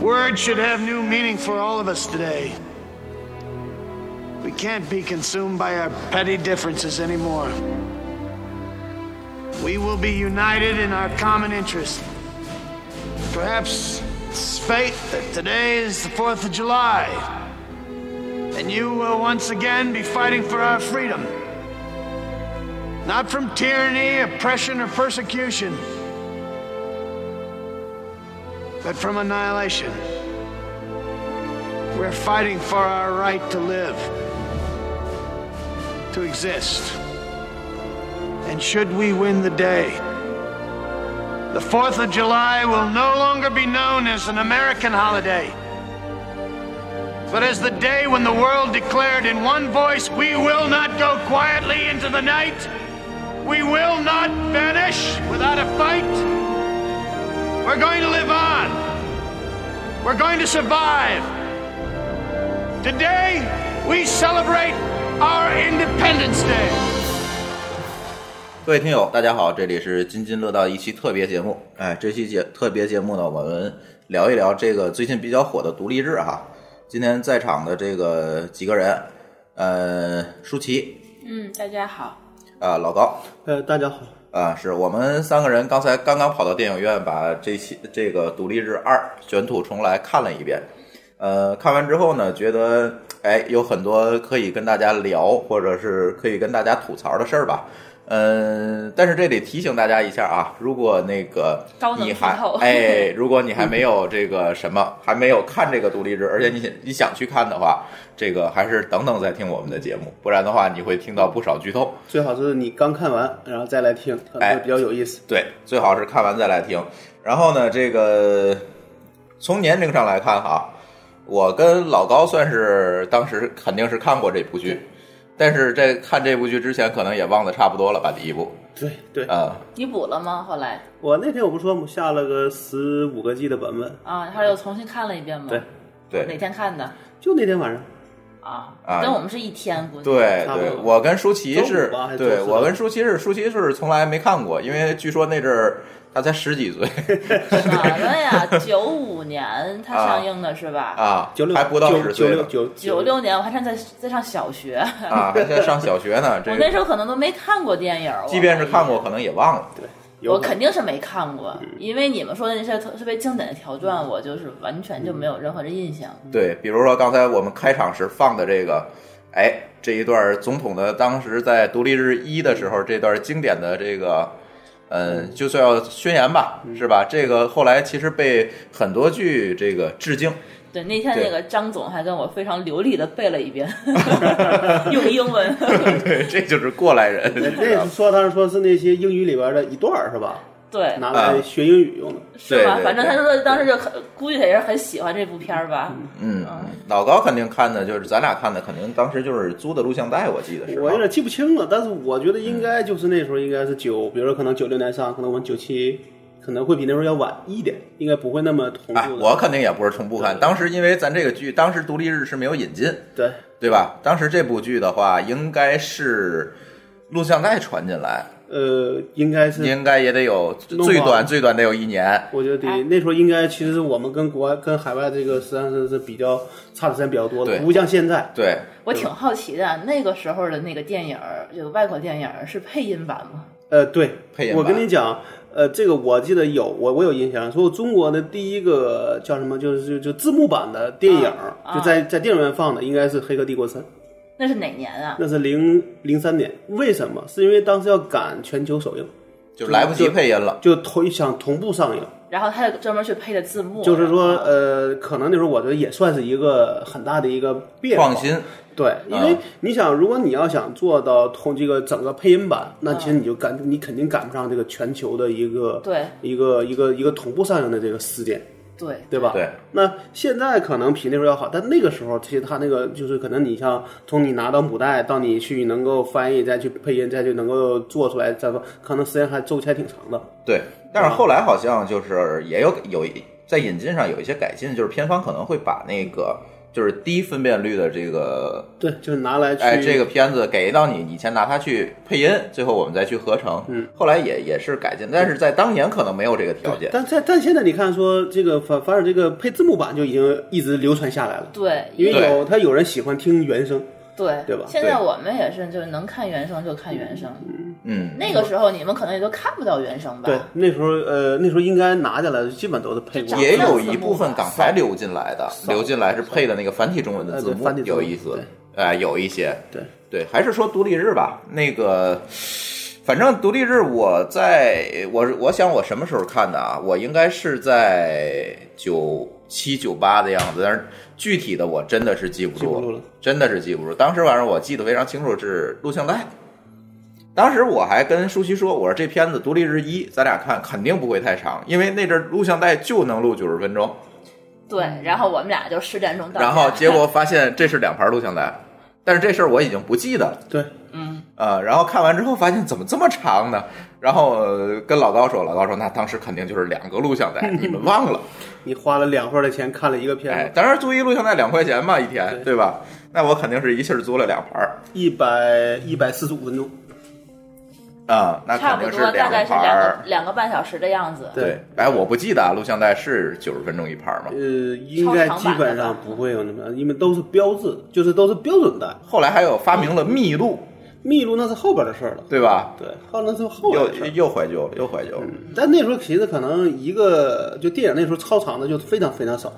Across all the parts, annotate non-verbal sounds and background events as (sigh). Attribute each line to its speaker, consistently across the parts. Speaker 1: word should have new meaning for all of us today. We can't be consumed by our petty differences anymore. We will be united in our common interest. Perhaps it's fate that today is the 4th of July, and you will once again be fighting for our freedom. Not from tyranny, oppression, or persecution, but from annihilation. We're fighting for our right to live to exist. And should we win the day, the 4th of July will no longer be known as an American holiday, but as the day when the world declared in one voice, we will not go quietly into the night, we will not vanish without a fight. We're going to live on, we're going to survive. Today, we celebrate our Independence Day.
Speaker 2: 各位听友，大家好，这里是津津乐道一期特别节目。哎，这期节特别节目呢，我们聊一聊这个最近比较火的独立日哈。今天在场的这个几个人，呃，舒淇，
Speaker 3: 嗯，大家好。
Speaker 2: 啊、老高，
Speaker 4: 呃，大家好。
Speaker 2: 啊、是我们三个人刚才刚刚跑到电影院，把这期这个独立日二卷土重来看了一遍。呃，看完之后呢，觉得哎，有很多可以跟大家聊，或者是可以跟大家吐槽的事儿吧。嗯，但是这里提醒大家一下啊，如果那个
Speaker 3: 高能
Speaker 2: 你
Speaker 3: 剧
Speaker 2: 还
Speaker 3: 透
Speaker 2: 哎，如果你还没有这个什么，还没有看这个独立日，而且你你想去看的话，这个还是等等再听我们的节目，不然的话你会听到不少剧透。
Speaker 4: 最好是你刚看完，然后再来听，可能
Speaker 2: 哎
Speaker 4: 会比较有意思。
Speaker 2: 对，最好是看完再来听。然后呢，这个从年龄上来看哈，我跟老高算是当时肯定是看过这部剧，但是这看这部剧之前可能也忘得差不多了吧，第一部
Speaker 4: 对对，
Speaker 2: 啊、
Speaker 3: 你补了吗？后来
Speaker 4: 我那天我不说我下了个十五个 G 的版本，
Speaker 3: 啊，后来又重新看了一遍吗？
Speaker 4: 对，
Speaker 3: 哪
Speaker 2: 对
Speaker 3: 天看的？
Speaker 4: 就那天晚上。
Speaker 3: 啊
Speaker 2: 啊，
Speaker 3: 跟我们是一天，估计
Speaker 2: 对
Speaker 4: 差不
Speaker 2: 对
Speaker 4: 多，
Speaker 2: 我跟舒淇是
Speaker 4: 周五吧还，是
Speaker 2: 对
Speaker 4: 周四
Speaker 2: 我跟舒淇是舒淇是从来没看过，因为据说那阵儿她才十几
Speaker 4: (laughs)
Speaker 2: 岁
Speaker 3: 什么啊哎呀？九五
Speaker 2: (laughs)
Speaker 3: 年它上映的是吧？
Speaker 2: 啊
Speaker 4: 九，六
Speaker 2: 还不到
Speaker 4: 九
Speaker 2: 十
Speaker 4: 九
Speaker 2: 岁
Speaker 4: 六
Speaker 2: 呢
Speaker 4: 九
Speaker 3: 九六年我还上在在上小学，
Speaker 2: 啊，还在上小学
Speaker 4: (laughs)
Speaker 2: 呢，这
Speaker 3: 我那时
Speaker 2: 个
Speaker 3: 候可能都没看过电影儿，我
Speaker 2: 即便是看过，可能也忘了。
Speaker 4: 有
Speaker 3: 我
Speaker 4: 可能
Speaker 3: 肯定是没看过，因为你们说的那些特特别经典的条段，
Speaker 2: 嗯
Speaker 3: 我就是完全就没有任何的印象。
Speaker 2: 对，比如说刚才我们开场时放的这个，哎，这一段总统的当时在独立日一的时候这段经典的这个，嗯，就叫宣言吧，
Speaker 4: 嗯
Speaker 2: 是吧？这个后来其实被很多剧这个致敬， (laughs)
Speaker 3: 对，那天
Speaker 2: 对
Speaker 3: 那个张总还跟我非常流利的背了一遍， (laughs) 用英文。 (laughs)
Speaker 2: 对，这就是过来人，
Speaker 4: 那
Speaker 2: 知道
Speaker 4: 那
Speaker 2: 吗
Speaker 4: 说他是说是那些英语里边的一段儿是吧？
Speaker 2: 哎
Speaker 3: 对，
Speaker 4: 拿
Speaker 2: 啊
Speaker 4: 来学英语用的。
Speaker 3: 是吧
Speaker 2: 对对？
Speaker 3: 反正
Speaker 2: 对
Speaker 3: 他说当时就很，估计他也是很喜欢这部片儿吧。
Speaker 2: 嗯，
Speaker 4: 啊
Speaker 2: 老高肯定看的就是咱俩看的，肯定当时就是租的录像带，我记得是吧嗯
Speaker 4: 我有点记不清了，但是我觉得应该就是那时候应该是九，比如说可能九六年上，可能我们九七可能会比那时候要晚一点，应该不会那么同步的。
Speaker 2: 哎，我肯定也不是同步看，
Speaker 4: 对
Speaker 2: 当时因为咱这个剧，当时独立日是没有引进，
Speaker 4: 对
Speaker 2: 对吧？当时这部剧的话，应该是录像带传进来，
Speaker 4: 呃，应该是
Speaker 2: 应该也得有
Speaker 4: 弄
Speaker 2: 最
Speaker 4: 吧
Speaker 2: 短最短得有一年。
Speaker 4: 我觉得得那时候应该，其实我们跟国外、跟海外这个实际上是是比较差的时间比较多的，
Speaker 2: 对
Speaker 4: 不像现在。
Speaker 2: 对，
Speaker 3: 我挺好奇的，那个时候的那个电影儿，有个外国电影儿是配音版吗？
Speaker 4: 呃，对
Speaker 2: 配音，
Speaker 4: 我跟
Speaker 2: 版
Speaker 4: 你讲，呃，这个我记得有，我我有印象，说中国的第一个叫什么，就是就就字幕版的电影，
Speaker 3: 啊
Speaker 4: 就在在电影院放的，应该是《黑客帝国三》，
Speaker 3: 那是哪年啊？
Speaker 4: 那是零零三年。为什么？是因为当时要赶全球首映，
Speaker 2: 就是来不及配音了。
Speaker 4: 就同想同步上映，
Speaker 3: 然后他就专门去配的字幕，
Speaker 4: 就是说，呃，可能那时候我觉得也算是一个很大的一个变化，
Speaker 2: 创新，
Speaker 4: 对，因
Speaker 2: 啊
Speaker 4: 为你想，如果你要想做到同这个整个配音版，那其实
Speaker 2: 嗯
Speaker 4: 你就赶，你肯定赶不上这个全球的一个
Speaker 3: 对
Speaker 4: 一个一个一个同步上映的这个时间，
Speaker 3: 对
Speaker 4: 对吧？
Speaker 2: 对。
Speaker 4: 那现在可能比那时候要好，但那个时候其实它那个就是可能你像从你拿到母带到你去能够翻译，再去配音，再去能够做出来，再说可能时间还周期还挺长的。
Speaker 2: 对，但是后来好像就是也有有一在引进上有一些改进，就是片方可能会把那个就是低分辨率的这个，
Speaker 4: 对，就是拿来去、
Speaker 2: 哎，这个片子给到你，以前拿它去配音，最后我们再去合成，嗯，后来也也是改进，但是在当年可能没有这个条件，
Speaker 4: 但但但现在你看说这个反反而这个配字幕版就已经一直流传下来了。
Speaker 3: 对，
Speaker 4: 因为
Speaker 2: 对
Speaker 4: 有他有人喜欢听原声，
Speaker 3: 对
Speaker 4: 对吧
Speaker 3: 现在
Speaker 2: 对
Speaker 3: 我们也是，就是能看原声就看原声。
Speaker 2: 嗯，
Speaker 3: 那个时候你们可能也都看不到原声吧？
Speaker 4: 对，那时候呃，那时候应该拿下来的基本都是配过
Speaker 3: 就
Speaker 4: 来
Speaker 3: 长
Speaker 4: 的，
Speaker 2: 也有一部分港台流进来的，
Speaker 4: 少
Speaker 2: 流进来是配的那个繁体中文的字
Speaker 4: 哎对
Speaker 2: 幕
Speaker 4: 繁体，字幕
Speaker 2: 有意思
Speaker 4: 对，
Speaker 2: 哎，有一些，
Speaker 4: 对
Speaker 2: 对，还是说独立日吧。那个，反正独立日我在我我想我什么时候看的啊？我应该是在九七九八的样子，但是具体的我真的是记不
Speaker 4: 记
Speaker 2: 住，
Speaker 4: 不住了
Speaker 2: 真的是记不住。当时晚上我记得非常清楚是录像带。当时我还跟舒淇说：“我说这片子《独立日一》，咱俩看肯定不会太长，因为那阵儿录像带就能录九十分钟。
Speaker 3: 对，然后我们俩就十点钟到家。
Speaker 2: 然后结
Speaker 3: (laughs)
Speaker 2: 果发现这是两盘录像带，但是这事儿我已经不记得了。
Speaker 4: 对，
Speaker 2: 呃，然后看完之后发现怎么这么长呢？然后、呃跟老高说，老高说那当时肯定就是两个录像
Speaker 4: (laughs)
Speaker 2: 带，你们忘了？
Speaker 4: 你花了两份的钱看了一个
Speaker 2: 哎
Speaker 4: 片，
Speaker 2: 当时租一录像带两块钱嘛，一天对吧？那我肯定是一气儿租了两盘儿
Speaker 4: 子，一百一百四十五分钟，
Speaker 2: 啊、那
Speaker 3: 差
Speaker 2: 肯
Speaker 3: 不
Speaker 2: 定
Speaker 3: 多大
Speaker 2: 两
Speaker 3: 概是
Speaker 2: 盘
Speaker 3: 两个
Speaker 2: 儿。
Speaker 3: 两个半小时的样子。
Speaker 2: 对，哎，我不记得啊，录像带是九十分钟一盘儿嘛，
Speaker 4: 呃，应该基本上不会有那么，因为都是标志，就是都是标准带。
Speaker 2: 后来还有发明了密录，
Speaker 4: 密录那是后边的事儿了，
Speaker 2: 对吧？
Speaker 4: 对，后那是嗯后边
Speaker 2: 又
Speaker 4: 的事儿。
Speaker 2: 又怀旧了，又怀旧了。
Speaker 4: 但那时候其实可能一个就电影那时候超长的就非常非常少，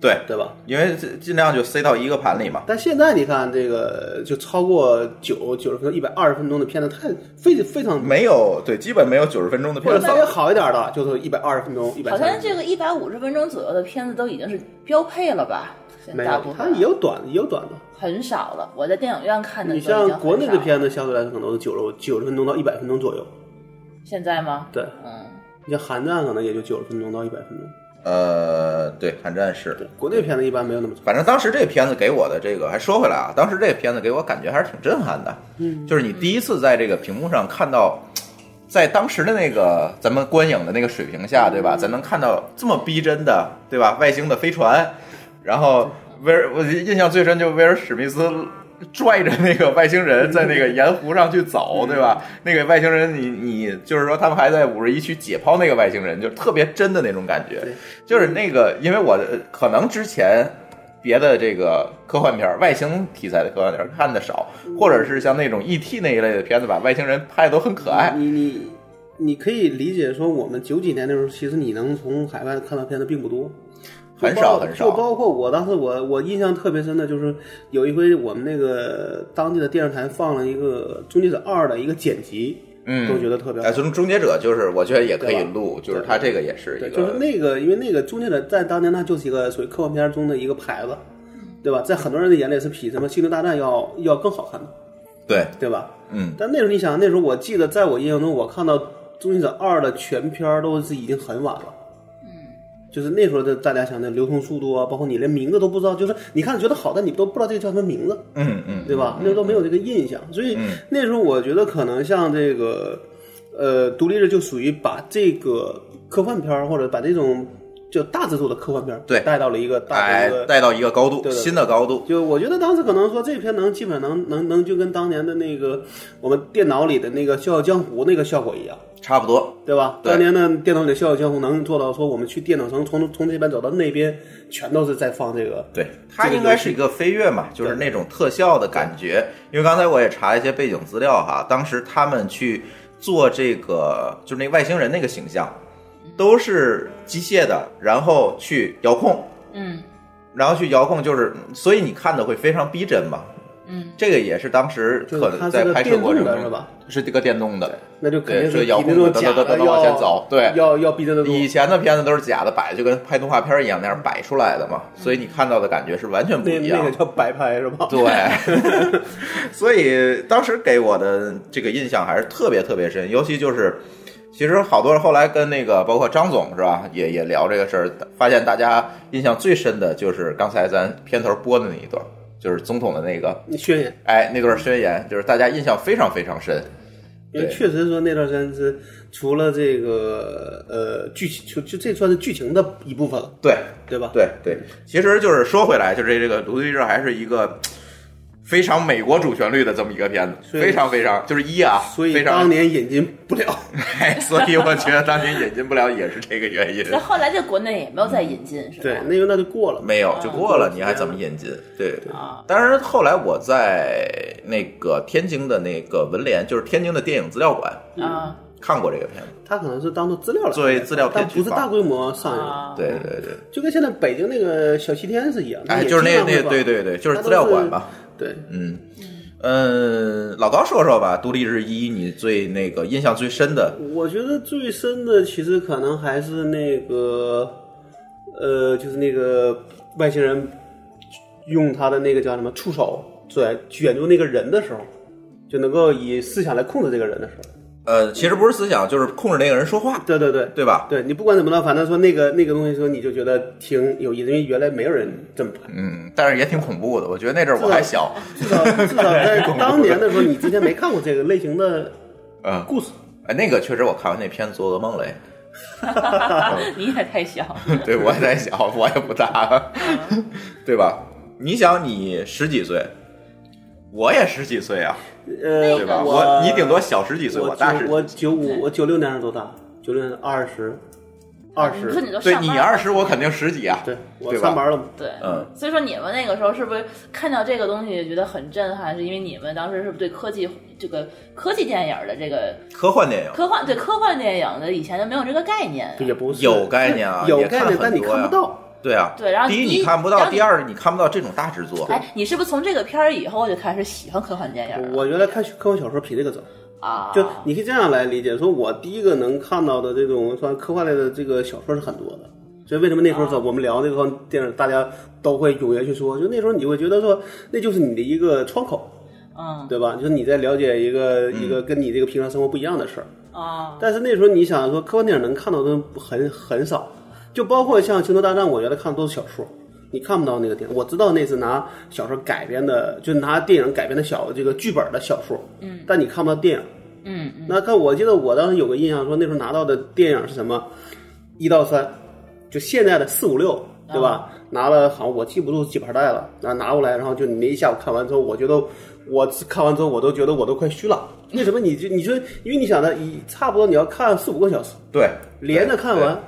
Speaker 2: 对，
Speaker 4: 对吧？
Speaker 2: 因为这尽量就塞到一个盘里嘛。
Speaker 4: 但现在你看这个就超过九九十分钟、一百二十分钟的片子太非非常
Speaker 2: 没有对，基本没有九十分钟的
Speaker 4: 或
Speaker 2: 片
Speaker 4: 者
Speaker 2: 子
Speaker 4: 稍微好一点的，就是一百二十分钟、一百
Speaker 3: 好像
Speaker 4: 三
Speaker 3: 这个一百五十分钟左右的片子都已经是标配了吧？现
Speaker 4: 没
Speaker 3: 在大
Speaker 4: 有
Speaker 3: 部，
Speaker 4: 它
Speaker 3: 分啊
Speaker 4: 也有短的，也有短的。
Speaker 3: 很少了。我在电影院看的，
Speaker 4: 你像国内的，片子，相对来说可能是九十九十分钟到一百分钟左右。
Speaker 3: 现在吗？
Speaker 4: 对，
Speaker 3: 嗯，
Speaker 4: 你像韩战可能也就九十分钟到一百分钟。
Speaker 2: 呃，对，寒战是。
Speaker 4: 对，国内片子一般没有那么长。
Speaker 2: 反正当时这片子给我的这个，还说回来啊，当时这片子给我感觉还是挺震撼的。嗯，就是你第一次在这个屏幕上看到，在当时的那个咱们观影的那个水平下，对吧？咱能看到这么逼真的，对吧？外星的飞船，然后威尔，我印象最深就是威尔史密斯。拽着那个外星人在那个盐湖上去
Speaker 4: 嗯
Speaker 2: 走，对吧？那个外星人你，你就是说他们还在五十一区解剖那个外星人，就是特别真的那种感觉。就是那个，因为我呃可能之前别的这个科幻片儿、外星题材的科幻片儿看的少，或者是像那种 E.T. 那一类的片子吧，外星人拍的都很可爱。
Speaker 4: 你你你可以理解说，我们九几年的时候，其实你能从海外看到片子并不多。
Speaker 2: 很少
Speaker 4: 就包
Speaker 2: 很少
Speaker 4: 就包括我当时我我印象特别深的就是有一回我们那个当地的电视台放了一个《终结者二》的一个剪辑，
Speaker 2: 嗯
Speaker 4: 都觉得特别好
Speaker 2: 哎，。从终结者就是我觉得也可以
Speaker 4: 对吧
Speaker 2: 录，就是
Speaker 4: 对
Speaker 2: 它这个也是一
Speaker 4: 对，就
Speaker 2: 个
Speaker 4: 是那个，因为那个《终结者》在当年它就是一个属于科幻片中的一个牌子，
Speaker 2: 嗯
Speaker 4: 对吧？在很多人的眼里是比什么《星球大战要》要更好看的，
Speaker 2: 对，
Speaker 4: 对吧？
Speaker 2: 嗯，
Speaker 4: 但那时候你想，那时候我记得，在我印象中，我看到《终结者二》的全片儿都是已经很晚了。
Speaker 2: 嗯
Speaker 4: 就是那时候的大家想的流通速度啊，包括你连名字都不知道，就是你看觉得好，但你都不知道这个叫什么名字，
Speaker 2: 嗯嗯，
Speaker 4: 对吧？那时候都没有这个印象，所以那时候我觉得可能像这个，呃，独立日就属于把这个科幻片儿或者把这种就大制作的科幻片儿
Speaker 2: 对
Speaker 4: 带到了一个大的
Speaker 2: 哎
Speaker 4: 一个，
Speaker 2: 带到一个高度，
Speaker 4: 对对
Speaker 2: 新的高度。
Speaker 4: 就我觉得当时可能说这篇能基本能能能就跟当年的那个我们电脑里的那个《笑傲江湖》那个效果一样，
Speaker 2: 差不多，
Speaker 4: 对吧？
Speaker 2: 对
Speaker 4: 当年的电脑里的《笑傲江湖》能做到说我们去电脑城从从这边走到那边，全都是在放这个。
Speaker 2: 对，它应该是一个飞跃嘛，就是那种特效的感觉。因为刚才我也查一些背景资料哈，当时他们去做这个就是那外星人那个形象，都是机械的，然后去遥控，
Speaker 3: 嗯
Speaker 2: 然后去遥控就是，所以你看的会非常逼真嘛。
Speaker 3: 嗯，
Speaker 2: 这个也是当时
Speaker 4: 就
Speaker 2: 可
Speaker 4: 是它
Speaker 2: 能
Speaker 4: 是
Speaker 2: 在
Speaker 4: 个
Speaker 2: 拍摄
Speaker 4: 电
Speaker 2: 过程
Speaker 4: 动的
Speaker 2: 中
Speaker 4: 是吧？？
Speaker 2: 是这个电动的，
Speaker 4: 那就肯定
Speaker 2: 对
Speaker 4: 是比
Speaker 2: 这个
Speaker 4: 那种
Speaker 2: 遥控
Speaker 4: 假
Speaker 2: 噔噔噔
Speaker 4: 的
Speaker 2: 噔噔
Speaker 4: 要
Speaker 2: 往前走对
Speaker 4: 要要逼真的多。
Speaker 2: 以前的片子都是假的摆，就跟拍动画片一样那样摆出来的嘛，所以你看到的感觉是完全不
Speaker 4: 那
Speaker 2: 一样。
Speaker 4: 那个叫摆拍是吧？
Speaker 2: 对， (laughs) 所以当时给我的这个印象还是特别特别深，尤其就是，其实好多人后来跟那个包括张总是吧，也也聊这个事儿，发现大家印象最深的就是刚才咱片头播的那一段，就是总统的那个，
Speaker 4: 你宣言，
Speaker 2: 哎，那段宣言，就是大家印象非常非常深。
Speaker 4: 因为
Speaker 2: 对
Speaker 4: 确实说那段时间是除了这个呃剧情，就就这算是剧情的一部分了，
Speaker 2: 对，
Speaker 4: 对吧？，
Speaker 2: 对对，其实就是说回来，就是这个《独立日》还是一个非常美国主旋律的这么一个片子，
Speaker 4: 所以
Speaker 2: 非常非常就是一啊，
Speaker 4: 所以
Speaker 2: 非常
Speaker 4: 当年引进不
Speaker 2: (laughs)
Speaker 4: 了。
Speaker 2: 哎，所以我觉得当年引进不了也是这个原
Speaker 3: (laughs)
Speaker 2: 因。
Speaker 3: 那后来在国内也没有再引进，是吧？
Speaker 4: 对，那因为那就过了嘛。
Speaker 2: 没有就过了，你还怎么引进？对
Speaker 3: 啊，
Speaker 2: 当然后来我在那个天津的那个文联，就是天津的电影资料馆
Speaker 3: 啊
Speaker 2: 看过这个片子。
Speaker 4: 他可能是当做资料来看
Speaker 2: 作为资料片
Speaker 4: 但不是
Speaker 2: 去放
Speaker 4: 大规模上映，
Speaker 3: 啊，
Speaker 2: 对对对，
Speaker 4: 就跟现在北京那个小西天是一样。
Speaker 2: 哎，
Speaker 4: 也
Speaker 2: 就是那
Speaker 4: 经常
Speaker 2: 那
Speaker 4: 会放
Speaker 2: 对对对，就是资料馆吧。
Speaker 4: 对，
Speaker 2: 嗯嗯，老高说说吧，《独立日一》你最那个印象最深的，
Speaker 4: 我觉得最深的其实可能还是那个，呃，就是那个外星人用他的那个叫什么触手在卷住那个人的时候，就能够以思想来控制这个人的时候。
Speaker 2: 呃，其实不是思想，就是控制那个人说话，
Speaker 4: 对对对
Speaker 2: 对吧？
Speaker 4: 对，你不管怎么弄，反正说那个那个东西说你就觉得挺有意思，因为原来没有人这么拍。
Speaker 2: 嗯，但是也挺恐怖的。我觉得那阵儿我还小，(laughs)
Speaker 4: 至少至少在当年的时候，你之前没看过这个类型的
Speaker 2: 嗯，
Speaker 4: 故事。
Speaker 2: 哎，那个确实我看完那片子做噩梦了。哎
Speaker 3: 你也太小，
Speaker 2: (laughs) 对，我也在想，我也不大，对吧？你想，你十几岁，我也十几岁啊，
Speaker 4: 呃，
Speaker 2: 对吧？
Speaker 4: 我
Speaker 2: 我你顶多小十几岁，
Speaker 4: 我
Speaker 2: 大
Speaker 4: 九
Speaker 2: 十几
Speaker 4: 我九五，我九六年是多大？九六年二十，二
Speaker 3: 啊你说你
Speaker 4: 十，
Speaker 3: 都上
Speaker 2: 对
Speaker 3: 班
Speaker 2: 你
Speaker 3: 了
Speaker 2: 二十，我肯定十几啊。
Speaker 4: 对我
Speaker 2: 对吧
Speaker 4: 上班了嘛。
Speaker 3: 对，
Speaker 2: 嗯
Speaker 3: 所以说你们那个时候是不是看到这个东西觉得很震撼？是因为你们当时是不是对科技这个科技电影的这个
Speaker 2: 科幻电影
Speaker 3: 科幻对科幻电影的以前就没有这个概念、
Speaker 4: 也不是
Speaker 2: 有概念啊，
Speaker 4: 有
Speaker 2: 也
Speaker 4: 概
Speaker 2: 很
Speaker 4: 念，但你
Speaker 2: 多
Speaker 4: 看
Speaker 2: 呀
Speaker 4: 不。到。
Speaker 2: 对啊，
Speaker 3: 对然后
Speaker 2: 第
Speaker 3: 第
Speaker 2: 一
Speaker 3: 一
Speaker 2: 你看不
Speaker 3: 然
Speaker 2: 到，
Speaker 3: 后
Speaker 2: 第二你看不到这种大制作。
Speaker 3: 哎，你是不是从这个片儿以后就开始喜欢科幻电影了
Speaker 4: 我原来看科幻小说比这个早，
Speaker 3: 啊？
Speaker 4: 就你可以这样来理解，说我第一个能看到的这种算科幻类的这个小说是很多的。所以为什么那时
Speaker 3: 啊
Speaker 4: 候在我们聊那个电影，大家都会踊跃去说，就那时候你会觉得说，那就是你的一个窗口，
Speaker 3: 嗯
Speaker 4: 对吧？就是你在了解一个
Speaker 2: 嗯
Speaker 4: 一个跟你这个平常生活不一样的事儿。
Speaker 3: 啊
Speaker 4: 但是那时候你想说科幻电影能看到的东西很很少，就包括像《星球大战》，我原来看的都是小说，你看不到那个电影。我知道那是拿小说改编的，就拿电影改编的小这个剧本的小说，嗯，但你看不到电影。
Speaker 3: 嗯嗯
Speaker 4: 那看我记得我当时有个印象说，那时候拿到的电影是什么？一到三，就现在的四五六，
Speaker 2: 啊
Speaker 4: 对吧？拿了好像我记不住几盘带了，然后拿过来，然后就你那一下午看完之后，我觉得我看完之后我都觉得我都快虚了。为什么你就你说，因为你想的，你差不多你要看四五个小时，
Speaker 2: 对，
Speaker 4: 连着看完，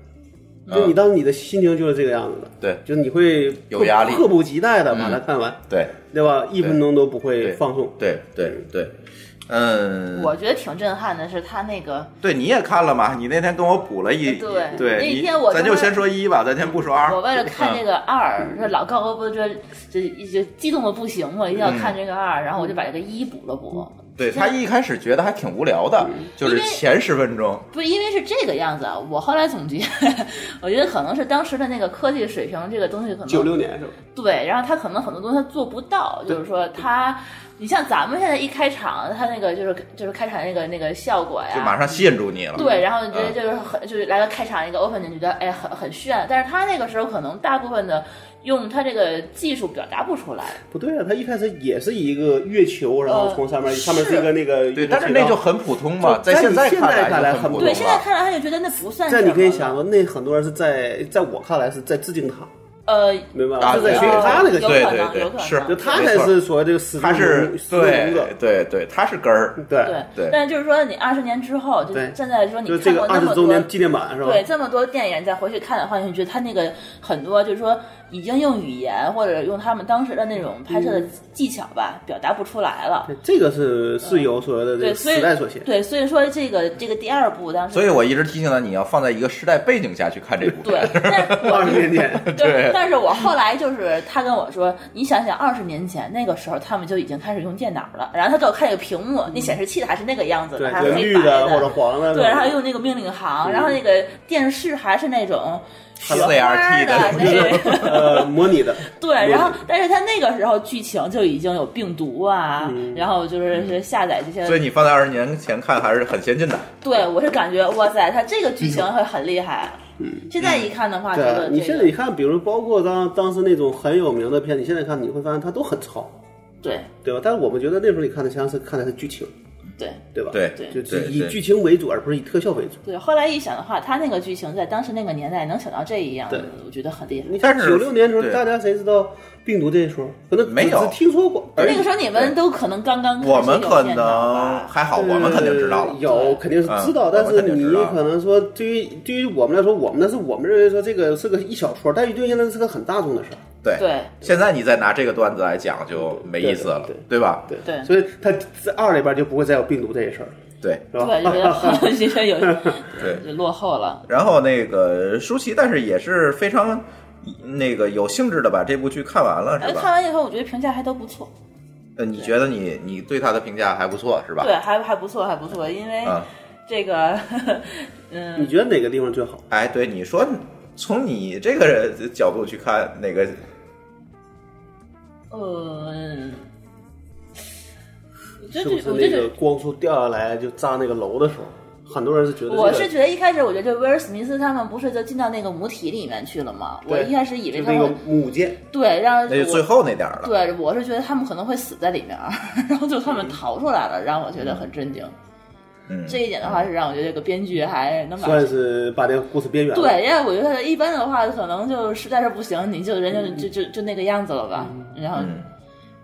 Speaker 2: 对
Speaker 4: 就你
Speaker 2: 嗯
Speaker 4: 当时你的心情就是这个样子的，
Speaker 2: 对
Speaker 4: 就是你会
Speaker 2: 有压力
Speaker 4: 迫不及待的把它看完，
Speaker 2: 对
Speaker 4: 对吧？一分钟都不会
Speaker 2: 对
Speaker 4: 放松。
Speaker 2: 对对对，嗯，
Speaker 3: 我觉得挺震撼的是他那个
Speaker 2: 对你也看了嘛？你那天跟我补了一
Speaker 3: 对那
Speaker 2: 对，
Speaker 3: 一
Speaker 2: 你
Speaker 3: 天我
Speaker 2: 咱
Speaker 3: 就
Speaker 2: 就是先说一吧，咱先不说二。
Speaker 3: 我为了看这
Speaker 2: 嗯
Speaker 3: 个二，这老高我不是这这就激动的不行嘛，一
Speaker 2: 嗯
Speaker 3: 定要看这个二，然后我就把这个一补了补。
Speaker 2: 对他一开始觉得还挺无聊的，就是
Speaker 3: 嗯因为
Speaker 2: 前十分钟，
Speaker 3: 不是因为是这个样子啊，我后来总结，我觉得可 (laughs) 能是当时的那个科技水平，这个东西可能
Speaker 4: 九六年是吧？
Speaker 3: 对，然后他可能很多东西他做不到，就是说他，你像咱们现在一开场，他那个就是就是开场那个那个效果哎呀，
Speaker 2: 就嗯马上吸引住你了。
Speaker 3: 对，然后你直接就是很、就是来个开场一个 opening，觉得哎很很炫，但是他那个时候可能大部分的用他这个技术表达不出来，
Speaker 4: 不对啊，他一开始也是一个月球，然后从上面、
Speaker 3: 是
Speaker 4: 上面是一个那个
Speaker 2: 对，
Speaker 4: 一个
Speaker 2: 呃但是那
Speaker 4: 轨道
Speaker 2: 就很普通嘛，
Speaker 4: 就
Speaker 2: 在
Speaker 4: 在你
Speaker 2: 在
Speaker 4: 现
Speaker 2: 看
Speaker 4: 在看来
Speaker 2: 就
Speaker 4: 很
Speaker 2: 很普
Speaker 4: 普懂
Speaker 2: 通
Speaker 3: 对，
Speaker 4: 了
Speaker 3: 现在
Speaker 2: 了。
Speaker 3: 看来他就觉得那不算什
Speaker 4: 在
Speaker 3: 么。
Speaker 4: 你可以想说，那很多人是在在我看来是在致敬他，
Speaker 3: 呃，
Speaker 4: 明白
Speaker 2: 啊
Speaker 4: 吗？是在
Speaker 2: 对
Speaker 4: 学习他那个
Speaker 3: 有可
Speaker 4: 行为，
Speaker 2: 对
Speaker 3: 能
Speaker 2: 对
Speaker 3: 有可
Speaker 2: 对，
Speaker 3: 能
Speaker 2: 是
Speaker 4: 就他
Speaker 2: 没
Speaker 4: 才
Speaker 2: 错
Speaker 4: 是所谓这个始
Speaker 2: 他是
Speaker 4: 始作俑者
Speaker 2: 对，对对，他是根儿。
Speaker 4: 对
Speaker 3: 对
Speaker 2: 对
Speaker 3: 但是就是说你二十年之后，就
Speaker 4: 对
Speaker 3: 站在说你
Speaker 4: 就是这
Speaker 3: 看
Speaker 4: 个
Speaker 3: 过
Speaker 4: 二
Speaker 3: 那
Speaker 4: 十
Speaker 3: 么
Speaker 4: 周
Speaker 3: 多
Speaker 4: 年纪念版是吧？
Speaker 3: 对，这么多电影，你再回去看的话，你觉得他那个很多就是说，已经用语言或者用他们当时的那种拍摄的技巧吧，表达不出来了。
Speaker 4: 这个是嗯是由所谓的这
Speaker 3: 对，
Speaker 4: 个
Speaker 3: 所以
Speaker 4: 时代所写。
Speaker 3: 对，所以说这个这个第二部当时，
Speaker 2: 所以我一直提醒他，你要放在一个时代背景下去看这部
Speaker 3: 对
Speaker 2: 片。，
Speaker 4: (laughs)
Speaker 3: 但是
Speaker 4: 二十年前，
Speaker 3: 对
Speaker 2: 对，
Speaker 3: 但是我后来就是他跟我说，你想想二十年前那个时候，他们就已经开始用电脑了。然后他给我看那个屏幕，那显示器的还是那个样子的，
Speaker 4: 对，
Speaker 3: 还
Speaker 4: 就是是
Speaker 3: 黑
Speaker 4: 绿
Speaker 3: 白
Speaker 4: 的或者黄的，
Speaker 3: 对，然后
Speaker 4: (laughs)
Speaker 3: 用那个命令行，然后那个电视还是那种雪花
Speaker 2: CRT
Speaker 3: 的
Speaker 2: 的嗯
Speaker 3: 那个。
Speaker 4: 呃模拟
Speaker 3: (laughs)
Speaker 4: 的，
Speaker 3: 对，然后但是他那个时候剧情就已经有病毒啊，然后就是是下载这些。
Speaker 2: 嗯所以你放在二十年前看还是很先进的。
Speaker 3: 对，我是感觉哇塞，他这个剧情会很厉害。
Speaker 2: 嗯
Speaker 3: 现在一看的话，觉
Speaker 4: 对
Speaker 2: 啊
Speaker 3: 得
Speaker 4: 你
Speaker 3: 啊这
Speaker 4: 现
Speaker 3: 个
Speaker 4: 在你看，比如包括当当时那种很有名的片，你现在看你会发现它都很糙，
Speaker 3: 对
Speaker 4: 对吧？但是我们觉得那时候你看的实际上是看的是剧情，
Speaker 3: 对
Speaker 4: 对吧？
Speaker 2: 对
Speaker 3: 对
Speaker 4: 就
Speaker 2: 对
Speaker 4: 是以
Speaker 2: 对
Speaker 4: 剧情为主，而不是以特效为主。
Speaker 3: 对，后来一想的话，他那个剧情在当时那个年代能想到这一样
Speaker 4: 对
Speaker 3: 的，我觉得很厉害。
Speaker 4: 你看
Speaker 2: 但是
Speaker 4: 九六年的时候，
Speaker 2: 对
Speaker 4: 大家谁知道病毒这一说？可能
Speaker 2: 没有
Speaker 4: 只听说过，哎而
Speaker 3: 那个时候你们都可能刚刚开始
Speaker 2: 我们
Speaker 3: 有
Speaker 2: 可
Speaker 3: 电脑
Speaker 2: 能
Speaker 3: 吧
Speaker 2: 还好，我们肯定知道了
Speaker 4: 呃。有肯定是知
Speaker 2: 嗯
Speaker 4: 道，但
Speaker 2: 我们
Speaker 4: 是
Speaker 2: 肯定
Speaker 4: 你
Speaker 2: 知道
Speaker 4: 可能说，对于对于我们来说，我们那是我们认为说这个是个一小撮，但是对于现在是个很大众的事儿。
Speaker 2: 对
Speaker 3: 对
Speaker 2: 现在你再拿这个段子来讲就没意思了
Speaker 4: 对，
Speaker 2: 对吧？
Speaker 4: 对
Speaker 3: 对
Speaker 4: 所以它在二里边就不会再有病毒这一事儿了，
Speaker 2: 对
Speaker 4: 是吧？
Speaker 3: 对，就觉得 (laughs) 很就觉得有
Speaker 2: (laughs) 对。
Speaker 3: 就落后了。
Speaker 2: 然后那个舒淇，但是也是非常那个有兴致的把这部剧看完了，
Speaker 3: 哎，
Speaker 2: 是
Speaker 3: 看
Speaker 2: 吧？
Speaker 3: 完以后我觉得评价还都不错，
Speaker 2: 呃，你觉得你你对他的评价还不错，是吧？
Speaker 3: 对，还还不错，还不错，因为
Speaker 2: 嗯
Speaker 3: 这个 (laughs)
Speaker 4: (laughs)
Speaker 3: 嗯
Speaker 4: 你觉得哪个地方最好？
Speaker 2: 哎，对，你说从你这个人角度去看那个，
Speaker 3: 呃，我觉
Speaker 4: 是
Speaker 3: 得
Speaker 4: 不
Speaker 3: 这
Speaker 4: 是
Speaker 3: 我
Speaker 4: 那
Speaker 3: 觉
Speaker 4: 个
Speaker 3: 得
Speaker 4: 光束掉下来就炸那个楼的时候，很多人是觉得这个
Speaker 3: 我是觉得一开始我觉得威尔史密斯他们不是就进到那个母体里面去了吗？我
Speaker 4: 对
Speaker 3: 一开始以为
Speaker 4: 就
Speaker 3: 他
Speaker 4: 那个
Speaker 3: 们
Speaker 4: 母舰，
Speaker 3: 对让
Speaker 2: 那就
Speaker 3: 我
Speaker 2: 最后那点儿了。
Speaker 3: 对，我是觉得他们可能会死在里面儿， (laughs) 然后就他
Speaker 4: 嗯
Speaker 3: 们逃出来了，让我觉得很震惊。
Speaker 2: 嗯，
Speaker 3: 这一点的话是让我觉得这个编剧还能把
Speaker 4: 算是把这个故事边缘了。
Speaker 3: 对，因为我觉得一般的话，可能就实在是不行，你就人家就就就那个样子了吧。然后
Speaker 2: 嗯，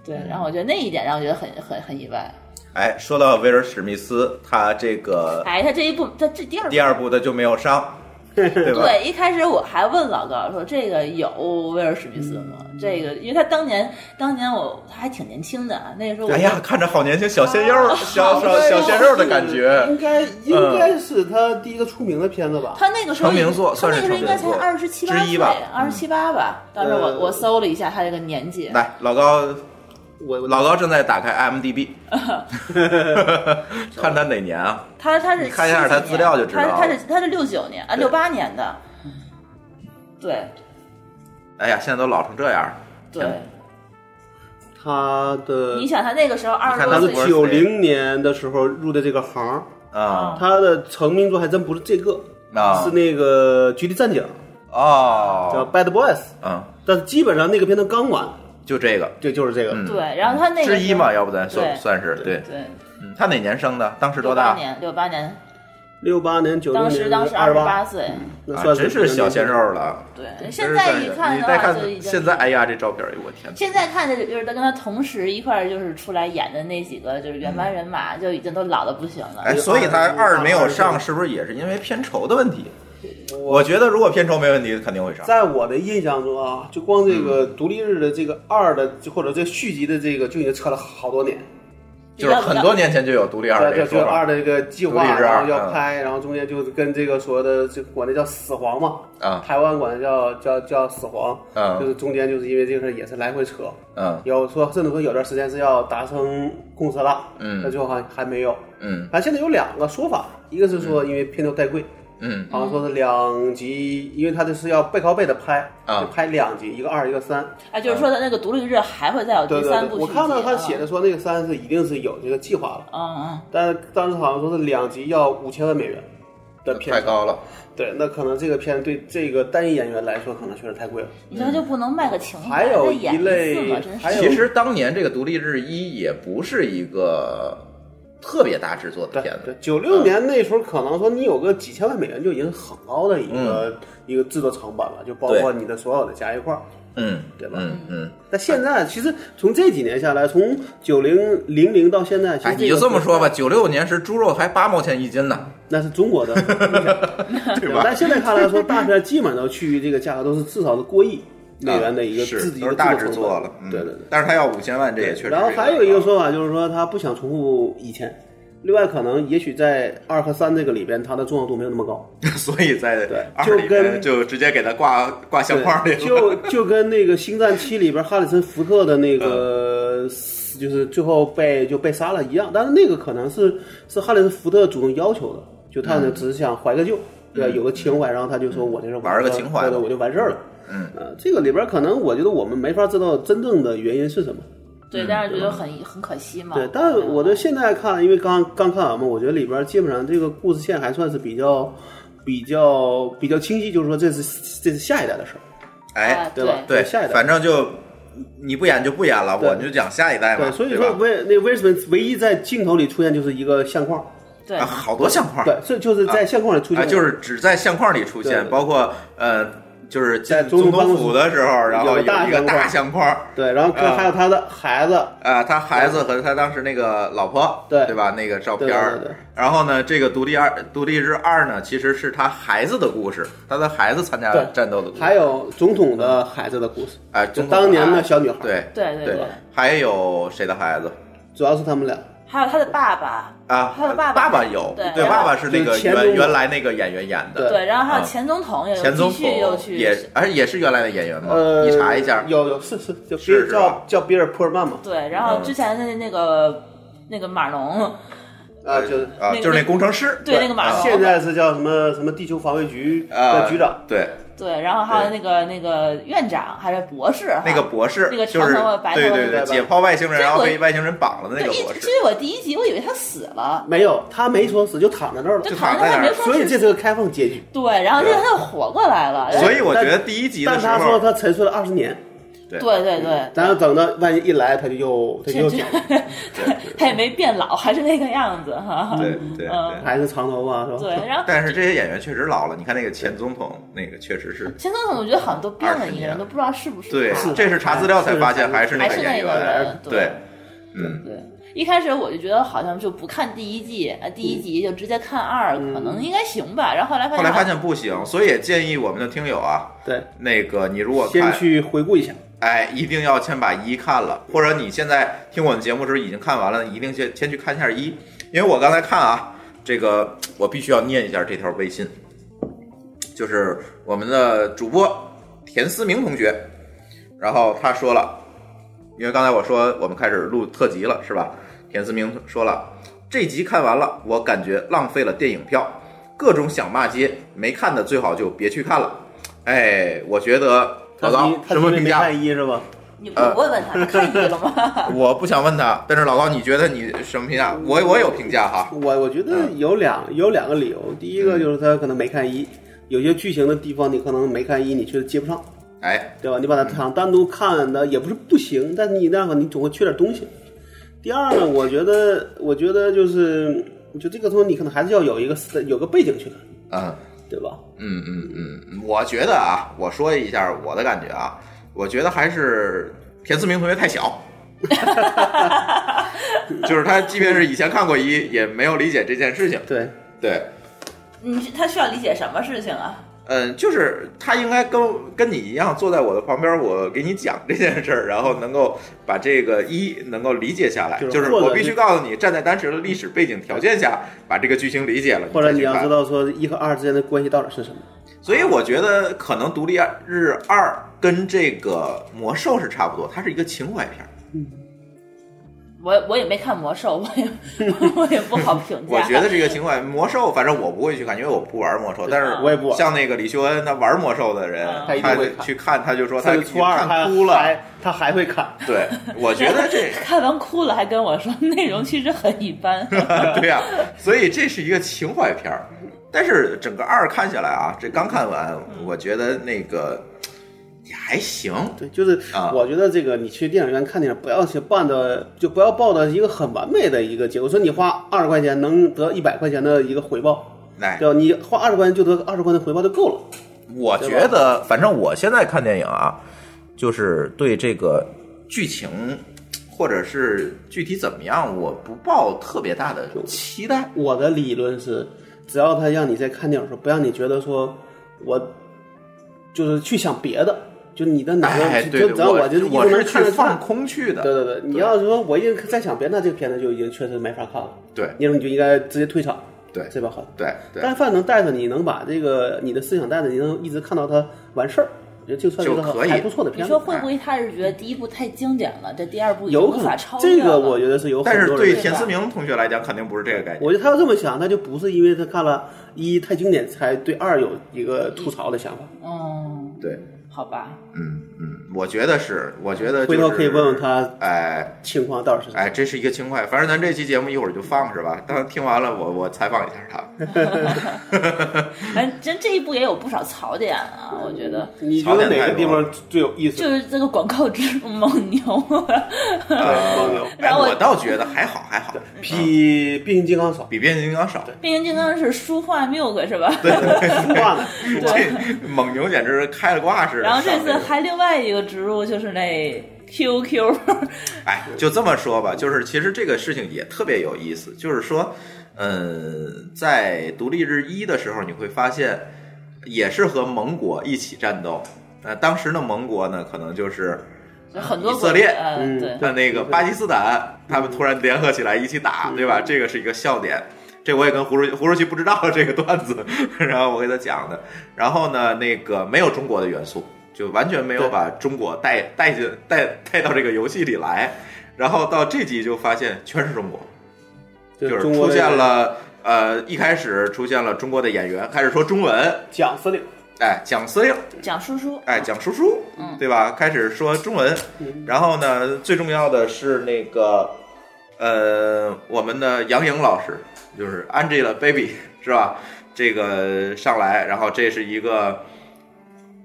Speaker 3: 对，然后我觉得那一点让我觉得很很很意外。
Speaker 2: 哎，说到威尔史密斯，他这个
Speaker 3: 哎，他这一部，他这第二部
Speaker 2: 呃第二部他就没有上，对吧？
Speaker 3: 对，一开始我还问老高说这个有威尔史密斯吗？
Speaker 2: 嗯
Speaker 3: 这个，因为他当年当年我他还挺年轻的啊，那个时候我
Speaker 2: 哎呀，看着好年轻，小鲜肉，小
Speaker 4: 应
Speaker 2: 小
Speaker 4: 该
Speaker 2: 小鲜肉的感
Speaker 4: 是应
Speaker 2: 觉。嗯
Speaker 4: 该应该是他第一个出名的片子吧？
Speaker 3: 他那个时候
Speaker 2: 成名作
Speaker 3: 他
Speaker 2: 算
Speaker 3: 那
Speaker 2: 是
Speaker 3: 个时候应该才
Speaker 2: 成名作
Speaker 3: 二十七八
Speaker 2: 之
Speaker 3: 岁
Speaker 2: 一吧，嗯
Speaker 3: 二十七八吧。当时我
Speaker 4: 呃
Speaker 3: 我搜了一下他这个年纪，
Speaker 2: 来，老高，
Speaker 4: 我
Speaker 2: 老高正在打开
Speaker 3: (laughs)
Speaker 2: IMDB，看他哪年啊？
Speaker 3: 他他是
Speaker 2: 你看一下他
Speaker 3: 79
Speaker 2: 资料就知道
Speaker 3: 年
Speaker 2: 了
Speaker 3: 他他是他是六九年啊
Speaker 2: 对嗯
Speaker 3: 六八年的，对
Speaker 2: 哎呀，现在都老成这样了。
Speaker 3: 对，
Speaker 4: 他的
Speaker 3: 你想他那个时候二
Speaker 2: 你
Speaker 3: 十
Speaker 2: 看
Speaker 4: 他
Speaker 3: 多
Speaker 4: 是
Speaker 2: 博
Speaker 3: 岁
Speaker 2: 士
Speaker 4: 九零年的时候入的这个行，
Speaker 3: 哦
Speaker 2: 啊
Speaker 4: 他的成名作还真不是这个，
Speaker 2: 啊
Speaker 4: 是那个《绝地战警》叫《
Speaker 2: 哦，
Speaker 4: Bad Boys》，
Speaker 2: 嗯，
Speaker 4: 但是基本上那个片子刚完，
Speaker 2: 就这个
Speaker 4: 就就是这个。
Speaker 2: 嗯
Speaker 3: 对，然后他那个
Speaker 2: 之一
Speaker 3: 时候
Speaker 2: 嘛，要不咱
Speaker 3: 对
Speaker 2: 算算是对。
Speaker 3: 对
Speaker 2: 嗯他哪年生的？当时
Speaker 3: 六
Speaker 2: 多
Speaker 3: 八
Speaker 2: 大？
Speaker 3: 年六八年，
Speaker 4: 六八年、九零
Speaker 3: 当
Speaker 4: 年、
Speaker 3: 时当时二
Speaker 4: 二十嗯
Speaker 3: 十八，岁，
Speaker 4: 那
Speaker 2: 啊，
Speaker 4: 算
Speaker 2: 真是小鲜肉。了。
Speaker 3: 对，
Speaker 2: 真
Speaker 3: 现
Speaker 2: 是
Speaker 3: 在
Speaker 2: 小
Speaker 3: 一
Speaker 2: 鲜肉
Speaker 3: 看
Speaker 2: 你
Speaker 3: 的
Speaker 2: 再
Speaker 3: 话
Speaker 2: 看
Speaker 3: 就已经
Speaker 2: 现在，哎呀，这照片，哎呦我天哪！
Speaker 3: 现在看的就是他跟他同时一块儿就是出来演的那几个就是原班人马，就已经都老的不行了。
Speaker 2: 哎，所以他二没有
Speaker 4: 二
Speaker 2: 上，是不是也是因为片酬的问题？我觉得如果片酬没问题，肯定会上。
Speaker 4: 在我的印象中啊，就光这个
Speaker 2: 嗯
Speaker 4: 独立日的这个二的，或者这续集的这个，就已经扯了好多年。
Speaker 2: 就是很多年前就有独立二这
Speaker 4: 对，
Speaker 2: 个
Speaker 4: 就
Speaker 2: 说
Speaker 4: 二
Speaker 2: 法
Speaker 4: 的这个计划，
Speaker 2: 独立日二嗯
Speaker 4: 然后要拍，然后中间就是跟这个所谓的这个管那叫死黄嘛，
Speaker 2: 啊
Speaker 4: 台湾管那叫叫叫死黄，
Speaker 2: 嗯
Speaker 4: 就是中间就是因为这个事儿也是来回扯，
Speaker 2: 嗯
Speaker 4: 有说甚至说有段时间是要达成共识了，
Speaker 2: 嗯
Speaker 4: 那最后还还没有，
Speaker 2: 嗯
Speaker 4: 反正现在有两个说法，一个是说因为片头太贵，
Speaker 2: 嗯
Speaker 4: 好像说是两集，因为它这是要背靠背的拍，
Speaker 2: 啊
Speaker 4: 就拍两集，一个二一个三，
Speaker 3: 哎，就是说他那个独立日还会再有
Speaker 4: 对
Speaker 3: 第
Speaker 4: 对
Speaker 3: 三
Speaker 4: 对，
Speaker 3: 部
Speaker 4: 我
Speaker 3: 续
Speaker 4: 看到
Speaker 3: 集
Speaker 4: 他写的
Speaker 3: 啊
Speaker 4: 说那个三是一定是有这个计划了。
Speaker 3: 嗯
Speaker 4: 但是当时好像说是两集要五千万美元的
Speaker 2: 嗯，
Speaker 4: 片
Speaker 2: 太
Speaker 4: 酬，
Speaker 2: 高了。
Speaker 4: 对，那可能这个片对这个单一演员来说可能确实太贵了。
Speaker 3: 嗯，你说就不能卖个情怀，
Speaker 4: 还有
Speaker 3: 再嗯演
Speaker 4: 一类
Speaker 3: 次吗？真
Speaker 4: 还
Speaker 3: 是
Speaker 4: 有
Speaker 2: 其实当年这个《独立日一》也不是一个特别大制作的
Speaker 4: 对
Speaker 2: 片
Speaker 4: 对
Speaker 2: 子，，
Speaker 4: 九六年那时候可能说你有个几千万美元就已经很高的一个、一个制作成本了，就包括
Speaker 2: 嗯对
Speaker 4: 你的所有的加一块儿。
Speaker 2: 嗯，
Speaker 4: 对吧
Speaker 2: 嗯嗯。
Speaker 4: 但现在其实从这几年下来，从九零零零到现在，其
Speaker 2: 哎，
Speaker 4: 实
Speaker 2: 你就这么说吧，，九六年时猪肉还八毛钱一斤呢，
Speaker 4: 那是中国
Speaker 2: (laughs)
Speaker 4: 的，对吧？但现在看来说，大片基本上都趋于这个价格都是至少是过亿，美元的一个
Speaker 2: 啊是
Speaker 4: 自己
Speaker 2: 都
Speaker 4: 的
Speaker 2: 是大
Speaker 4: 制
Speaker 2: 制作了，嗯
Speaker 4: 对对对。
Speaker 2: 但是他要五千万，这啊也确实。
Speaker 4: 然后还有一个，说法就是说他不想重复以前，另外可能也许在二和三这个里边，它的重要度没有那么高，
Speaker 2: (laughs) 所以在
Speaker 4: 对
Speaker 2: 二
Speaker 4: 就
Speaker 2: 里面
Speaker 4: 跟
Speaker 2: 就直接给他挂挂相框里
Speaker 4: 对
Speaker 2: 了。
Speaker 4: 就就跟那个《星战七》里边哈里森福特的那
Speaker 2: 嗯
Speaker 4: 个死。就是最后被就被杀了一样，但是那个可能是是哈里森福特主动要求的，就他
Speaker 2: 嗯
Speaker 4: 呢只是想怀个旧，对吧？有个情怀，然后他就说我这是
Speaker 2: 玩个情怀
Speaker 4: 对对，我就完事儿了。嗯，呃，这个里边可能我觉得我们没法知道真正的原因是什么，
Speaker 3: 对，但是觉得很很可惜嘛。
Speaker 4: 对，但我对现在看，因为刚刚看完嘛，我觉得里边基本上这个故事线还算是比较、比较、比较清晰，就是说这是这是下一代的事儿，
Speaker 2: (laughs) 哎
Speaker 3: 啊，
Speaker 4: 对吧？
Speaker 2: 对，
Speaker 4: 下一代。
Speaker 2: 反正就你不演就不演了，
Speaker 4: 对
Speaker 2: 我们就讲下一代嘛，
Speaker 4: 对，所以
Speaker 2: 对
Speaker 4: 说
Speaker 2: 吧？
Speaker 4: 威那威尔史密斯唯一在镜头里出现就是一个相框，
Speaker 3: 对
Speaker 2: 啊，好多相框，
Speaker 4: 对，这就是在相框里出现
Speaker 2: 啊，
Speaker 4: 的，
Speaker 2: 就是只在相框里出
Speaker 4: 对
Speaker 2: 现，
Speaker 4: 对
Speaker 2: 包括呃，就是
Speaker 4: 在
Speaker 2: 进
Speaker 4: 总
Speaker 2: 总
Speaker 4: 统办
Speaker 2: 统
Speaker 4: 公室
Speaker 2: 府的时候，然后
Speaker 4: 有个大
Speaker 2: 一个
Speaker 4: 相
Speaker 2: 大
Speaker 4: 框
Speaker 2: 相框。
Speaker 4: 对，然后跟
Speaker 2: 啊
Speaker 4: 还有他的孩子，
Speaker 2: 啊，他孩子和他当时那个老婆，
Speaker 4: 对
Speaker 2: 对吧？那个照片儿
Speaker 4: 对对对对
Speaker 2: 然后呢，这个独立二独立日二呢，其实是他孩子的故事，他的孩子参加
Speaker 4: 对
Speaker 2: 战斗的故事，
Speaker 4: 还有总统的孩子的故事，
Speaker 2: 哎，
Speaker 4: 就
Speaker 2: 中国
Speaker 4: 当年的
Speaker 2: 啊
Speaker 4: 小女孩，，
Speaker 2: 对
Speaker 3: 对对对
Speaker 2: 还有谁的孩子
Speaker 4: 主要是他们俩，
Speaker 3: 还有他的爸爸，
Speaker 2: 啊？
Speaker 3: 他的爸
Speaker 2: 爸
Speaker 3: 爸
Speaker 2: 有，
Speaker 3: 对
Speaker 2: 对，
Speaker 3: 然
Speaker 2: 爸
Speaker 3: 后
Speaker 2: 爸是那个
Speaker 4: 就是前中
Speaker 2: 原
Speaker 4: 国
Speaker 2: 原来那个演员演的，
Speaker 3: 对，然后还
Speaker 2: 啊
Speaker 3: 有前总统也有
Speaker 2: 前总
Speaker 3: 继
Speaker 2: 统
Speaker 3: 续又去，
Speaker 2: 也，而也是原来的演员嘛，
Speaker 4: 呃，
Speaker 2: 你查一下，
Speaker 4: 有有是是叫比
Speaker 2: 是
Speaker 4: 尔
Speaker 2: 是吧
Speaker 4: 叫叫比尔·普尔曼嘛，
Speaker 3: 对，然
Speaker 2: 嗯
Speaker 3: 后之前的那个那个马龙，
Speaker 4: 啊，就是
Speaker 2: 啊，
Speaker 3: 那个
Speaker 2: 就是那工程师，
Speaker 3: 对那个马龙
Speaker 4: 现在是叫什么什么地球防卫局
Speaker 2: 啊
Speaker 4: 的局长，
Speaker 2: 对，
Speaker 3: 对，然后还有那个那个院长还是博士哈，
Speaker 2: 那个博士，
Speaker 3: 那个
Speaker 2: 就
Speaker 3: 长
Speaker 2: 是
Speaker 3: 头发白头
Speaker 2: 对
Speaker 3: 发
Speaker 2: 对
Speaker 3: 那
Speaker 2: 对，
Speaker 4: 个
Speaker 2: 解剖外星人，
Speaker 3: 结
Speaker 2: 然后
Speaker 3: 果
Speaker 2: 被外星人绑了的那
Speaker 3: 对，
Speaker 2: 个
Speaker 3: 一
Speaker 2: 博士
Speaker 3: 至，于我第一集我以为他死了，
Speaker 4: 没有，他没说死，就躺在那儿了
Speaker 3: 就，
Speaker 2: 就
Speaker 3: 躺
Speaker 2: 躺在
Speaker 3: 在那
Speaker 2: 那儿
Speaker 3: 没说
Speaker 4: 所以
Speaker 3: 是
Speaker 4: 这是个开放结局。
Speaker 3: 对，然后
Speaker 2: 对
Speaker 3: 就他又活过来了，然后
Speaker 2: 所以我觉得
Speaker 4: 但
Speaker 2: 第一集
Speaker 4: 但
Speaker 2: 的时
Speaker 4: 他说
Speaker 2: 候，
Speaker 4: 他沉睡了二十年，
Speaker 2: 对
Speaker 3: 对对对，
Speaker 4: 然后等到万一一来，他就又他就又
Speaker 3: 这
Speaker 4: 醒
Speaker 3: (laughs)
Speaker 4: 了，
Speaker 3: 对，他也没变老，还是那个样子哈。
Speaker 2: 对对对
Speaker 3: 嗯。
Speaker 4: (laughs) 还是长头发是吧？
Speaker 3: 对，然后
Speaker 2: 但是这些演员确实老了，你看那个前总统，那个确实是，
Speaker 3: 前总统我觉得好像都变
Speaker 2: 二
Speaker 3: 了
Speaker 2: 十
Speaker 3: 一个
Speaker 2: 年
Speaker 3: 人，都不知道是不是
Speaker 2: 对
Speaker 3: 他，
Speaker 2: 这是查资料才发现还是那
Speaker 3: 还
Speaker 2: 个
Speaker 3: 是
Speaker 2: 演
Speaker 3: 那个
Speaker 2: 员
Speaker 3: 人，，
Speaker 2: 对
Speaker 3: 对，
Speaker 2: 嗯，
Speaker 3: 对，一开始我就觉得好像就不看第一季，呃，第一集就直接看二，可能应该行吧。然后后来
Speaker 2: 嗯后
Speaker 3: 发现，
Speaker 2: 来发现不行，所以也建议我们的听友啊，
Speaker 4: (laughs) 对，
Speaker 2: 那个你如果
Speaker 4: 先
Speaker 2: 看，
Speaker 4: 去回顾一下，
Speaker 2: 哎，一定要先把一看了，或者你现在听我们节目的时候已经看完了，一定先先去看一下一，因为我刚才看啊，这个我必须要念一下这条微信，就是我们的主播田思明同学，然后他说了，因为刚才我说我们开始录特辑了，是吧？田思明说了，这集看完了，我感觉浪费了电影票，各种想骂街，没看的最好就别去看了。哎，我觉得老
Speaker 4: 他
Speaker 2: 高
Speaker 4: 是他
Speaker 2: 什么
Speaker 4: 是
Speaker 2: 评
Speaker 4: 没
Speaker 2: 价？
Speaker 4: 看一是吧？
Speaker 3: 你我问问他，看腻了吗？ (laughs)
Speaker 2: (laughs) 我不想问他，但是老高，你觉得你什么评价？我我有评价哈，
Speaker 4: 我我觉得
Speaker 2: 嗯
Speaker 4: 有两有两个理由，第一个就是他可能没看一，有些剧情的地方你可能没看一，你觉得接不上，
Speaker 2: 哎，
Speaker 4: 对吧？你把它想单独看的也不是不行，但是你那样的你总会缺点东西。第二呢，我觉得，我觉得就是，就这个东西，你可能还是要有一个有个背景去看，
Speaker 2: 嗯
Speaker 4: 对吧？
Speaker 2: 嗯嗯嗯嗯，我觉得啊，我说一下我的感觉啊，我觉得还是田思明同学太小，就是他即便是以前看过一，也没有理解这件事情。
Speaker 4: 对，
Speaker 2: 对，
Speaker 3: 你是他需要理解什么事情啊？
Speaker 2: 嗯，就是他应该跟跟你一样坐在我的旁边，我给你讲这件事儿，然后能够把这个一能够理解下来，
Speaker 4: 就是
Speaker 2: 就是
Speaker 4: 或者
Speaker 2: 我必须
Speaker 4: 是
Speaker 2: 告诉你，站在当时的历史背景条件下，把这个剧情理解了，
Speaker 4: 或者
Speaker 2: 你再去
Speaker 4: 你要
Speaker 2: 看
Speaker 4: 知。道说一和二之间的关系到底是什么。
Speaker 2: 所以我觉得可能《独立日二》跟这个《魔兽》是差不多，它是一个情怀片儿。
Speaker 3: 我我也没看魔兽，我
Speaker 2: (laughs)
Speaker 3: 也我也不好评价。
Speaker 2: 我觉得这个情怀，《魔兽》反正我不会去看，因为我不玩魔兽。但是
Speaker 4: 我也不玩
Speaker 2: 像那个李秀恩，他玩魔兽的人，
Speaker 3: 嗯
Speaker 4: 他一定
Speaker 2: 他
Speaker 4: 会看
Speaker 2: 去看，他就说
Speaker 4: 他
Speaker 2: 他
Speaker 4: 就初二
Speaker 2: 看
Speaker 4: 他
Speaker 2: 哭了。
Speaker 4: 还他还会看，
Speaker 2: 对，我觉得这。
Speaker 3: (laughs) 看完哭了，还跟我说内容其实很
Speaker 2: (laughs)
Speaker 3: 一般。
Speaker 2: 对呀、所以这是一个情怀片儿。但是整个二看下来啊，这刚看完，我觉得那个也还行。
Speaker 4: 对，就是
Speaker 2: 啊
Speaker 4: 我觉得这个你去电影院看电影，不要去办的，就不要抱着一个很完美的一个结果，说你花二十块钱能得一百块钱的一个回报，
Speaker 2: 哎，
Speaker 4: 对吧？你花二十块钱就得二十块钱的回报就够了。
Speaker 2: 我觉得，反正我现在看电影啊，就是对这个剧情或者是具体怎么样，我不抱特别大的期待。
Speaker 4: 我的理论是，只要他让你在看电影的时候，不让你觉得说我就是去想别的，就你的哪
Speaker 2: 哎，
Speaker 4: 个，
Speaker 2: 对
Speaker 4: 就
Speaker 2: 对，
Speaker 4: 咱
Speaker 2: 我
Speaker 4: 就一
Speaker 2: 我
Speaker 4: 直能
Speaker 2: 是去
Speaker 4: 看得出来
Speaker 2: 放。空去
Speaker 4: 对
Speaker 2: 的，
Speaker 4: 对对，你要是说我一直在想别，那这个片子就已经确实没法看了。
Speaker 2: 对
Speaker 4: 那时候你就应该直接退场，
Speaker 2: 对
Speaker 4: 这把好。
Speaker 2: 对对，
Speaker 4: 但凡能带着你能把这个你的思想带着，你能一直看到它完事儿，我觉得这算是一个
Speaker 2: 就可以
Speaker 4: 还不错的
Speaker 3: 你
Speaker 4: 片子
Speaker 3: 说。会不会他是觉得第一部太经典了，这第二部已经
Speaker 4: 有
Speaker 3: 无
Speaker 4: 可
Speaker 3: 法
Speaker 4: 能
Speaker 3: 超越
Speaker 4: 这
Speaker 3: 了？
Speaker 4: 个我觉得是有很
Speaker 2: 但是
Speaker 4: 多人
Speaker 2: 对
Speaker 3: 吧
Speaker 2: 田思明同学来讲，肯定不是这个概念。
Speaker 4: 我觉得他要这么想，他就不是因为他看了一太经典才对二有一个吐槽的想法。
Speaker 3: 嗯，
Speaker 2: 对，
Speaker 3: 好吧，
Speaker 2: 嗯嗯，我觉得是，我觉得、就是、
Speaker 4: 回头可以问问他
Speaker 2: 哎
Speaker 4: 情况到底是啥？
Speaker 2: 哎，这是一个情怀，反正咱这期节目一会儿就放是吧？ (laughs) 当听完了我我采访一下
Speaker 4: (laughs)
Speaker 2: 他，
Speaker 3: 反正真这一部也有不少槽点啊，我觉得。
Speaker 4: 你觉得哪个地方最有意
Speaker 3: 就
Speaker 4: 思？
Speaker 3: 是这个广告之蒙牛，啊
Speaker 4: 黄牛
Speaker 2: 呃，哎，
Speaker 3: 然后我
Speaker 2: 我倒觉得还好还好，
Speaker 4: 比变形金
Speaker 2: (laughs)
Speaker 4: 刚少，
Speaker 2: 比变形金刚少。
Speaker 3: (laughs) 变形金刚是舒化 milk 是吧？
Speaker 4: 说
Speaker 2: (laughs)
Speaker 4: 话呢？
Speaker 2: 这蒙牛简直是开了挂似的。
Speaker 3: (laughs) 然后这次
Speaker 2: 上个
Speaker 3: 还另外一个植入就是那
Speaker 4: (laughs)
Speaker 3: QQ，
Speaker 2: 哎，就这么说吧，就是其实这个事情也特别有意思，就是说，嗯，在独立日一的时候，你会发现也是和盟国一起战斗。呃，当时的盟国呢，可能就是
Speaker 3: 就很多
Speaker 2: 以色列
Speaker 3: 国家嗯，
Speaker 4: 嗯
Speaker 3: 对，
Speaker 2: 呃那个巴基斯坦，他们突然联合起来一起打，
Speaker 4: 嗯
Speaker 2: 对吧？这个是一个笑点。这我也跟胡说胡说奇不知道这个段子， (laughs) 然后我给他讲的。然后呢，那个没有中国的元素，就完全没有
Speaker 4: 对
Speaker 2: 把中国带带进带带到这个游戏里来。然后到这集就发现全是中国，就是
Speaker 4: 中国
Speaker 2: 出
Speaker 4: 的
Speaker 2: 现了呃一开始出现了中国的演员，开始说中文，
Speaker 4: 蒋司令，
Speaker 2: 哎，讲司令，
Speaker 3: 蒋叔叔，
Speaker 2: 哎，讲叔叔，
Speaker 3: 嗯
Speaker 2: 对吧？开始说中文，然后呢，最重要的是那个，呃，我们的杨颖老师，就是 Angelababy，是 (laughs) 吧？这个上来，然后这是一个，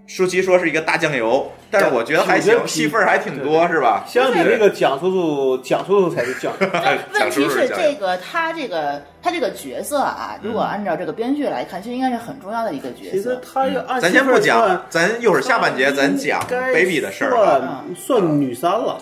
Speaker 2: 舒淇说是一个大酱油，但是我觉得还
Speaker 4: 我觉
Speaker 2: 行，
Speaker 4: 得比
Speaker 2: 戏份儿还挺多，是吧？
Speaker 4: 相比那个蒋叔叔，蒋叔叔才是酱。
Speaker 3: 但问
Speaker 2: (laughs) 讲
Speaker 3: 题
Speaker 2: 叔叔
Speaker 3: 是
Speaker 2: 讲
Speaker 3: 这个他这个他这个角色啊，如果按照这个编剧来看，其实应该是很重要的一个角
Speaker 4: 嗯其实
Speaker 3: 色。
Speaker 4: 他要按
Speaker 2: 咱先不讲，咱一会儿下半
Speaker 3: 啊
Speaker 2: 节咱讲 baby 的事儿啊吧，
Speaker 4: 呃算算女三了，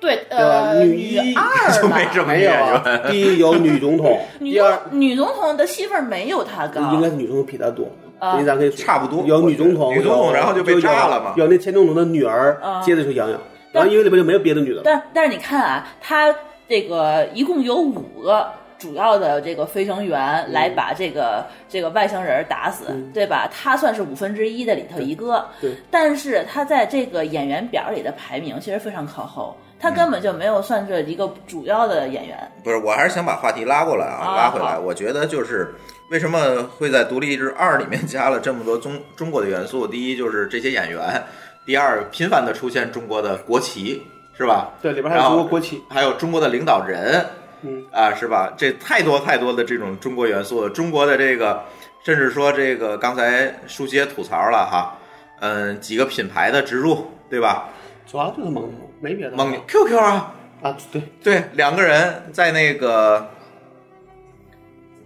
Speaker 3: 对，
Speaker 4: 对吧？
Speaker 3: 呃，
Speaker 4: 女
Speaker 3: 女
Speaker 4: 一
Speaker 3: 二
Speaker 2: (laughs) 就
Speaker 3: 吧
Speaker 2: 没什么
Speaker 4: 没
Speaker 2: 演
Speaker 4: 有
Speaker 2: 员
Speaker 4: 啊， (laughs) 第一有女总统，
Speaker 3: (laughs) 女啊
Speaker 4: 第二
Speaker 3: 总女总统的戏份没有他高，
Speaker 4: 应该是女总统比他多，
Speaker 3: 啊
Speaker 4: 因为咱可以说
Speaker 2: 差不多
Speaker 4: 有女总
Speaker 2: 我
Speaker 4: 统，
Speaker 2: 觉得女总统
Speaker 4: 有
Speaker 2: 然后就被
Speaker 4: 有
Speaker 2: 炸了嘛
Speaker 4: 有那前总统的女儿
Speaker 3: 啊，
Speaker 4: 接着就杨洋，
Speaker 3: 但
Speaker 4: 然后因为里边就没有别的女的了。
Speaker 3: 但但是你看啊，他这个一共有五个主要的这个飞行员来
Speaker 2: 嗯
Speaker 3: 把这个、这个外星人打死，对吧？他算是五分之一的里头一个，
Speaker 4: 对对
Speaker 3: 但是他在这个演员表里的排名其实非常靠后。他
Speaker 2: 嗯
Speaker 3: 根本就没有算作一个主要的演员，
Speaker 2: 不是，我还是想把话题拉过来
Speaker 3: 啊
Speaker 2: 啊，拉回来。
Speaker 3: 好
Speaker 2: 我觉得就是为什么会在《独立日二》里面加了这么多中中国的元素？第一就是这些演员，第二频繁的出现中国的国旗，是吧？
Speaker 4: 对，里边还有
Speaker 2: 然后
Speaker 4: 中国国旗，
Speaker 2: 还有中国的领导人，
Speaker 4: 嗯
Speaker 2: 啊，是吧？这太多太多的这种中国元素了，中国的这个，甚至说这个刚才舒淇也吐槽了哈，嗯，几个品牌的植入，对吧？
Speaker 4: 主要就是蒙牛，没别的。
Speaker 2: 蒙牛 QQ 啊，
Speaker 4: 啊，对，
Speaker 2: 对，两个人在那个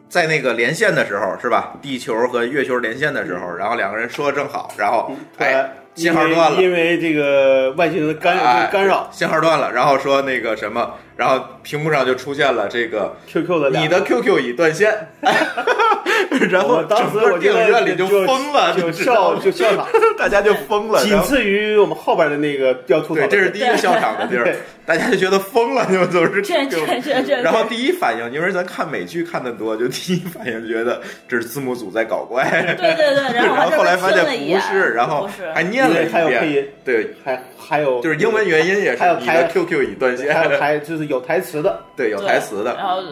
Speaker 2: 在那个连线的时候是吧？地球和月球连线的时候，然后两个人说的正好，然后
Speaker 4: 突
Speaker 2: 哎
Speaker 4: 然，
Speaker 2: 信号断
Speaker 4: 嗯呃因
Speaker 2: 了。
Speaker 4: 为因为这个外星人的干
Speaker 2: 哎，
Speaker 4: 干扰
Speaker 2: 信号断了，然后说那个什么，然后屏幕上就出现了这个
Speaker 4: ，QQ 的俩
Speaker 2: 你的 QQ 已断线，
Speaker 4: (laughs)
Speaker 2: 然后
Speaker 4: 我当
Speaker 2: 整
Speaker 4: 时
Speaker 2: 个
Speaker 4: 我
Speaker 2: 电
Speaker 4: 觉
Speaker 2: 影
Speaker 4: 得
Speaker 2: 院里
Speaker 4: 就
Speaker 2: 疯了，
Speaker 4: 就
Speaker 2: 你知道
Speaker 4: 笑
Speaker 2: 吗
Speaker 4: 就笑场，
Speaker 2: (laughs) 大家就疯了，
Speaker 4: 仅
Speaker 2: 然后
Speaker 4: 次于我们后边的那个要吐槽
Speaker 2: 对，
Speaker 4: 的。
Speaker 2: 这是第一个笑场的地儿
Speaker 4: 对，
Speaker 2: 大家就觉得疯了，你们总是
Speaker 3: 这这这这
Speaker 2: 然后第一反应，因为咱看美剧看的多，就第一反应觉得这是字幕组在搞怪。
Speaker 3: 对对对，
Speaker 2: (laughs)
Speaker 3: 然
Speaker 2: 然
Speaker 3: 后还
Speaker 2: 后后来发现
Speaker 3: 专门听了一
Speaker 2: 不
Speaker 3: 眼
Speaker 2: 是，然后
Speaker 3: 不是
Speaker 2: 还念了一
Speaker 4: 还有配
Speaker 2: 遍
Speaker 4: 音，
Speaker 2: 对，
Speaker 4: 还还有
Speaker 2: 就是英文原因也是
Speaker 4: 还有
Speaker 2: 你
Speaker 4: 台
Speaker 2: 的 QQ 已断线，
Speaker 4: 还有台就是有台词的，
Speaker 2: (laughs) 对，有台词的，
Speaker 3: 然
Speaker 2: (laughs)
Speaker 3: 后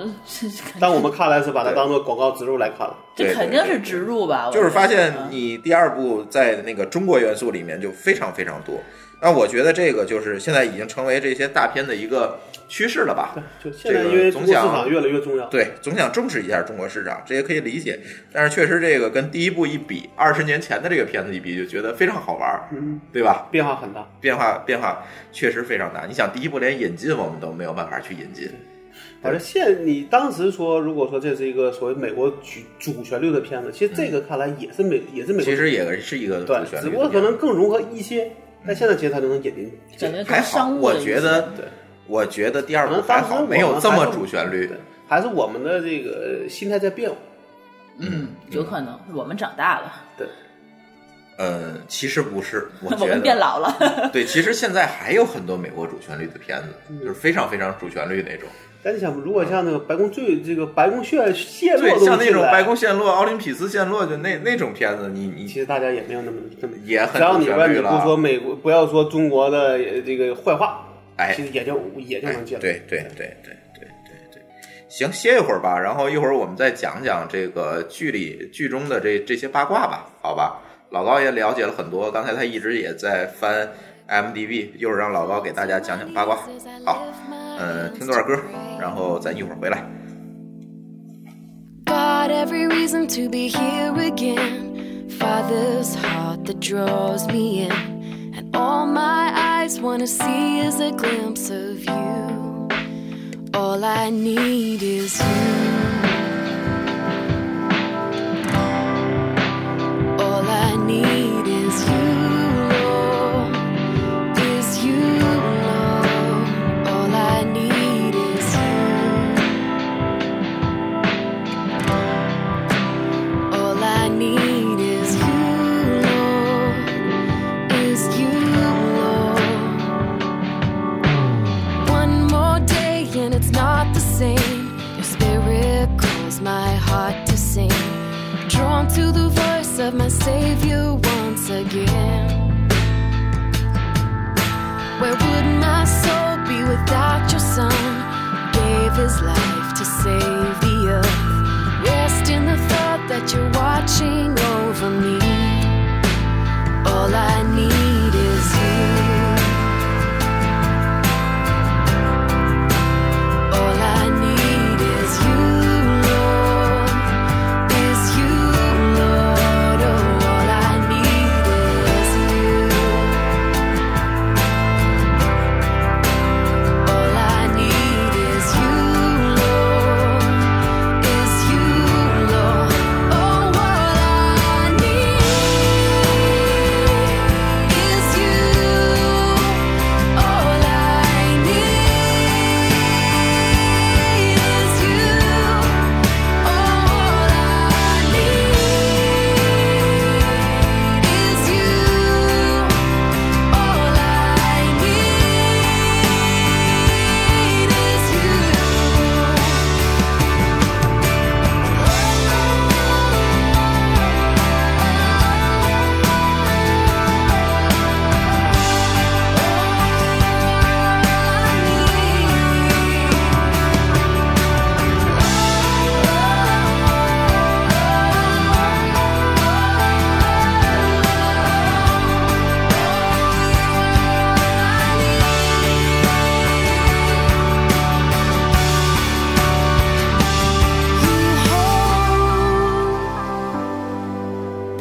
Speaker 4: 但我们看来是把它
Speaker 2: 对
Speaker 4: 当做广告植入来看了。
Speaker 2: 对
Speaker 3: 这
Speaker 2: 对
Speaker 3: 肯定
Speaker 2: 对
Speaker 3: 是植入吧？我
Speaker 2: 就是发
Speaker 3: 觉得
Speaker 2: 现
Speaker 3: 嗯
Speaker 2: 你第二部在那个中国元素里面就非常非常多。那我觉得这个就是现在已经成为这些大片的一个趋势了吧？
Speaker 4: 就现在，因为中国市场越来越重要，
Speaker 2: 对，总想重视一下中国市场，这也可以理解。但是确实，这个跟第一部一比，二十年前的这个片子一比，就觉得非常好玩儿，
Speaker 4: 嗯，
Speaker 2: 对吧？
Speaker 4: 变化很大。
Speaker 2: 变化变化确实非常大。你想，第一部连引进我们都没有办法去引进，
Speaker 4: 反正现你当时说，如果说这是一个所谓美国主主旋律的片子，其实这个看来也是美，也是美国
Speaker 2: 嗯其实也是一个主
Speaker 4: 对
Speaker 2: 旋，律
Speaker 4: 只
Speaker 2: 的
Speaker 4: 不过可
Speaker 2: 片
Speaker 4: 能
Speaker 2: 子。
Speaker 4: 更融合一些。但现在其实它就能引进，
Speaker 3: 感觉
Speaker 2: 还好，
Speaker 3: 更商务
Speaker 2: 我
Speaker 3: 了一些。
Speaker 2: 觉得
Speaker 4: 对，
Speaker 2: 我觉得第二
Speaker 4: 可
Speaker 2: 部
Speaker 4: 能
Speaker 2: 还
Speaker 4: 当时
Speaker 2: 好，
Speaker 4: 我
Speaker 2: 没有
Speaker 4: 们
Speaker 2: 这
Speaker 4: 还
Speaker 2: 么
Speaker 4: 是
Speaker 2: 主旋律
Speaker 4: 对。还是我们的这个心态在变化。
Speaker 3: 嗯，有可能我们长大了。
Speaker 4: 对，
Speaker 2: 嗯，其实不是，我
Speaker 3: (laughs) 我
Speaker 2: 觉
Speaker 3: 们变
Speaker 2: 得
Speaker 3: 老了，
Speaker 2: 对，其实现在还有很多美国主旋律的片子，就是非常非常主旋律那种，
Speaker 4: 但你想，如果像那个白宫最这个白宫血泄
Speaker 2: (laughs)
Speaker 4: 露
Speaker 2: 对
Speaker 4: 都，
Speaker 2: 像那
Speaker 4: 进
Speaker 2: 种
Speaker 4: 来
Speaker 2: 白，宫陷落、奥林匹斯陷落，就那那种片子，你哎你
Speaker 4: 其实大家也没有那么那么
Speaker 2: 也很
Speaker 4: 只要你
Speaker 2: 主旋
Speaker 4: 问，
Speaker 2: 律
Speaker 4: 你
Speaker 2: 了
Speaker 4: 不说美国，不要说中国的呃这个坏话，
Speaker 2: 哎
Speaker 4: 其实也就也就
Speaker 2: 哎
Speaker 4: 能进来。
Speaker 2: 对对对对对对对，行，歇一会儿吧，然后一会儿我们再讲讲这个剧里剧中的这这些八卦吧，好吧？老高也了解了很多，刚才他一直也在翻 m d b 一会儿让老高给大家讲讲八卦。好，嗯，听段歌，然后咱一会儿回来。
Speaker 5: Got every reason to be here again. Father's heart that draws me in, and all my eyes want to see is a glimpse of you. All I need is you. All I need is you, Lord. Is you, Lord. All I need is you. All I need is you, Lord. Is you, Lord. One more day and it's not the same. Your spirit calls my heart to sing. Drawn to the voice of my Savior once again. Where would my soul be without your son? Gave his life to save the earth. Rest in the thought that you're watching over me. All I need is you. All I need is you, Lord. Is you, Lord. Oh, all I need is you. All I need is you, Lord is you, Lord. Oh, all I need is you. All I need is you. All I need is you. All I need is you.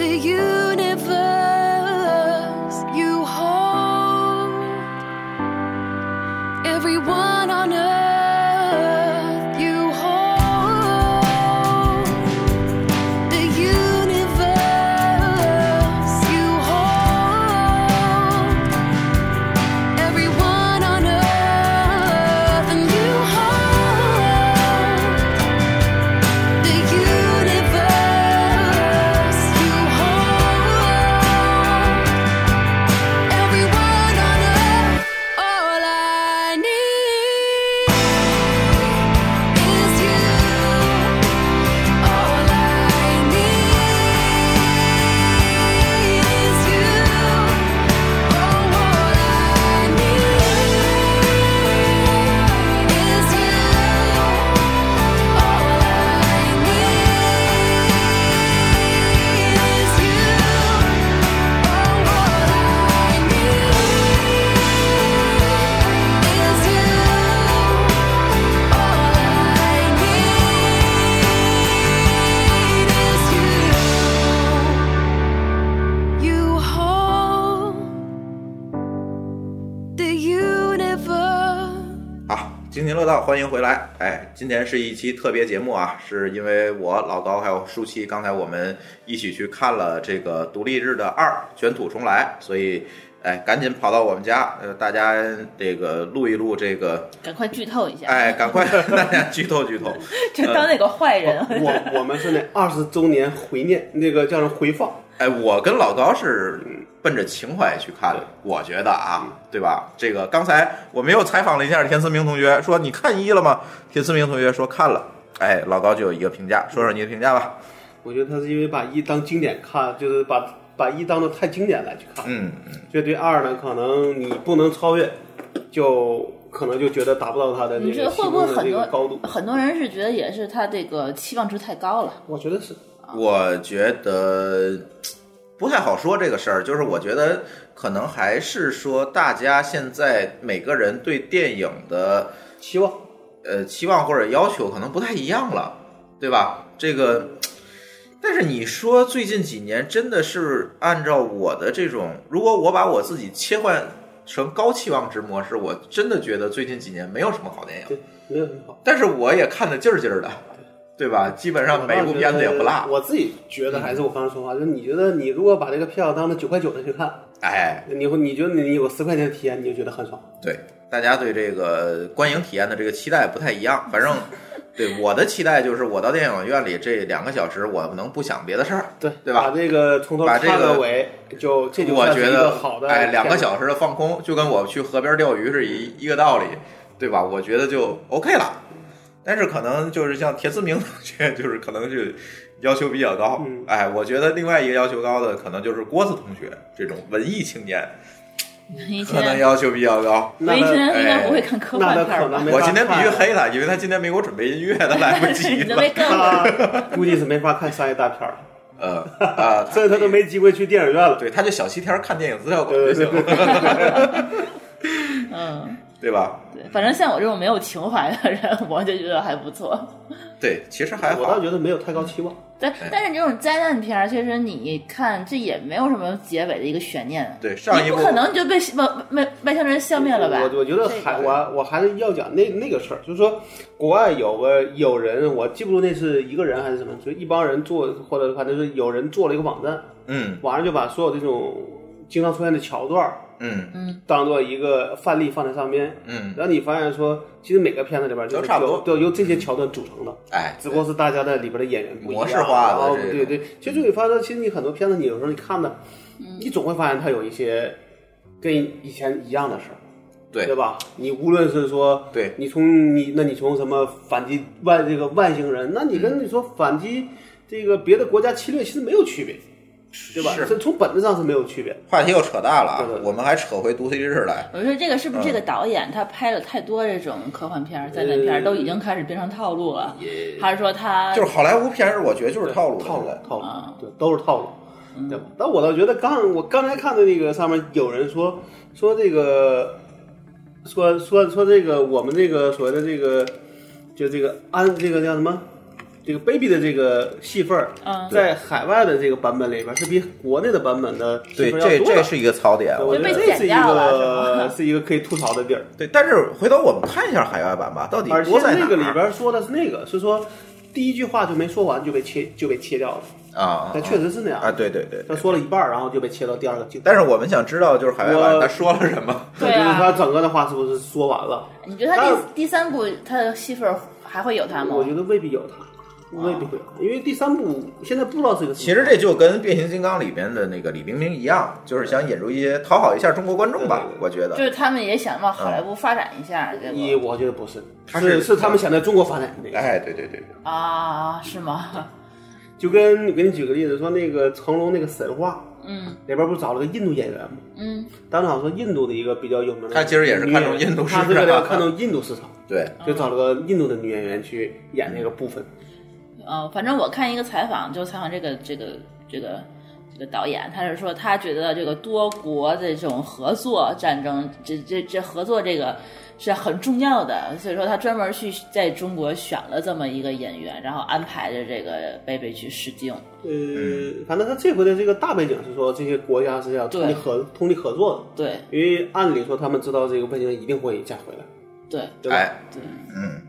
Speaker 5: The universe you hold, everyone on earth you hold. The universe you hold, everyone on earth and you hold. The universe you hold, everyone on earth. All I need is you. All I need is you. Oh, all I need is you. All I need is you. Oh, all I need is you. All I need is you. You hold the universe.
Speaker 2: 好，啊津津乐道，欢迎回来。哎，今天是一期特别节目啊，是因为我老高还有舒淇，刚才我们一起去看了这个《独立日的二：卷土重来》，所以哎，赶紧跑到我们家，呃，大家这个录一录这个，
Speaker 3: 赶快剧透一下，
Speaker 2: 哎，呃赶快 (laughs) 大家剧透剧透。
Speaker 3: (laughs) 就当那个坏人。
Speaker 4: (laughs) 我我们是那二十周年回念，那个叫什么回放，
Speaker 2: 哎，我跟老高是奔着情怀去看的，我觉得啊，对吧？这个刚才我们又采访了一下田思明同学，说你看一了吗？田思明同学说看了。哎，老高就有一个评价，说说你的评价吧。
Speaker 4: 我觉得他是因为把一当经典看，就是把把一当做太经典来去看，
Speaker 2: 嗯，
Speaker 4: 所以对二呢，可能你不能超越，就可能就觉得达不到他的那
Speaker 3: 你觉得
Speaker 4: 个
Speaker 3: 会不会
Speaker 4: 心中的
Speaker 3: 很
Speaker 4: 这个高
Speaker 3: 多
Speaker 4: 度。
Speaker 3: (laughs) 很多人是觉得也是他这个期望值太高了？
Speaker 4: 我觉得是，
Speaker 2: 嗯我觉得不太好说这个事儿，就是我觉得可能还是说大家现在每个人对电影的
Speaker 4: 希望
Speaker 2: 呃期望或者要求可能不太一样了，对吧？这个，但是你说最近几年真的是按照我的这种，如果我把我自己切换成高期望值模式，我真的觉得最近几年没有什么好电影，
Speaker 4: 对，没有很好。
Speaker 2: 但是我也看得劲儿劲儿的，对吧？基本上每部片子也不落。
Speaker 4: 我自己觉得还
Speaker 2: 嗯
Speaker 4: 是我刚才说话，就是你觉得你如果把这个票当成九块九的去看，
Speaker 2: 哎，
Speaker 4: 你会你觉得你有十块钱的体验，你就觉得很爽。
Speaker 2: 对，大家对这个观影体验的这个期待不太一样。反
Speaker 4: (laughs)
Speaker 2: 正对我的期待就是，我到电影院里这两个小时，我能不想别的事儿。
Speaker 4: 对
Speaker 2: 对吧
Speaker 4: 把这个从头
Speaker 2: 把这个
Speaker 4: 看到尾，就这就
Speaker 2: 我
Speaker 4: 算是
Speaker 2: 觉
Speaker 4: 一
Speaker 2: 得
Speaker 4: 个好的
Speaker 2: 哎，两个
Speaker 4: 片子
Speaker 2: 小时的放空，就跟我去河边钓鱼是一一个道理，对吧？我觉得就 OK 了。但是可能就是像田思明同学，就是可能就要求比较高。
Speaker 4: 嗯
Speaker 2: 哎，我觉得另外一个要求高的，可能就是郭子同学这种文艺青年，
Speaker 3: 以
Speaker 2: 可能
Speaker 3: 前
Speaker 2: 要求比较高。
Speaker 4: 那
Speaker 3: 维
Speaker 4: 他
Speaker 3: 珍应该
Speaker 2: 哎
Speaker 3: 不会看科
Speaker 4: 那
Speaker 3: 幻
Speaker 4: 他
Speaker 3: 片儿
Speaker 4: 可
Speaker 3: 吧
Speaker 4: 能？没
Speaker 2: 我
Speaker 4: 法
Speaker 2: 今天必须
Speaker 4: 看
Speaker 2: 黑他，因为他今天没给我准备音乐，他来不及
Speaker 3: 你都
Speaker 2: 了
Speaker 3: 没。跟过。
Speaker 4: 他啊 (laughs) 估计是没法看商业大片
Speaker 2: (laughs)
Speaker 4: 儿，
Speaker 2: 呃啊，
Speaker 4: 所以他都没机会去电影院了。
Speaker 2: 对，他就小西天儿看电影资料馆就
Speaker 4: 对
Speaker 2: 行
Speaker 4: 对
Speaker 2: 了，
Speaker 4: 对，
Speaker 3: 嗯，
Speaker 2: 对吧？
Speaker 3: 对，反正像我这种没有情怀的人，我就觉得还不错。
Speaker 2: 对，其实还
Speaker 4: 我倒
Speaker 2: 好。
Speaker 4: 觉得没有太高期望。
Speaker 3: 对，
Speaker 2: 哎
Speaker 3: 但是这种灾难片儿，其实你看这也没有什么结尾的一个悬念啊。
Speaker 2: 对，上一
Speaker 3: 你
Speaker 2: 部
Speaker 3: 不可能就被外外外星人消灭了吧？
Speaker 4: 我我觉得
Speaker 3: 这个
Speaker 4: 还我我还是要讲那那个事儿，就是说国外有个有人，我记不住那是一个人还是什么，就一帮人做，或者反正是有人做了一个网站，
Speaker 2: 嗯
Speaker 4: 网上就把所有这种经常出现的桥段儿
Speaker 2: 嗯
Speaker 4: 当做一个范例放在上面。
Speaker 2: 嗯，
Speaker 4: 然后你发现说，其实每个片子里边就是
Speaker 2: 都差不多
Speaker 4: 由都由这些桥段组成的。
Speaker 2: 哎，
Speaker 4: 只不过是大家在里边的演员不一样
Speaker 2: 模式化的
Speaker 4: 然后
Speaker 2: 这种
Speaker 4: 对对，其实你发现，其实你很多片子，你有时候你看的，你总会发现它有一些跟以前一样的事儿，
Speaker 2: 对
Speaker 4: 对吧？你无论是说，
Speaker 2: 对
Speaker 4: 你从你那你从什么反击外这个外星人，那你跟你说反击这个别的国家侵略，其实没有区别，对吧？
Speaker 2: 是
Speaker 4: 这从本质上是没有区别。
Speaker 2: 话题又扯大了啊
Speaker 4: 对对，对
Speaker 2: 我们还扯回独立日来。
Speaker 3: 我说这个是不是这个导演他拍了太多这种科幻片儿、灾难片儿，
Speaker 4: 嗯
Speaker 3: 都已经开始变成套路了？还是说他
Speaker 2: 呃就是好莱坞片儿，我觉得就是套路
Speaker 4: 套路
Speaker 2: 了，。
Speaker 4: 套路
Speaker 3: 啊，
Speaker 4: 对，都是套路，对吧？
Speaker 3: 嗯
Speaker 4: 但我倒觉得刚我刚才看的那个上面有人说说这个，说说说这个我们这个所谓的这个，就这个安这个叫什么？这个 baby 的这个戏份儿
Speaker 3: 嗯，
Speaker 4: 在海外的这个版本里边儿是比国内的版本的戏
Speaker 2: 对，
Speaker 4: 份儿要
Speaker 2: 这
Speaker 4: 多
Speaker 2: 这
Speaker 4: 的。
Speaker 2: 是一个槽点。
Speaker 4: 对
Speaker 2: 我
Speaker 4: 我
Speaker 2: 觉得
Speaker 4: 觉得
Speaker 3: 就被
Speaker 4: 这是一
Speaker 3: 剪掉了
Speaker 4: 个 (laughs) 是一个可以吐槽的
Speaker 2: (laughs)
Speaker 4: 地儿。
Speaker 2: 对，但是回头我们看一下海外版吧，到底
Speaker 4: 而且
Speaker 2: 多在哪
Speaker 4: 那
Speaker 2: 儿？
Speaker 4: 个里边儿说的是那个，是说第一句话就没说完就被切就被切掉了，
Speaker 2: 啊，
Speaker 4: 但确实是那样
Speaker 2: 啊，对对对。
Speaker 4: 他
Speaker 2: 对
Speaker 4: 说了一半儿，然后就被切到第二个镜头。
Speaker 2: 但是我们想知道，就是海外版
Speaker 4: 我
Speaker 2: 他说了什么？
Speaker 3: 对
Speaker 4: 就是
Speaker 3: 啊
Speaker 4: 他整个的话是不是说完了？
Speaker 3: 你觉得他
Speaker 4: 当然
Speaker 3: 第第三部他的戏份儿还会有他吗？
Speaker 4: 我觉得未必有他，未必会有他，因为第三部现在不知道是个什么。
Speaker 2: 其实这就跟变形金刚里边的那个李冰冰一样，就是想引入一些讨好一下中国观众吧
Speaker 4: 对对，对
Speaker 2: 我觉得
Speaker 3: 就。是他们也想往好莱坞发展一下，这
Speaker 4: 一
Speaker 3: 个
Speaker 4: 我觉得不是，
Speaker 2: 他是
Speaker 4: 是他们想在中国发展的那个。
Speaker 2: 哎，对对对，
Speaker 3: 啊，是吗？ (laughs)
Speaker 4: 就跟我给你举个例子，说那个成龙那个神话
Speaker 3: 嗯
Speaker 4: 里边不是找了个印度演员吗？
Speaker 3: 嗯，
Speaker 4: 当时好像说印度的一个比较有名的女演员，
Speaker 2: 他其实也是看中印度市场啊
Speaker 4: 他是为了看中印度市场，
Speaker 2: 对，
Speaker 4: 就找了个印度的女演员去演那个部分。
Speaker 3: 呃，反正我看一个采访，就采访这个这个这个这个导演，他是说他觉得这个多国的这种合作战争，这这这合作这个是很重要的，所以说他专门去在中国选了这么一个演员，然后安排着这个贝贝去试镜。
Speaker 2: 嗯
Speaker 4: 呃，
Speaker 3: 嗯
Speaker 4: 反正他这回的这个大背景是说，这些国家是要通力
Speaker 3: 对
Speaker 4: 合通力合作的。
Speaker 3: 对
Speaker 4: 因为按理说他们知道这个外星人一定会再回来，
Speaker 3: 对
Speaker 4: 对吧？
Speaker 2: 哎，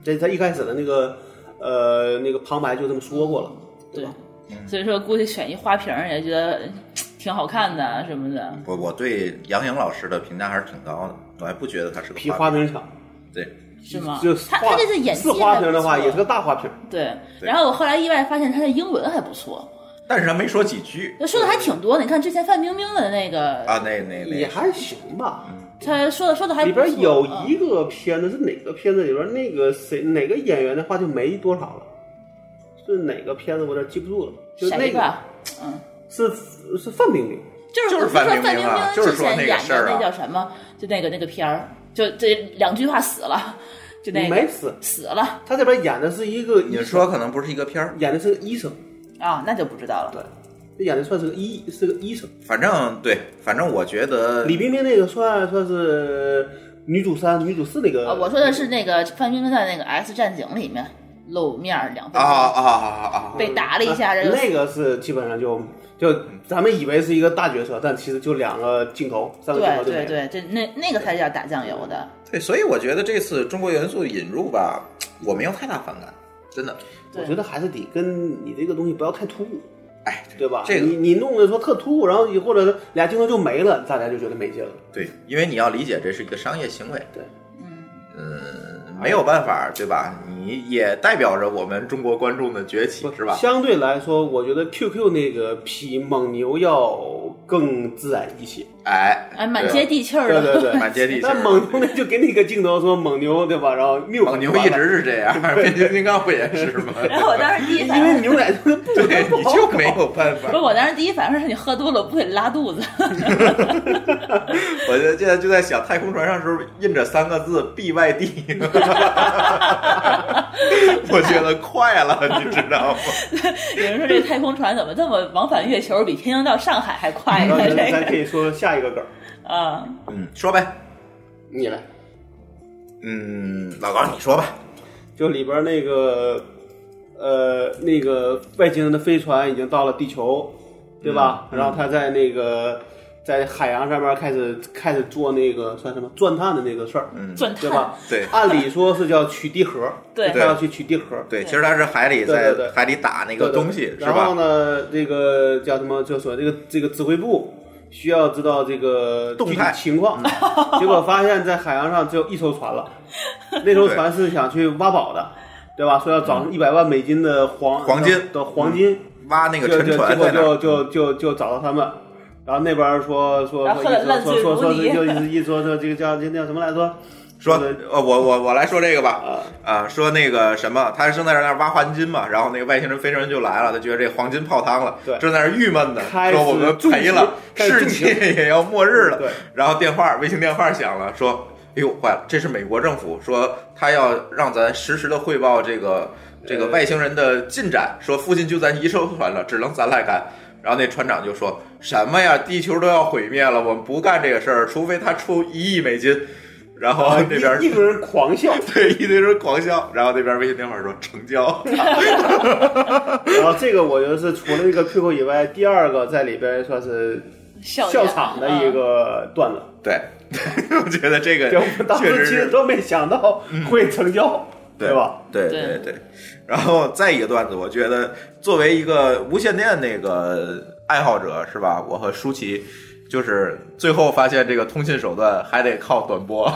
Speaker 3: 对
Speaker 4: 这他一开始的那个呃那个旁白就这么说过了，
Speaker 3: 对
Speaker 4: 对吧？，
Speaker 3: 所以说估计选一花瓶儿也觉得嗯挺好看的什么的。
Speaker 2: 我我对杨颖老师的评价还是挺高的，我还不觉得他是个
Speaker 4: 皮
Speaker 2: 花
Speaker 4: 花瓶厂，
Speaker 2: 对，
Speaker 3: 是吗？
Speaker 4: 就是
Speaker 3: 他
Speaker 4: 花
Speaker 3: 他这次演技
Speaker 4: 是花瓶的
Speaker 3: 还
Speaker 4: 话，
Speaker 3: 不错
Speaker 4: 也是个大花瓶。
Speaker 3: 对。
Speaker 2: 对
Speaker 3: 然后我后来意外发现他的英文还不错，
Speaker 2: 但是他没说几句
Speaker 3: 就说的还挺多的。你看之前范冰冰的那个，
Speaker 2: 啊，那那
Speaker 4: 也
Speaker 2: 那
Speaker 4: 还行吧。
Speaker 3: 他说的说的还
Speaker 4: 里
Speaker 3: 不错
Speaker 4: 边有
Speaker 3: 嗯
Speaker 4: 一个片子是哪个片子里边那个谁哪个演员的话就没多少了，是哪个片子我有点记不住了，就那
Speaker 3: 谁
Speaker 4: 个
Speaker 3: 吧，嗯，
Speaker 4: 是是范冰冰。
Speaker 3: 就是
Speaker 2: 就是
Speaker 3: 我不是
Speaker 2: 范
Speaker 3: 说
Speaker 2: 冰
Speaker 3: 范
Speaker 2: 冰
Speaker 3: 冰
Speaker 2: 啊
Speaker 3: 冰
Speaker 2: 就是
Speaker 3: 之
Speaker 2: 说
Speaker 3: 前
Speaker 2: 那个
Speaker 3: 演
Speaker 2: 事
Speaker 3: 的
Speaker 2: 儿啊
Speaker 3: 那叫什么？就那个那个片儿，就这两句话死了，就那
Speaker 4: 没
Speaker 3: 个
Speaker 4: 死，
Speaker 3: 死了
Speaker 4: 他这边演的是一个医
Speaker 2: 你
Speaker 4: 生，
Speaker 2: 说可能不是一个片儿，
Speaker 4: 演的是个医生，
Speaker 3: 啊，那就不知道了。
Speaker 4: 对，这演的算是个医是个医生。
Speaker 2: 反正对，反正我觉得
Speaker 4: 李冰冰那个算算是女主三、女主四那个。
Speaker 3: 啊，
Speaker 2: 呃
Speaker 3: 我说的是那个范冰冰在那个《X 战警》里面露面儿两分
Speaker 2: 啊啊
Speaker 3: 钟，
Speaker 2: 啊啊！
Speaker 3: 被打了一下，
Speaker 4: 啊
Speaker 3: 然后
Speaker 4: 那个是基本上就就咱们以为是一个大角色，但其实就两个镜头、三个镜头
Speaker 3: 对
Speaker 4: 就没
Speaker 3: 对
Speaker 4: 了。
Speaker 3: 对，这那那个才叫打酱油的。
Speaker 2: 对，所以我觉得这次中国元素引入吧，我没有太大反感，真的。
Speaker 3: 对
Speaker 4: 我觉得还是得跟你这个东西不要太突兀，
Speaker 2: 哎，
Speaker 4: 对吧？
Speaker 2: 这个
Speaker 4: 你你弄的说特突兀，然后或者俩镜头就没了，大家就觉得没劲了。
Speaker 2: 对，因为你要理解这是一个商业行为，
Speaker 4: 对，
Speaker 2: 嗯，没有办法，对吧？你也代表着我们中国观众的崛起，是吧？
Speaker 4: 相对来说，我觉得 QQ 那个比蒙牛要更自然一些。
Speaker 2: 哎，
Speaker 3: 哎，蛮接地气儿
Speaker 4: 对啊
Speaker 3: 的。
Speaker 4: (laughs) 对对，
Speaker 2: 满接地气儿
Speaker 4: 但蒙牛那就给你个镜头说蒙牛对吧？然后
Speaker 3: (laughs)
Speaker 4: 谬
Speaker 2: 蒙牛一直是这样，变形金刚不也是吗？
Speaker 3: 然后我当时第一反
Speaker 4: 因为
Speaker 3: 应，
Speaker 4: 牛
Speaker 3: (laughs)
Speaker 4: 奶就是不
Speaker 2: 对，你就没有办法
Speaker 3: 不是。我当时第一反应是你喝多了不会拉肚子， (laughs)
Speaker 2: 我就现在就在想，太空船上是不是印着三个字
Speaker 3: (laughs)
Speaker 2: “BYD”？我觉得快了，你知道吗？
Speaker 3: 有人说这太空船怎么这么往返月球，比天津到上海还快
Speaker 4: 然后
Speaker 3: 呢？
Speaker 4: 咱
Speaker 3: 这
Speaker 4: 咱可
Speaker 3: 个
Speaker 4: 以说下一个梗儿，
Speaker 3: 啊，
Speaker 2: 嗯，说呗。
Speaker 4: 你来，
Speaker 2: 嗯，老高，你说吧。
Speaker 4: 就里边那个呃那个外星人的飞船已经到了地球，对
Speaker 2: 嗯
Speaker 4: 吧？然后他在那个在海洋上面开始开始做那个算什么钻探的那个事儿，嗯，
Speaker 3: 钻
Speaker 4: 对
Speaker 3: 探
Speaker 2: (laughs)
Speaker 4: 吧？
Speaker 2: 对
Speaker 4: 按理说是叫取地核，
Speaker 3: 对
Speaker 4: 他要去取地核，
Speaker 2: 对，其实他是海里在
Speaker 4: 对对对
Speaker 2: 海里打那
Speaker 4: 对
Speaker 2: 个
Speaker 4: 对
Speaker 2: 东西，
Speaker 4: 对
Speaker 2: 是
Speaker 4: 然后
Speaker 2: 吧？
Speaker 4: 呢，这个叫什么？就说这个这个指挥部需要知道这个
Speaker 2: 动
Speaker 4: 具体
Speaker 2: 态 (laughs)
Speaker 4: 情况，结果发现，在海洋上只有一艘船了，那艘船是想去挖宝的，对吧？说要
Speaker 2: 嗯
Speaker 4: 找一百万美金的黄
Speaker 2: 黄金嗯
Speaker 4: 的黄金，
Speaker 2: 挖那个
Speaker 4: 就
Speaker 2: 沉
Speaker 4: 就结
Speaker 2: 船
Speaker 4: 果
Speaker 2: 在那
Speaker 4: 就
Speaker 2: 儿。
Speaker 4: 就就就找到他们。然后那边说说
Speaker 3: 然后
Speaker 4: 说
Speaker 3: 后来
Speaker 4: 一
Speaker 3: 烂
Speaker 4: 说说说
Speaker 3: 醉如
Speaker 4: 说
Speaker 3: 泥
Speaker 4: 就一说说这个叫这叫什么来
Speaker 2: (laughs)
Speaker 4: 着？
Speaker 2: 说，
Speaker 4: 对
Speaker 2: 呃，我我我来说这个吧
Speaker 4: 啊，
Speaker 2: 啊，说那个什么，他正在那儿挖黄金嘛，然后那个外星人飞船就来了，他觉得这黄金泡汤了
Speaker 4: 对，
Speaker 2: 正在那儿郁闷呢，
Speaker 4: 开始
Speaker 2: 说我们
Speaker 4: 重
Speaker 2: 赔了，
Speaker 4: 视开
Speaker 2: 世
Speaker 4: 始
Speaker 2: 界
Speaker 4: 重视
Speaker 2: 也要末日了
Speaker 4: 对。
Speaker 2: 然后电话，卫星电话响了，说，哎呦，坏了，这是美国政府说他要让咱实时的汇报这个这个外星人的进展，说附近就咱一艘船了，只能咱来干。然后那船长就说什么呀？地球都要毁灭了，我们不干这个事儿，除非他出一亿美金。然后
Speaker 4: 啊，
Speaker 2: 哦那边儿
Speaker 4: 一一堆人狂笑，
Speaker 2: (laughs) 对，一堆人狂笑，然后那边微信电话说成交。 (laughs)
Speaker 4: 然后这个我觉得是除了这个 QQ 以外，第二个在里边算是
Speaker 3: 笑啊
Speaker 4: 笑场的一
Speaker 3: 个。
Speaker 4: 个段子，
Speaker 2: 对， (laughs) 我觉得这个
Speaker 4: 就我们当
Speaker 2: 确实
Speaker 4: 时其实
Speaker 2: 是嗯
Speaker 4: 都没想到会
Speaker 2: (laughs)
Speaker 4: 成交，对吧？？
Speaker 2: 对
Speaker 3: 对
Speaker 2: 对对。然后再一个段子，我觉得作为一个无线电那个爱好者是吧？我和舒淇。就是最后发现这个通信手段还得靠短波，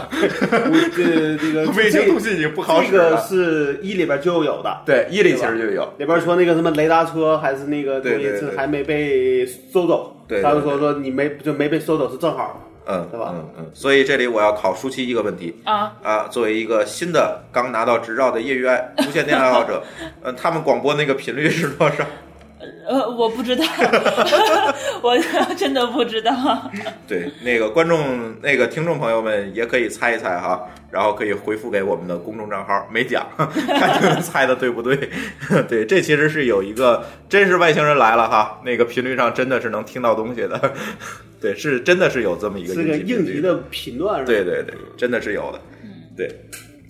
Speaker 4: 我这这
Speaker 2: (laughs)
Speaker 4: 个
Speaker 2: 卫星
Speaker 4: 这
Speaker 2: 通信已经不好
Speaker 4: 呃这
Speaker 2: 使
Speaker 4: 个
Speaker 2: 了。
Speaker 4: 是一里边就有的，
Speaker 2: 对，伊里其
Speaker 4: 对吧
Speaker 2: 实就有，
Speaker 4: 里边说那个什么雷达车还是那个东西
Speaker 2: 对对对
Speaker 4: 是还没被收走，
Speaker 2: 对对对
Speaker 4: 他们说说你没就没被收走是正好，
Speaker 2: 嗯，
Speaker 4: 对吧
Speaker 2: 嗯嗯。所以这里我要考舒淇一个问题，
Speaker 3: 啊，
Speaker 2: 啊，作为一个新的刚拿到执照的业余爱无线电爱好者， (laughs) 呃，他们广播那个频率是多少？
Speaker 3: 呃，我不知道， (laughs) 我 (laughs) 真的不知道。
Speaker 2: 对，那个观众、那个听众朋友们也可以猜一猜哈，然后可以回复给我们的公众账号，没讲，看你们猜的对不对？ (laughs) 对，这其实是有一个，真是外星人来了哈，那个频率上真的是能听到东西的， (laughs) 对，是真的是有这么一个
Speaker 4: 是个
Speaker 2: 频
Speaker 4: 应
Speaker 2: 率
Speaker 4: 急的频段，
Speaker 2: 对，对对，真的是有的。
Speaker 4: 嗯
Speaker 2: 对，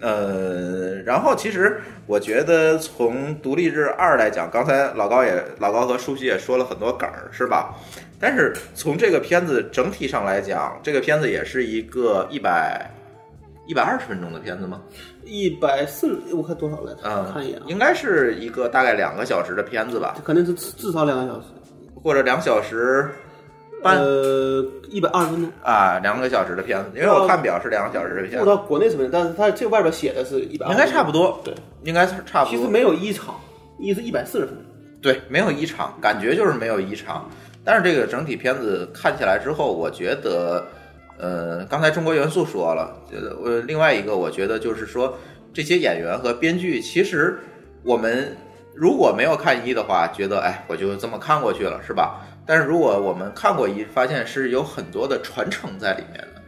Speaker 2: 呃，然后其实我觉得从《独立日二》来讲，刚才老高也老高和舒淇也说了很多梗儿，是吧？但是从这个片子整体上来讲，这个片子也是一个一百一百二十分钟的片子吗？
Speaker 4: 一百四十我看多少来着？
Speaker 2: 嗯，
Speaker 4: 看一眼啊，
Speaker 2: 应该是一个大概两个小时的片子吧
Speaker 4: 这，肯定是至少两个小时，
Speaker 2: 或者两小时半、
Speaker 4: 呃，一百二十分钟。
Speaker 2: 啊，两个小时的片子，因为我看表是两个小时的片
Speaker 4: 呃不知道
Speaker 2: 子，
Speaker 4: 国内什么样，但是它这个外边写的是一百，
Speaker 2: 应该差不多，
Speaker 4: 对，
Speaker 2: 应该是差不多。
Speaker 4: 其实没有一场，一是一百四十分钟，
Speaker 2: 对，没有一场，感觉就是没有一场。但是这个整体片子看起来之后，我觉得，呃，刚才中国元素说了，呃，我另外一个我觉得就是说，这些演员和编剧，其实我们如果没有看一的话，觉得哎，我就这么看过去了，是吧？但是如果我们看过一，发现是有很多的传承在里面的，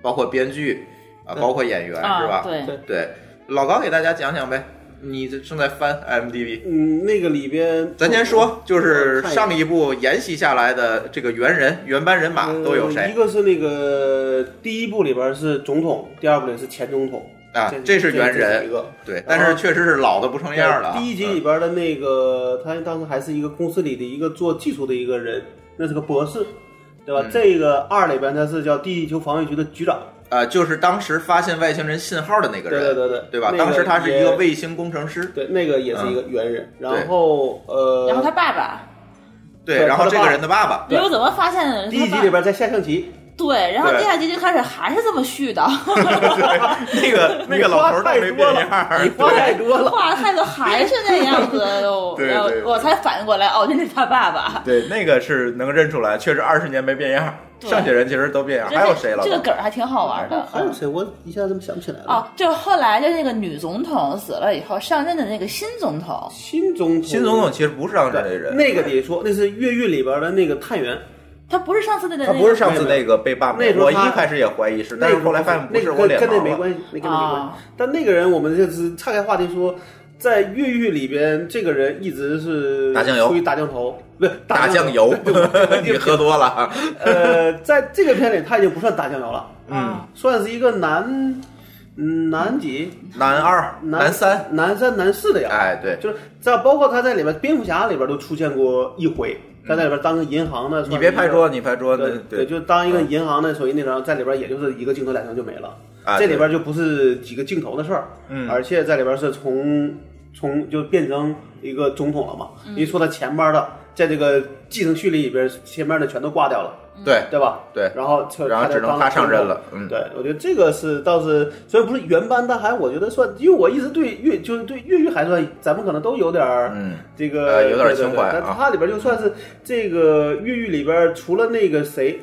Speaker 2: 包括编剧啊，包括演员，是吧
Speaker 3: 啊，？对，
Speaker 4: 对
Speaker 2: 对，老高给大家讲讲呗，你这正在翻 IMDB。
Speaker 4: 嗯，那个里边，
Speaker 2: 咱先说，就是
Speaker 4: 看一
Speaker 2: 上一部沿袭下来的这个猿人、原班人马都有
Speaker 4: 嗯一
Speaker 2: 谁
Speaker 4: 个是那个第一部里边是总统，第二部里是前总统
Speaker 2: 啊
Speaker 4: 这？
Speaker 2: 这啊是猿
Speaker 4: 这是一
Speaker 2: 人，
Speaker 4: 个。
Speaker 2: 对，但是确实是老的不成样了啊。
Speaker 4: 第一集
Speaker 2: 嗯
Speaker 4: 里边的那个，他当时还是一个公司里的一个做技术的一个人，那是个博士，对吧？
Speaker 2: 嗯
Speaker 4: 这个二里边他是叫地球防卫局的局长，
Speaker 2: 呃，就是当时发现外星人信号的那个
Speaker 4: 对
Speaker 2: 人，
Speaker 4: 对对对，
Speaker 2: 对吧？
Speaker 4: 那
Speaker 2: 当时他是一
Speaker 4: 也
Speaker 2: 个，卫星工程师，
Speaker 4: 对，那个也是一个猿人。然后呃，
Speaker 3: 然后他爸爸，
Speaker 2: 对，
Speaker 4: 对
Speaker 2: 然后
Speaker 4: 他的
Speaker 2: 这个
Speaker 4: 爸
Speaker 2: 人的爸爸，
Speaker 3: 你又怎么发现的？
Speaker 4: 第一集里边在下象棋，
Speaker 3: 对，然后
Speaker 2: 对
Speaker 3: 第二集就开始还是这么续 (laughs) 的，
Speaker 2: (laughs) 那个那个老头儿倒没变样儿，
Speaker 4: 话太多了。
Speaker 3: 哇，太多还是那样
Speaker 4: (laughs)
Speaker 3: 子，哎呦
Speaker 2: 对对
Speaker 3: 然后
Speaker 2: 对
Speaker 3: 我才反应过来，哦，那是他爸爸。
Speaker 2: (laughs) 对，那个是能认出来，确实二十年没变样儿，
Speaker 3: 对
Speaker 2: 剩下人其实都变样儿，
Speaker 3: 真
Speaker 2: 还有
Speaker 3: 是
Speaker 2: 谁了？
Speaker 3: 这个梗儿还挺好玩的。
Speaker 4: 还有谁？哎我一下怎么想不起来
Speaker 3: 哦
Speaker 4: 了？，
Speaker 3: 就是后来就那个女总统死了以后上任的那个新总统，
Speaker 4: 新总统，
Speaker 2: 新总统其实不是当时那
Speaker 4: 对
Speaker 2: 人，
Speaker 4: 那个得说，那是越狱里边的那个探员。
Speaker 3: 他不是上次那个，
Speaker 2: 他不是上次那个被罢
Speaker 4: 那
Speaker 2: 免，
Speaker 4: 时候
Speaker 2: 我一
Speaker 4: 他
Speaker 2: 开始也怀疑是，但
Speaker 4: 那
Speaker 2: 是
Speaker 4: 个
Speaker 2: 后来发现不是，
Speaker 4: 那
Speaker 2: 我
Speaker 4: 个
Speaker 2: 脸
Speaker 4: 跟那
Speaker 2: 盲
Speaker 4: 没
Speaker 2: 了。
Speaker 4: 关系，那跟那没关系
Speaker 3: 啊。
Speaker 4: 但那个人，我们就是岔开话题说，在越狱里边，这个人一直是
Speaker 2: 打酱油
Speaker 4: 属于打酱头，不是
Speaker 2: 大
Speaker 4: 酱
Speaker 2: 酱油
Speaker 4: 对我这个，
Speaker 2: (laughs) 你喝多了啊。
Speaker 4: (laughs) 呃，在这个片里，他已经不算打酱油了，
Speaker 2: 嗯，
Speaker 4: 算是一个男，嗯，男几
Speaker 2: 男二、
Speaker 4: 男
Speaker 2: 男三，、
Speaker 4: 男三、男四的呀。
Speaker 2: 哎，对，
Speaker 4: 就是在包括他在里边，蝙蝠侠里边都出现过一回，他在里边当个银行的。
Speaker 2: 你别拍桌，
Speaker 4: 说
Speaker 2: 子，你拍桌
Speaker 4: 对
Speaker 2: 子，
Speaker 4: 对，就当一个银行的，所以那张在里边也就是一个镜头两张就没了。
Speaker 2: 啊
Speaker 4: 这里边就不是几个镜头的事儿，
Speaker 2: 嗯
Speaker 4: 而且在里边是从从就变成一个总统了嘛，一说他前边的在这个继承序里边，前面的全都挂掉了，
Speaker 2: 对
Speaker 4: 对吧？
Speaker 2: 对
Speaker 4: 然后就
Speaker 2: 哎然后只能
Speaker 4: 当
Speaker 2: 他上任了
Speaker 4: 总统
Speaker 2: 嗯
Speaker 4: 对，我觉得这个是倒是虽然不是原班，但还我觉得算，因为我一直对越就是对越狱还算，咱们可能都有点儿
Speaker 2: 嗯
Speaker 4: 这个、
Speaker 2: 呃有点
Speaker 4: 对对对
Speaker 2: 情怀
Speaker 4: 但
Speaker 2: 啊
Speaker 4: 它里边就算是这个越狱里边，除了那个谁，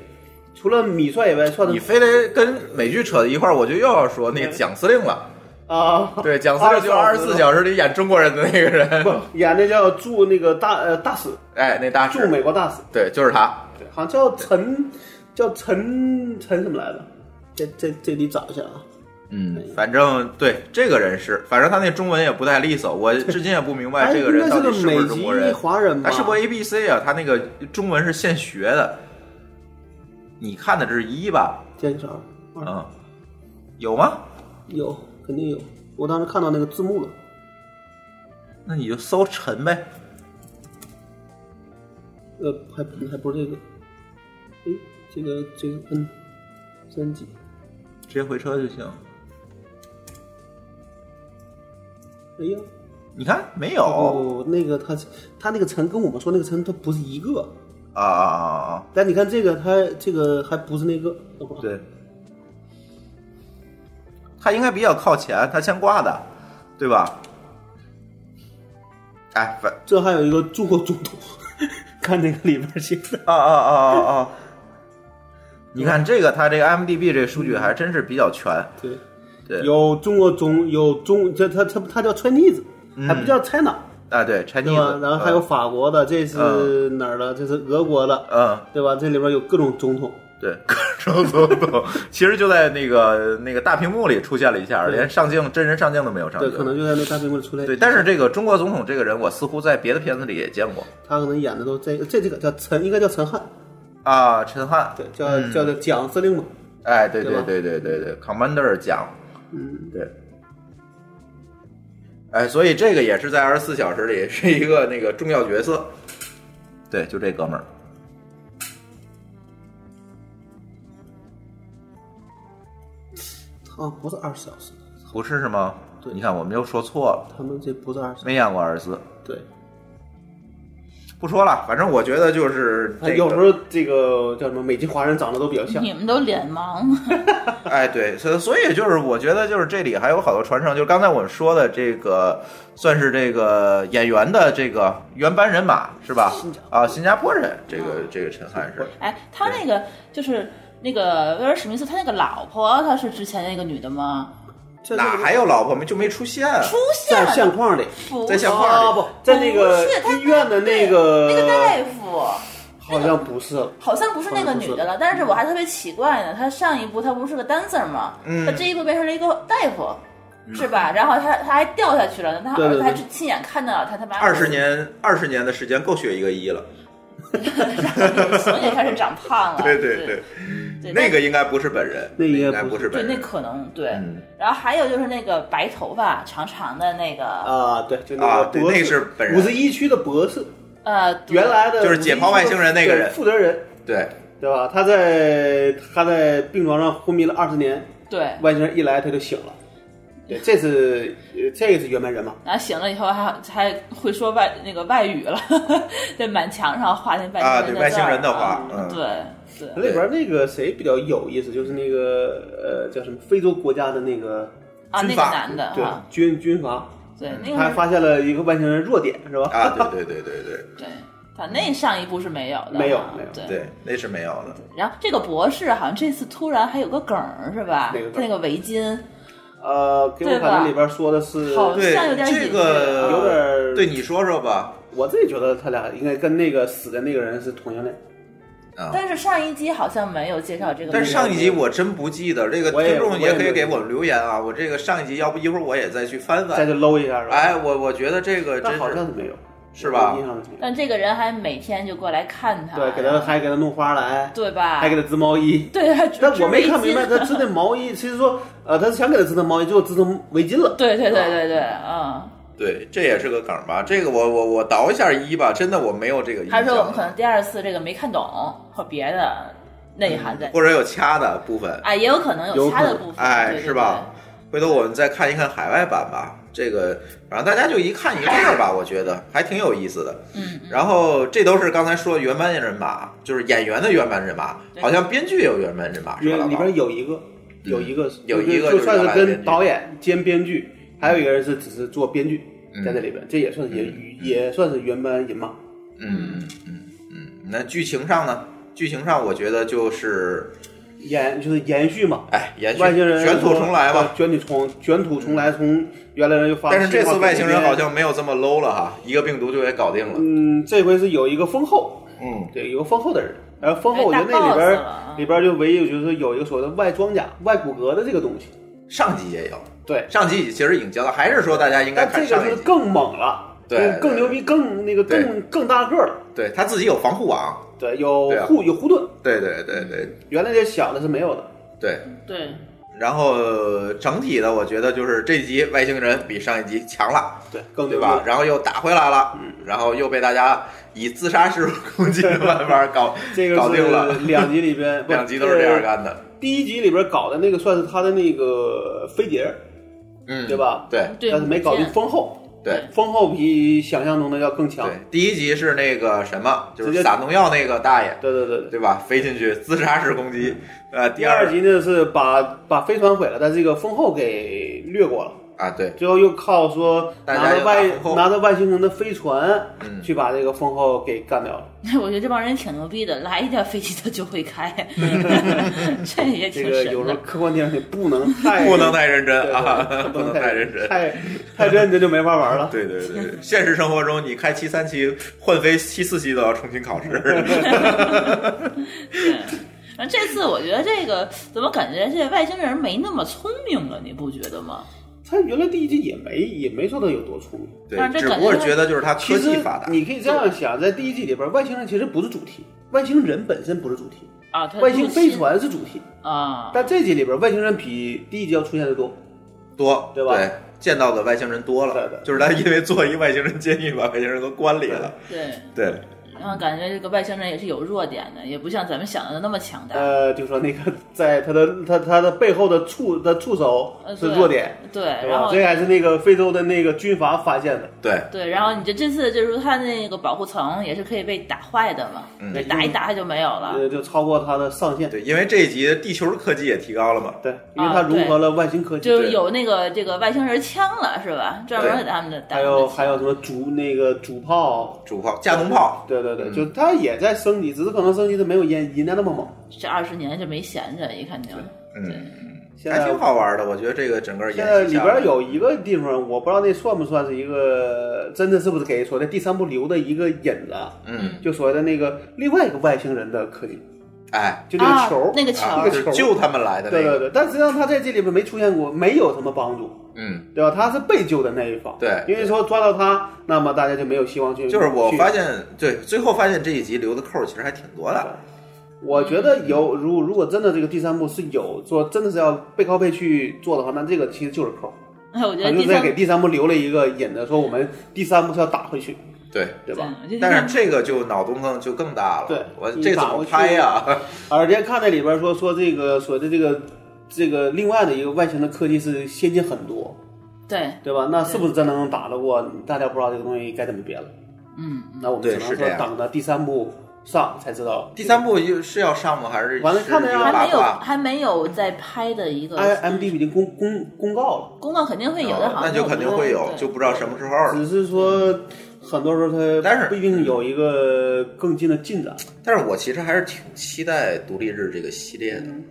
Speaker 4: 除了米帅以外，算
Speaker 2: 你
Speaker 4: 是
Speaker 2: 非得跟美剧扯到一块儿，我就又要说那个蒋司令了。
Speaker 4: 啊，
Speaker 2: 对，蒋司令就是二十四小时里演中国人的那个人，
Speaker 4: 不演那叫驻那个大呃大使，
Speaker 2: 哎，那大
Speaker 4: 驻
Speaker 2: 师，
Speaker 4: 美国大使，
Speaker 2: 对，就是他。
Speaker 4: 好像叫陈叫陈陈什么来着？这这这得找一下啊。
Speaker 2: 嗯，反正对这个人是，反正他那中文也不太利索，我至今也不明白
Speaker 4: 哎
Speaker 2: 这个人
Speaker 4: 应
Speaker 2: 到
Speaker 4: 该是
Speaker 2: 底
Speaker 4: 个
Speaker 2: 是不是中国人
Speaker 4: 美籍。华人吧
Speaker 2: 他是不是 A B C 啊？他那个中文是现学的。你看的这是一吧？
Speaker 4: 奸商啊，
Speaker 2: 嗯，有吗？
Speaker 4: 有肯定有。我当时看到那个字幕了，
Speaker 2: 那你就搜陈呗。
Speaker 4: 呃，还不还不是这个，哎，这个这个嗯，三级
Speaker 2: 直接回车就行。
Speaker 4: 哎呀，
Speaker 2: 你看没
Speaker 4: 哦，
Speaker 2: 有
Speaker 4: 不不那个他他那个陈跟我们说那个陈他不是一个，
Speaker 2: 啊啊啊啊！
Speaker 4: 但你看这个他这个还不是那个，等会儿啊，
Speaker 2: 对，他应该比较靠前，他先挂的，对吧？哎，反
Speaker 4: 这还有一个中国总统， (laughs) 看这个里边写的，
Speaker 2: 啊啊啊啊啊！你看这个，它这个 m d b 这个数据还真是比较全。
Speaker 4: 对，
Speaker 2: 对，
Speaker 4: 有中国总有中这他他他叫 Chinese，还
Speaker 2: 嗯
Speaker 4: 不叫 China，
Speaker 2: 啊，对
Speaker 4: 对吧？
Speaker 2: ，Chinese，
Speaker 4: 然后还有法国的，这是哪儿的？这是俄国的，
Speaker 2: 嗯，
Speaker 4: 对吧？这里边有各种总统，
Speaker 2: 对， (laughs) 各种总统，其实就在那个那个大屏幕里出现了一下，
Speaker 4: 对
Speaker 2: 连上镜真人上镜都没有上
Speaker 4: 对，
Speaker 2: 镜。
Speaker 4: 可能就在那大屏幕里出来。
Speaker 2: 对，但是这个中国总统这个人，我似乎在别的片子里也见过
Speaker 4: 他可能演的都这这这个叫陈，应该叫陈汉，
Speaker 2: 啊，陈汉，
Speaker 4: 对，叫、
Speaker 2: 嗯
Speaker 4: 叫做蒋司令嘛。
Speaker 2: 哎，对
Speaker 4: 对吧
Speaker 2: 对对对对，Commander 讲，
Speaker 4: 嗯，
Speaker 2: 对。哎，所以这个也是在二十四小时里是一个那个重要角色。对，就这哥们儿。
Speaker 4: 啊，不是二十四小时，
Speaker 2: 不是是吗？
Speaker 4: 对
Speaker 2: 你看我们又说错了，
Speaker 4: 他们这不是二十四，
Speaker 2: 没演过二十四。
Speaker 4: 对，
Speaker 2: 不说了，反正我觉得就是、这个
Speaker 4: 哎有时候这个叫什么，美籍华人长得都比较像
Speaker 3: 你。们都脸盲， (laughs)
Speaker 2: 哎，对，所所以就是我觉得就是这里还有好多传承，就是刚才我们说的这个，算是这个演员的这个原班人马是吧？啊，新加坡人，这个这个陈汉是，
Speaker 3: 哎，他那个就是那个威尔史密斯，他那个老婆，她是之前那个女的吗？
Speaker 4: 这
Speaker 2: 哪还有老婆没就没出现？
Speaker 3: 出现
Speaker 4: 在
Speaker 3: 了，
Speaker 4: 相框里？
Speaker 3: 不哦
Speaker 2: 在相框
Speaker 4: 啊
Speaker 2: 里
Speaker 4: 不，在那个
Speaker 3: 不是他
Speaker 4: 医院的那个
Speaker 3: 那个大夫。
Speaker 4: 好像不是，
Speaker 3: 好像不是那个女的了，但是我还特别奇怪呢。她上一部她不是个 dancer 吗？
Speaker 2: 嗯
Speaker 3: 她这一部变成了一个大夫，是吧？然后她她还掉下去了呢，她
Speaker 4: 对
Speaker 3: 儿
Speaker 4: 对
Speaker 3: 子还
Speaker 4: 对
Speaker 3: 亲眼看到了她，她妈
Speaker 2: 二十年二十年的时间够学一个医了，
Speaker 3: 熊也开始长胖
Speaker 2: (laughs)
Speaker 3: 了。
Speaker 2: 对对
Speaker 3: 啊对
Speaker 2: 对，
Speaker 3: 对，
Speaker 2: 那个应该不是本人，
Speaker 4: 那应
Speaker 2: 应
Speaker 4: 该
Speaker 2: 该
Speaker 4: 不
Speaker 2: 不
Speaker 4: 是
Speaker 2: 是
Speaker 3: 对
Speaker 2: 本
Speaker 3: 那
Speaker 2: 人。
Speaker 3: 可能对
Speaker 2: 嗯。
Speaker 3: 然后还有就是那个白头发长长的那个
Speaker 4: 啊，对，就
Speaker 2: 啊
Speaker 4: 那个
Speaker 2: 对
Speaker 4: 博士，
Speaker 2: 那是本人
Speaker 4: 五十一区的博士，
Speaker 3: 呃，对
Speaker 4: 原来的
Speaker 2: 就是解
Speaker 4: 51
Speaker 2: 放外星人那个人
Speaker 4: 对负责人，
Speaker 2: 对，
Speaker 4: 对吧？他在他在病床上昏迷了二十年，
Speaker 3: 对，
Speaker 4: 外星人一来他就醒了。对，这是呃这个是原班人马，
Speaker 3: 然后醒了以后还还会说外那个外语了， (laughs) 在满墙上画那外
Speaker 2: 啊
Speaker 3: 星
Speaker 2: 对
Speaker 3: 人的
Speaker 2: 外星
Speaker 3: 字儿
Speaker 2: 人的
Speaker 3: 啊
Speaker 2: 画嗯
Speaker 3: 对对。
Speaker 4: 里边那个谁比较有意思，就是那个呃叫什么非洲国家的那个
Speaker 3: 啊，那
Speaker 2: 军
Speaker 3: 个
Speaker 2: 阀
Speaker 3: 男的
Speaker 4: 对
Speaker 3: 啊，
Speaker 4: 军军阀，
Speaker 3: 对，
Speaker 2: 嗯
Speaker 3: 那
Speaker 4: 还
Speaker 3: 个
Speaker 4: 发现了一个外星人弱点是吧？
Speaker 2: 啊，对对对对对
Speaker 3: 对，他那上一部是没有的，
Speaker 4: 没有
Speaker 3: 啊
Speaker 4: 没有
Speaker 3: 对。
Speaker 2: 对，那是没有的。
Speaker 3: 然后这个博士好像这次突然还有个梗儿是吧？
Speaker 4: 哪个梗
Speaker 3: 他那个围巾，
Speaker 4: (laughs) 呃，给我
Speaker 3: 对吧
Speaker 4: 感觉里边说的是，
Speaker 3: 好
Speaker 2: 对
Speaker 3: 像有点
Speaker 2: 这
Speaker 3: 隐
Speaker 2: 个
Speaker 3: 喻
Speaker 4: 有点儿
Speaker 2: 对你说说吧，
Speaker 4: 我自己觉得他俩应该跟那个死的那个人是同性恋。
Speaker 2: 啊，
Speaker 3: 但是上一集好像没有介绍这个。
Speaker 2: 但是上一集我真不记得，这个
Speaker 4: 我也
Speaker 2: 听众也可
Speaker 4: 我
Speaker 2: 以
Speaker 4: 也
Speaker 2: 给我留言啊。我这个上一集，要不一会儿我也再去翻
Speaker 4: 再
Speaker 2: 翻。
Speaker 4: 去搂一下是吧？
Speaker 2: 哎，我我觉得这个真
Speaker 4: 但好像
Speaker 2: 是
Speaker 4: 是没有，
Speaker 2: 是吧
Speaker 4: 我印象是没有。
Speaker 3: 但这个人还每天就过来看他，
Speaker 4: 对，给他还给他弄花来，
Speaker 3: 对吧？
Speaker 4: 还给他织毛衣。
Speaker 3: 对，还织
Speaker 4: 但我没看
Speaker 3: 织围
Speaker 4: 明白，
Speaker 3: 巾
Speaker 4: 他织的毛衣，其实说，呃，他是想给他织的毛衣，结果织成围巾了。
Speaker 3: 对对对对对，嗯。
Speaker 2: 对，这也是个梗吧？这个我我我倒一下一吧，真的我没有这个印
Speaker 3: 还
Speaker 2: 象
Speaker 3: 是说我们可能第二次这个没看懂或别的内涵在，
Speaker 2: 或者有掐的部分，
Speaker 3: 啊，也有可能有
Speaker 4: 嗯有
Speaker 3: 掐的
Speaker 4: 可能
Speaker 3: 部分，对
Speaker 2: 哎，
Speaker 3: 对
Speaker 2: 是吧？回头我们再看一看海外版吧。这个，反正大家就一看一个乐
Speaker 3: (laughs)
Speaker 2: 吧，我觉得还挺有意思的。
Speaker 3: 对嗯，
Speaker 2: 然后这都是刚才说原班人马，就是演员的原班人马，
Speaker 3: 对
Speaker 2: 好像编剧也有原班人马，是吧？
Speaker 4: 因为
Speaker 2: 老
Speaker 4: 里
Speaker 2: 高
Speaker 4: 边有一个，有一个是，
Speaker 2: 啊嗯有一个就
Speaker 4: 就
Speaker 2: 是
Speaker 4: 算
Speaker 2: 原来
Speaker 4: 是
Speaker 2: 的编
Speaker 4: 跟
Speaker 2: 剧
Speaker 4: 导演兼编剧，还有一个人是只是做编剧，在这里边，这也算是也也算是原班人马。
Speaker 2: 嗯嗯嗯嗯，那剧情上呢？剧情上我觉得就是，
Speaker 4: 延就是延续嘛，
Speaker 2: 哎，延续
Speaker 4: 外星人
Speaker 2: 卷土重来吧。
Speaker 4: 对卷土重卷土重来，从原来人又发。
Speaker 2: 但是这次外星人好
Speaker 4: 像。
Speaker 2: 像没有这么 low 了哈，一个病毒就给搞定了。
Speaker 4: 嗯，这回是有一个封后，
Speaker 2: 嗯，
Speaker 4: 对，有个封后的人。然后封后，我觉得
Speaker 3: 哎大
Speaker 4: 那里边
Speaker 3: boss 了啊
Speaker 4: 儿里边儿就唯一就是有一个所谓的外装甲、外骨骼的这个东西。
Speaker 2: 上集也有，
Speaker 4: 对，
Speaker 2: 上集其实已经交代，还是说大家应该
Speaker 4: 但
Speaker 2: 看
Speaker 4: 这个
Speaker 2: 上一
Speaker 4: 是
Speaker 2: 集。
Speaker 4: 更猛了，
Speaker 2: 对
Speaker 4: 更更
Speaker 2: 对
Speaker 4: 牛逼，更那个
Speaker 2: 对
Speaker 4: 更更大个儿了。
Speaker 2: 对他自己有防护网。
Speaker 4: 对，有
Speaker 2: 对啊
Speaker 4: 护有嗯护盾，
Speaker 2: 对对对对
Speaker 4: 原来这小的是没有的。
Speaker 2: 对。
Speaker 3: 对，
Speaker 2: 然后整体的，我觉得就是这集外星人比上一集强了，
Speaker 4: 对，更
Speaker 2: 对
Speaker 4: 牛逼
Speaker 2: 吧？
Speaker 4: 了？
Speaker 2: 然后又打回来了，
Speaker 4: 嗯
Speaker 2: 然后又被大家以自杀式攻击的办法搞
Speaker 4: (laughs) 这个
Speaker 2: 搞定了
Speaker 4: 是。两集里边，不
Speaker 2: 两集都是这样。
Speaker 4: 呃
Speaker 2: 干的，
Speaker 4: 第一集里边搞的那个算是他的那个飞碟，
Speaker 2: 嗯，
Speaker 4: 对吧
Speaker 2: 对
Speaker 3: 对
Speaker 4: 但是没搞定
Speaker 3: 母舰
Speaker 4: 封后。
Speaker 2: 对
Speaker 4: 封后比想象中的要更强。
Speaker 2: 对，第一集是那个什么，就
Speaker 4: 直
Speaker 2: 是
Speaker 4: 接
Speaker 2: 撒农药那个大爷，
Speaker 4: 对对对对。嗯
Speaker 2: 对吧？飞进去自杀式攻击，呃，
Speaker 4: 第
Speaker 2: 第
Speaker 4: 二集呢是把把飞船毁了，但是这个风后给掠过了，
Speaker 2: 啊，对
Speaker 4: 最后又靠说
Speaker 2: 大家
Speaker 4: 拿着
Speaker 2: 又
Speaker 4: 外
Speaker 2: 打风后
Speaker 4: 拿着外星人的飞船
Speaker 2: 嗯
Speaker 4: 去把这个风后给干掉了，
Speaker 3: (laughs) 我觉得这帮人挺牛逼的，来一架飞机他就会
Speaker 4: (laughs)
Speaker 3: 开，这也
Speaker 4: 这
Speaker 3: 挺
Speaker 4: 个有
Speaker 3: 神
Speaker 4: 时候
Speaker 3: 的。
Speaker 4: 客观电影也不能太
Speaker 2: 嗯不能太认
Speaker 4: 对
Speaker 2: 真
Speaker 4: 对
Speaker 2: 啊， (laughs)
Speaker 4: 对
Speaker 2: 不
Speaker 4: 不
Speaker 2: 能
Speaker 4: 能
Speaker 2: (laughs) 太
Speaker 4: 太
Speaker 2: 认真。
Speaker 4: 太太认真就没法玩了。
Speaker 2: 对对对，
Speaker 4: (laughs)
Speaker 2: 对现实生活中你开七三七换飞七四七都要重新考试，
Speaker 3: 对，然后这次我觉得这个怎么感觉这外星人没那么聪明了，你不觉得吗？
Speaker 4: 他原来第一集也没也没说他有多聪明，
Speaker 2: (laughs) 对
Speaker 3: 但，是这
Speaker 2: 只不
Speaker 3: 感
Speaker 2: 过
Speaker 3: 觉
Speaker 2: 觉得就是他
Speaker 4: 其
Speaker 2: 科技
Speaker 4: 实
Speaker 2: 发达，
Speaker 4: 你可以这样想，在第一季里边，外星人其实不是主题，外星人本身不是主题，
Speaker 3: 啊，他
Speaker 4: 外星
Speaker 3: 入侵
Speaker 4: 飞船是主题，
Speaker 3: 啊，
Speaker 4: 但这集里边外星人比第一集要出现的多。
Speaker 2: 多
Speaker 4: 对吧
Speaker 2: 见到的外星人多
Speaker 4: 对
Speaker 2: 了，
Speaker 4: 对
Speaker 2: 就是他因为做一外星人监狱，把外星人都关里了。
Speaker 3: 对，
Speaker 2: 对，
Speaker 3: 然后感觉这个外星人也是有弱点的，也不像咱们想的那么强大。
Speaker 4: 呃，就说那个在他的他他的背后的触的触手
Speaker 3: 呃
Speaker 4: 是
Speaker 3: 对
Speaker 4: 弱点，
Speaker 3: 对，
Speaker 4: 对
Speaker 3: 然
Speaker 4: 吧？
Speaker 3: 后
Speaker 4: 这还是那个非洲的那个军阀发现的，
Speaker 2: 对，
Speaker 3: 对，然后你这这次就是说它那个保护层也是可以被打坏的嘛，
Speaker 4: 嗯
Speaker 3: 对，打一打它就没有了。
Speaker 4: 呃，就超过他的上限。
Speaker 2: 对，因为这一集地球科技也提高了嘛，
Speaker 4: 对，因为他融合了外星科技，
Speaker 3: 啊就是有那个这个外星人枪了，是吧？专门
Speaker 2: 对
Speaker 3: 给他们的打
Speaker 4: 还
Speaker 3: 的
Speaker 4: 有
Speaker 3: 枪
Speaker 4: 还有什么主那个主炮。
Speaker 2: 主炮、架农炮，
Speaker 4: 对对对，
Speaker 2: 嗯
Speaker 4: 就他也在升级，只是可能升级的没有人人家那么猛。
Speaker 3: 这二十年就没闲着，一看就
Speaker 2: 嗯，
Speaker 4: 现
Speaker 2: 还
Speaker 4: 在
Speaker 2: 挺好玩的。我觉得这个整个
Speaker 4: 现在
Speaker 2: 演
Speaker 4: 里
Speaker 2: 习下来
Speaker 4: 边有一个地方，我不知道那算不算是一个真的是不是给所谓的第三部留的一个引子啊，
Speaker 2: 嗯，
Speaker 4: 就所谓的那个另外一个外星人的科技，
Speaker 2: 哎，
Speaker 4: 就那个球
Speaker 3: 啊
Speaker 4: 儿，
Speaker 3: 那个球
Speaker 2: 啊，
Speaker 3: 儿
Speaker 4: 那
Speaker 2: 就
Speaker 4: 个球
Speaker 2: 是救他们来的那
Speaker 4: 对对
Speaker 2: 个，
Speaker 4: 对，但实际上他在这里边没出现过，没有什么帮助，
Speaker 2: 嗯，
Speaker 4: 对吧？他是被救的那一方，
Speaker 3: 哎
Speaker 2: 对
Speaker 4: 因为说抓到他，那么大家就没有希望去。
Speaker 2: 就是我
Speaker 4: 去
Speaker 2: 发现，对，最后发现这一集留的扣儿其实还挺多的。
Speaker 4: 我觉得有，如如果真的这个第三部是有说真的是要背靠背去做的话，那这个其实就是扣儿，
Speaker 3: 哎我觉
Speaker 4: 他
Speaker 3: 得
Speaker 4: 就
Speaker 3: 第
Speaker 4: 是在
Speaker 3: 三
Speaker 4: 给第三部留了一个引子，说我们第三部是要打回去，
Speaker 2: 对，
Speaker 4: 对吧？
Speaker 3: 对我觉得第
Speaker 2: 但
Speaker 3: 三
Speaker 2: 是这个就脑洞更就更大了。
Speaker 4: 对
Speaker 2: 我
Speaker 4: 你
Speaker 2: 这怎
Speaker 4: 打
Speaker 2: 么
Speaker 4: 过去
Speaker 2: 拍呀？ (laughs)
Speaker 4: 而且看那里边说说这个说的这个这个另外的一个外星的科技是先进很多，
Speaker 3: 对，
Speaker 4: 对吧？那是不是真的能打得过？大家不知道这个东西该怎么编了。
Speaker 3: 嗯，
Speaker 4: 那我们
Speaker 2: 对
Speaker 4: 只能
Speaker 2: 是这
Speaker 4: 说
Speaker 2: 样
Speaker 4: 等到第三部上才知道。
Speaker 2: 第三部又是要上吗？还是
Speaker 4: 完了看着
Speaker 2: 是一
Speaker 4: 呀
Speaker 2: 个
Speaker 3: 还
Speaker 2: 八
Speaker 3: 没有
Speaker 2: 卦？
Speaker 3: 还没有在拍的一个
Speaker 4: I
Speaker 5: 哎
Speaker 4: M D 已经公公公告了，
Speaker 3: 公告肯定会有的，
Speaker 2: 哦
Speaker 3: 好
Speaker 2: 那
Speaker 3: 像
Speaker 2: 就肯定会有，
Speaker 3: 对
Speaker 2: 就不知道什么时候了。
Speaker 4: 只是说很多时候它
Speaker 2: 嗯但是
Speaker 4: 不一定有一个更近的进展。
Speaker 2: 但是我其实还是挺期待《独立日》这个系列的。
Speaker 4: 嗯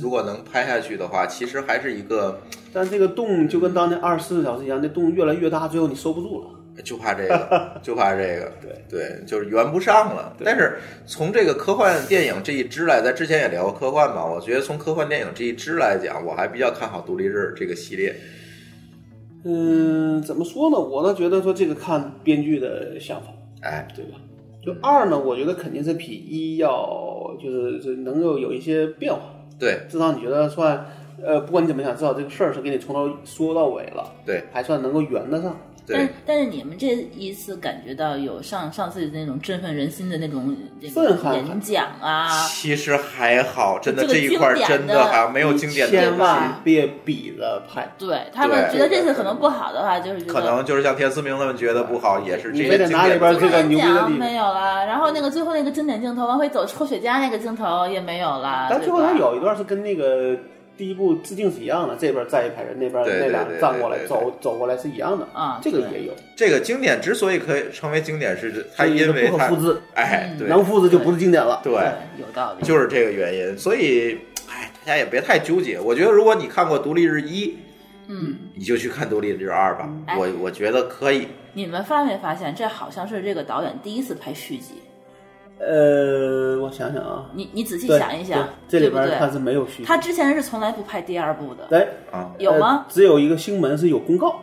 Speaker 2: 如果能拍下去的话，其实还是一个，
Speaker 4: 但这个洞就跟当年二十四小时一样，这洞越来越大，最后你收不住了。
Speaker 2: 就怕这
Speaker 4: (laughs)
Speaker 2: 个，就怕这个，
Speaker 4: 对
Speaker 2: 对，就是圆不上了。但是从这个科幻电影这一支来，咱之前也聊过科幻嘛，我觉得从科幻电影这一支来讲，我还比较看好《独立日》这个系列。
Speaker 4: 嗯，怎么说呢？我倒觉得说这个看编剧的想法，
Speaker 2: 哎，
Speaker 4: 对吧？就二呢，我觉得肯定是比一要就是就是能够有一些变化，
Speaker 2: 对
Speaker 4: 至少你觉得算，呃，不管你怎么想，至少这个事儿是给你从头说到尾了，
Speaker 2: 对
Speaker 4: 还算能够圆得上。
Speaker 3: 但
Speaker 2: 对
Speaker 3: 是，但是你们这一次感觉到有上上次那种振奋人心的那种那种
Speaker 4: 震撼
Speaker 3: 演讲啊，
Speaker 2: 其实还好，真的
Speaker 3: 这个
Speaker 2: 这一块儿
Speaker 3: 经典
Speaker 2: 真
Speaker 3: 的
Speaker 2: 的还没有经典的
Speaker 4: 千
Speaker 2: 东西。
Speaker 4: 万别比着拍，
Speaker 3: 对他们
Speaker 2: 对
Speaker 3: 觉得这次可能不好的话，就是觉
Speaker 2: 可
Speaker 3: 得
Speaker 2: 能就是像田思明他们觉得不好，也是这
Speaker 4: 啊你
Speaker 2: 些
Speaker 4: 非得
Speaker 2: 经
Speaker 4: 拿里
Speaker 2: 典
Speaker 4: 边
Speaker 2: 的
Speaker 4: 这个牛逼的
Speaker 3: 奖
Speaker 4: 地
Speaker 3: 没
Speaker 4: 方。
Speaker 3: 有了，然后那个最后那个经典镜头，往回走抽雪茄那个镜头也没有了。
Speaker 4: 但
Speaker 3: 对
Speaker 4: 最后他
Speaker 3: 吧
Speaker 4: 有一段是跟那个第一部致敬是一样的，这边站一排人，那边
Speaker 2: 对对
Speaker 4: 那俩
Speaker 2: 对对
Speaker 4: 站过来
Speaker 2: 对对
Speaker 4: 走走过来是一样的
Speaker 3: 啊
Speaker 4: 这个
Speaker 3: 对
Speaker 4: 也有，
Speaker 2: 这个经典之所以可以成为经典，是它
Speaker 4: 这
Speaker 2: 因
Speaker 4: 个
Speaker 2: 为
Speaker 4: 不可
Speaker 2: 它
Speaker 4: 复制，嗯
Speaker 2: 哎，对
Speaker 4: 能复制就不是经典了。
Speaker 2: 对，
Speaker 3: 有道理，
Speaker 2: 就是这个原因。所以，哎，大家也别太纠结。我觉得如果你看过《独立日一》，
Speaker 3: 嗯，
Speaker 2: 你就去看《独立日二》吧。
Speaker 4: 嗯
Speaker 3: 哎
Speaker 2: 我我觉得可以。
Speaker 3: 你们发没发现这好像是这个导演第一次拍续集？
Speaker 4: 呃，我想想啊，
Speaker 3: 你你仔细
Speaker 4: 对
Speaker 3: 想一想，
Speaker 4: 对这
Speaker 3: 对
Speaker 4: 里
Speaker 3: 不
Speaker 4: 边他
Speaker 3: 对？
Speaker 4: 是没有续集，
Speaker 3: 他之前是从来不拍第二部的，
Speaker 4: 哎
Speaker 2: 啊
Speaker 3: 有吗
Speaker 4: 呃？只有一个星门是有公告，
Speaker 2: 《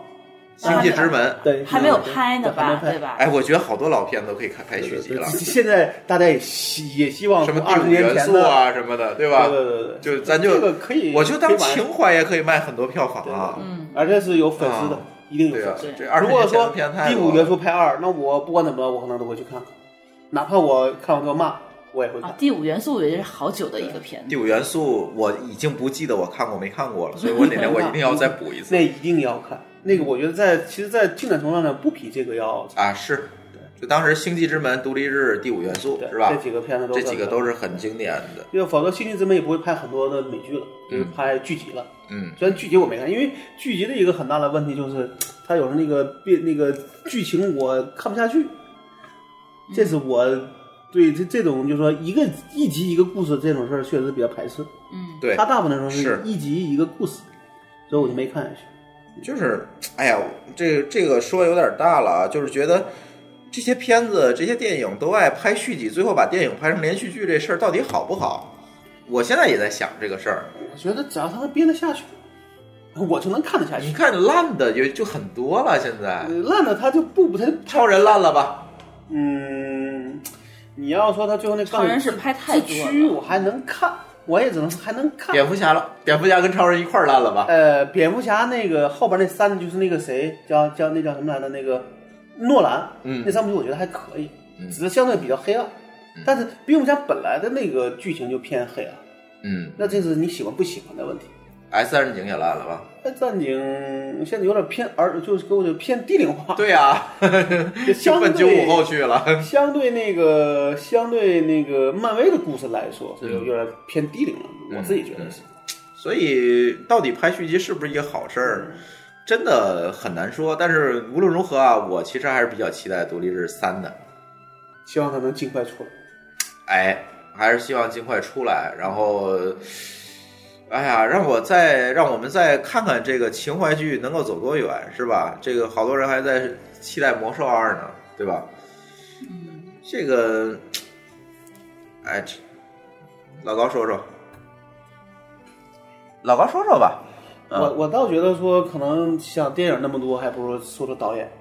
Speaker 2: 星际之门》
Speaker 4: 对，
Speaker 3: 还没有拍呢
Speaker 4: 对还没
Speaker 3: 吧？
Speaker 4: 拍
Speaker 3: 对吧？
Speaker 2: 哎，我觉得好多老片都可以看拍续集
Speaker 4: 对
Speaker 2: 了，
Speaker 4: 现在大家也希也希望
Speaker 2: 什么第
Speaker 4: 二十
Speaker 2: 五
Speaker 4: 年
Speaker 2: 元
Speaker 4: 前
Speaker 2: 素
Speaker 4: 的，
Speaker 2: 啊什么的，对吧？
Speaker 4: 对对对对，
Speaker 2: 就咱就
Speaker 4: 这个可以，
Speaker 2: 我就
Speaker 4: 可
Speaker 2: 当
Speaker 4: 以把它
Speaker 2: 情怀也可以卖很多票房啊。
Speaker 3: 嗯，
Speaker 4: 而且是有粉丝的
Speaker 2: 啊，
Speaker 4: 一定有
Speaker 2: 对啊
Speaker 4: 粉丝。，
Speaker 3: 对
Speaker 2: 这二十
Speaker 4: 如果
Speaker 2: 年前
Speaker 4: 说
Speaker 2: 的片太
Speaker 4: 第
Speaker 2: 多
Speaker 4: 五
Speaker 2: 了
Speaker 4: 元素拍二，那我不管怎么着，我可能都会去看看，哪怕我看完之后骂，我也会看
Speaker 3: 啊，。第五元素也是好久的一个片
Speaker 2: 第
Speaker 3: 子，
Speaker 2: 五元素我已经不记得我看过没看过了，所以我哪天我一定要再补一次
Speaker 4: 那一定要看，那个我觉得在其实，在进展程度上不比这个要差，
Speaker 2: 啊！是，就当时《星际之门》《独立日》《第五元素
Speaker 4: 对》
Speaker 2: 是吧
Speaker 4: 这？几个片子都
Speaker 2: 这几个
Speaker 4: 看
Speaker 2: 都是很经典的。
Speaker 4: 因为否则《星际之门》也不会拍很多的美剧了，就是拍剧集了。
Speaker 2: 嗯，
Speaker 4: 虽然剧集我没看，因为剧集的一个很大的问题就是，它有时候那个变那个剧情我看不下去，这是我对这这种就是说一个一集一个故事这种事儿确实比较排斥。
Speaker 3: 嗯，
Speaker 2: 对
Speaker 4: 它，大部分时候
Speaker 2: 是
Speaker 4: 一集一个故事，所以我就没看下去。
Speaker 2: 就是哎呀，这这个说有点大了啊，就是觉得这些片子、这些电影都爱拍续集，最后把电影拍成连续剧这事儿到底好不好？我现在也在想这个事儿。
Speaker 4: 我觉得只要它能编得下去，我就能看得下
Speaker 2: 你
Speaker 4: 去。
Speaker 2: 看烂的也就很多了，现在
Speaker 4: 呃烂了它就不不它
Speaker 2: 超人烂了吧？
Speaker 4: 嗯，你要说他最后那
Speaker 3: 超人是拍太多了
Speaker 4: 区我还能看，我也只能说还能看。
Speaker 2: 蝙蝠侠了，蝙蝠侠跟超人一块儿烂了吧？
Speaker 4: 呃，蝙蝠侠那个后边那呃三就是那个谁叫叫那叫什么来着？那个诺兰，
Speaker 2: 嗯
Speaker 4: 那三部曲我觉得还可以，
Speaker 2: 嗯
Speaker 4: 只是相对比较黑暗。但是比我们家本来的那个剧情就偏黑暗，
Speaker 2: 嗯
Speaker 4: 那这是你喜欢不喜欢的问题。
Speaker 2: ，S 战警也烂了吧？
Speaker 4: 那战警现在有点偏儿，就是给我觉得偏低龄化。
Speaker 2: 对
Speaker 4: (laughs)
Speaker 2: 呀、
Speaker 4: 相
Speaker 2: 就奔
Speaker 4: 对
Speaker 2: 九五后去了。
Speaker 4: 相对那个相对那个漫威的故事来说，这就有点偏低龄了。我自己觉得是，
Speaker 2: 所以到底拍续集是不是一个好事
Speaker 4: 嗯
Speaker 2: 儿，真的很难说。但是无论如何啊，我其实还是比较期待《独立日三》的。
Speaker 4: 希望他能尽快出来。
Speaker 2: 哎，还是希望尽快出来。然后，哎呀，让我再让我们再看看这个情怀剧能够走多远，是吧？这个好多人还在期待《魔兽二》呢，对吧？
Speaker 4: 嗯
Speaker 2: 这个，哎，这老高说说，老高说说吧。嗯
Speaker 4: 我我倒觉得说，可能像电影那么多，还不如说说导演。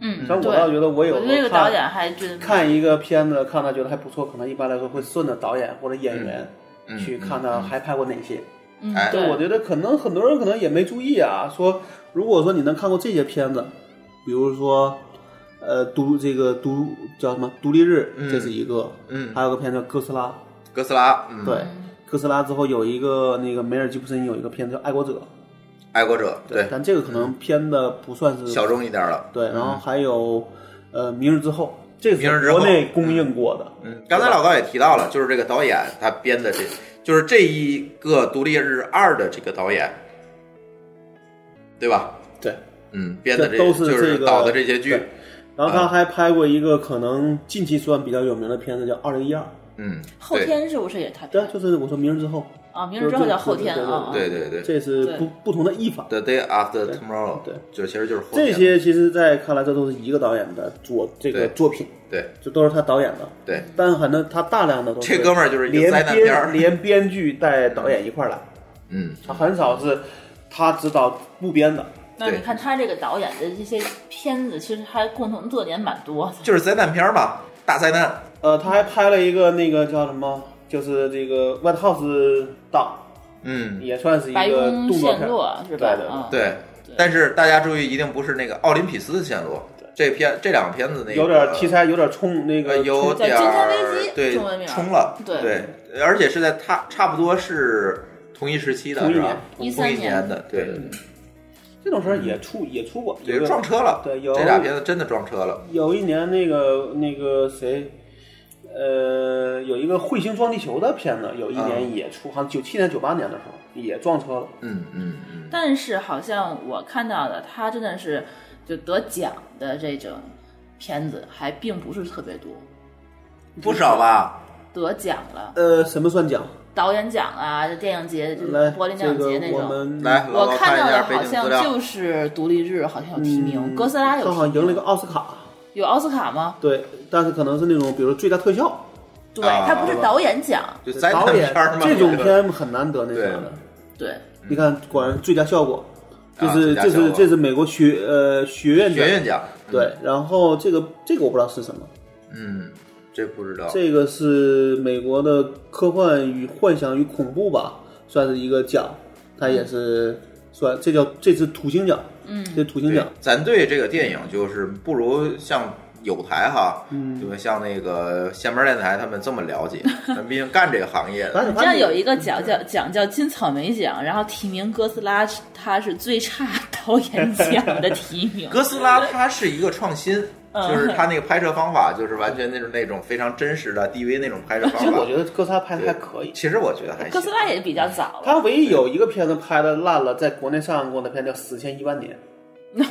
Speaker 3: 嗯，
Speaker 4: 但
Speaker 3: 对，
Speaker 4: 我倒觉得我有
Speaker 3: 我觉得这
Speaker 4: 时候
Speaker 3: 个导
Speaker 4: 看
Speaker 3: 演还真
Speaker 4: 看一个片子，看他觉得还不错，可能一般来说会顺着导演或者演员
Speaker 2: 嗯
Speaker 4: 去看他还拍过哪些。
Speaker 3: 嗯
Speaker 2: 哎，
Speaker 3: 对，
Speaker 4: 我觉得可能很多人可能也没注意啊，说如果说你能看过这些片子，比如说。呃，独这个独叫什么？独立日，这是一个，
Speaker 2: 嗯
Speaker 4: 还有个片叫《哥斯拉》，
Speaker 2: 哥斯拉，嗯，
Speaker 4: 对，哥斯拉之后有一个那个梅尔吉布森有一个片子叫《爱国者》，
Speaker 2: 爱国者，对，
Speaker 4: 但这个可能片的不算是
Speaker 2: 小众一点了。
Speaker 4: 对，然后还有呃《明日之后》，这
Speaker 2: 明日
Speaker 4: 是
Speaker 2: 之后
Speaker 4: 国内供应过的，
Speaker 2: 嗯，刚才老高也提到了，就是这个导演他编的这，就是这一个《独立日二》的这个导演，对吧？
Speaker 4: 对，
Speaker 2: 嗯，编的
Speaker 4: 这
Speaker 2: 这
Speaker 4: 都是
Speaker 2: 就
Speaker 4: 这
Speaker 2: 是
Speaker 4: 个
Speaker 2: 导的这些剧
Speaker 4: 对，然后
Speaker 2: 啊
Speaker 4: 他还拍过一个可能近期算比较有名的片子叫《二零一二》，
Speaker 2: 嗯，
Speaker 3: 后天是不是也他
Speaker 4: 对啊
Speaker 3: 拍，的
Speaker 4: 就是我说《明日之后
Speaker 3: 啊？明日之后叫后天
Speaker 4: 对对对
Speaker 3: 啊，啊
Speaker 2: 对对对》，对
Speaker 4: 这是不不同的译法。
Speaker 2: ，The Day After Tomorrow，
Speaker 4: 对
Speaker 2: 就其实就是后天
Speaker 4: 这些其实，在看来，这都是一个导演的作这个
Speaker 2: 对
Speaker 4: 作品，
Speaker 2: 对
Speaker 4: 这都是他导演的。
Speaker 2: 对，
Speaker 4: 但反正他大量的都是
Speaker 2: 这哥们儿就是一个
Speaker 4: 连
Speaker 2: 灾难片儿
Speaker 4: 编连编剧带导演一块儿来，
Speaker 2: 嗯，
Speaker 4: 他很少是他指导不编的。
Speaker 3: 那你
Speaker 2: 对
Speaker 3: 看他这个导演的这些片子，其实还共同特点蛮多的。
Speaker 2: 就是灾难片儿嘛，大灾难，
Speaker 4: 呃，他还拍了一个那个叫什么，就是这个 White House 档，
Speaker 2: 嗯，
Speaker 4: 也算是一
Speaker 3: 白
Speaker 4: 个
Speaker 3: 宫
Speaker 4: 动作
Speaker 3: 陷
Speaker 4: 片。
Speaker 3: 落是吧
Speaker 4: 对对？对
Speaker 3: 啊，
Speaker 2: 对。但是大家注意，一定不是那个奥林匹斯的线路。这片这两个片子那个
Speaker 4: 有点题材，有点冲那
Speaker 2: 呃，
Speaker 4: 个
Speaker 2: 有
Speaker 4: 冲
Speaker 2: 点
Speaker 3: 叫金山危机
Speaker 2: 儿对
Speaker 3: 中文名儿
Speaker 2: 冲了，
Speaker 3: 对
Speaker 2: 对，而且是在差差不多是同一时期的，
Speaker 4: 同一
Speaker 2: 是
Speaker 4: 年
Speaker 2: 吧？
Speaker 3: 13
Speaker 2: 同一
Speaker 3: 年
Speaker 2: 的，对对
Speaker 4: 这种事儿也出也出过，
Speaker 2: 对，对，
Speaker 4: 有个
Speaker 2: 撞车了，
Speaker 4: 对有
Speaker 2: 这俩片子真的撞车了，
Speaker 4: 有一年那个那个谁，呃，有一个彗星撞地球的片子，有一年也出，好像九七年九八年的时候也撞车了。
Speaker 2: 嗯嗯嗯，
Speaker 3: 但是好像我看到的，他真的是就得奖的这种片子还并不是特别多，
Speaker 2: 不少吧？
Speaker 3: 得奖了，
Speaker 4: 呃，什么算奖？
Speaker 3: 导演奖啊，这电影节，就是
Speaker 4: 来，
Speaker 3: 柏林
Speaker 4: 这
Speaker 3: 电影
Speaker 4: 个
Speaker 3: 节那
Speaker 4: 我
Speaker 3: 种。
Speaker 4: 们
Speaker 2: 来，老
Speaker 3: 我
Speaker 2: 高
Speaker 3: 看
Speaker 2: 一
Speaker 3: 到
Speaker 2: 下
Speaker 3: 的
Speaker 2: 背
Speaker 3: 好
Speaker 2: 景资
Speaker 3: 像
Speaker 2: 料
Speaker 3: 就，是《独立日》，好像有提名，
Speaker 4: 嗯
Speaker 3: 哥斯拉有
Speaker 4: 他
Speaker 3: 提
Speaker 4: 好像
Speaker 3: 名，
Speaker 4: 赢了一个奥斯卡，
Speaker 3: 有奥斯卡吗？
Speaker 4: 对，但是可能是那种比如说最佳特效。
Speaker 3: 对，
Speaker 2: 啊
Speaker 3: 他不是导演奖，
Speaker 2: 就灾难
Speaker 4: 导演
Speaker 2: 片儿嘛，
Speaker 4: 这种
Speaker 2: 个
Speaker 4: 片很难得那啥的。
Speaker 3: 对，
Speaker 4: 你看，果然最佳效果，就
Speaker 2: 啊
Speaker 4: 是
Speaker 2: 最佳
Speaker 4: 这
Speaker 2: 效
Speaker 4: 是
Speaker 2: 果
Speaker 4: 这是美国学呃学院
Speaker 2: 学
Speaker 4: 奖
Speaker 2: 院奖，
Speaker 4: 对，然后这个这个我不知道是什么，
Speaker 2: 嗯，这不知道，
Speaker 4: 这个是美国的科幻与幻想与恐怖吧，算是一个奖，它也是算这叫这是土星奖，嗯，这土星
Speaker 2: 对
Speaker 4: 奖，
Speaker 2: 咱对这个电影就是不如像有台哈，
Speaker 4: 嗯
Speaker 2: 对吧？像那个下面电台他们这么了
Speaker 4: (laughs)
Speaker 2: 解，咱毕竟干这个行业的，。
Speaker 4: 反正
Speaker 3: 这样有一个
Speaker 4: 嗯
Speaker 3: 奖叫奖叫金草莓奖，然后提名哥斯拉，他是最差 (laughs) 导演奖的提名
Speaker 2: 哥斯拉它是一个创新，
Speaker 3: 嗯
Speaker 2: 就是它那个拍摄方法，就是完全那种那种非常真实的 DV 那种拍摄
Speaker 4: 其
Speaker 2: 方
Speaker 4: 实
Speaker 2: 法。
Speaker 4: 我觉得哥斯拉拍的还可以。
Speaker 2: 其实我觉得还
Speaker 3: 哥
Speaker 2: 行
Speaker 3: 斯。拉也比较早了，
Speaker 4: 他唯一有一个片子拍的烂了，在国内上映过的片叫《死前一万年》，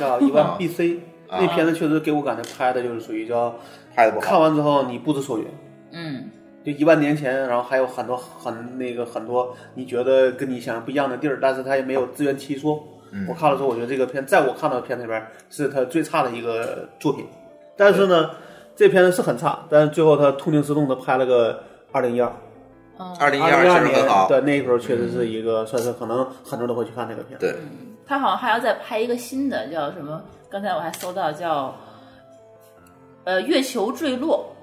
Speaker 4: (laughs) 叫一 (laughs) 万 BC，、
Speaker 2: 啊
Speaker 4: 那片子确实给我感觉拍的就是属于叫
Speaker 2: 拍的不
Speaker 4: 看
Speaker 2: 好，
Speaker 4: 完之后你不知所云，
Speaker 3: 嗯，
Speaker 4: 就一万年前，然后还有很多很那个很多你觉得跟你想不一样的地儿，但是它也没有自圆其说。
Speaker 2: 嗯
Speaker 4: 我看了之后，我觉得这个片在我看到的片子里边是他最差的一个作品，但是呢，这片子是很差，但是最后他痛定思痛的拍了个二零一二，
Speaker 2: 二零一
Speaker 4: 二
Speaker 2: 确
Speaker 4: 零二
Speaker 2: 实很
Speaker 4: 年
Speaker 2: 好。
Speaker 4: 对那时候确实是一个算是可能很多人都会去看这个片。
Speaker 2: 对，
Speaker 3: 他好像还要再拍一个新的，叫什么？刚才我还搜到叫，呃，月球坠落，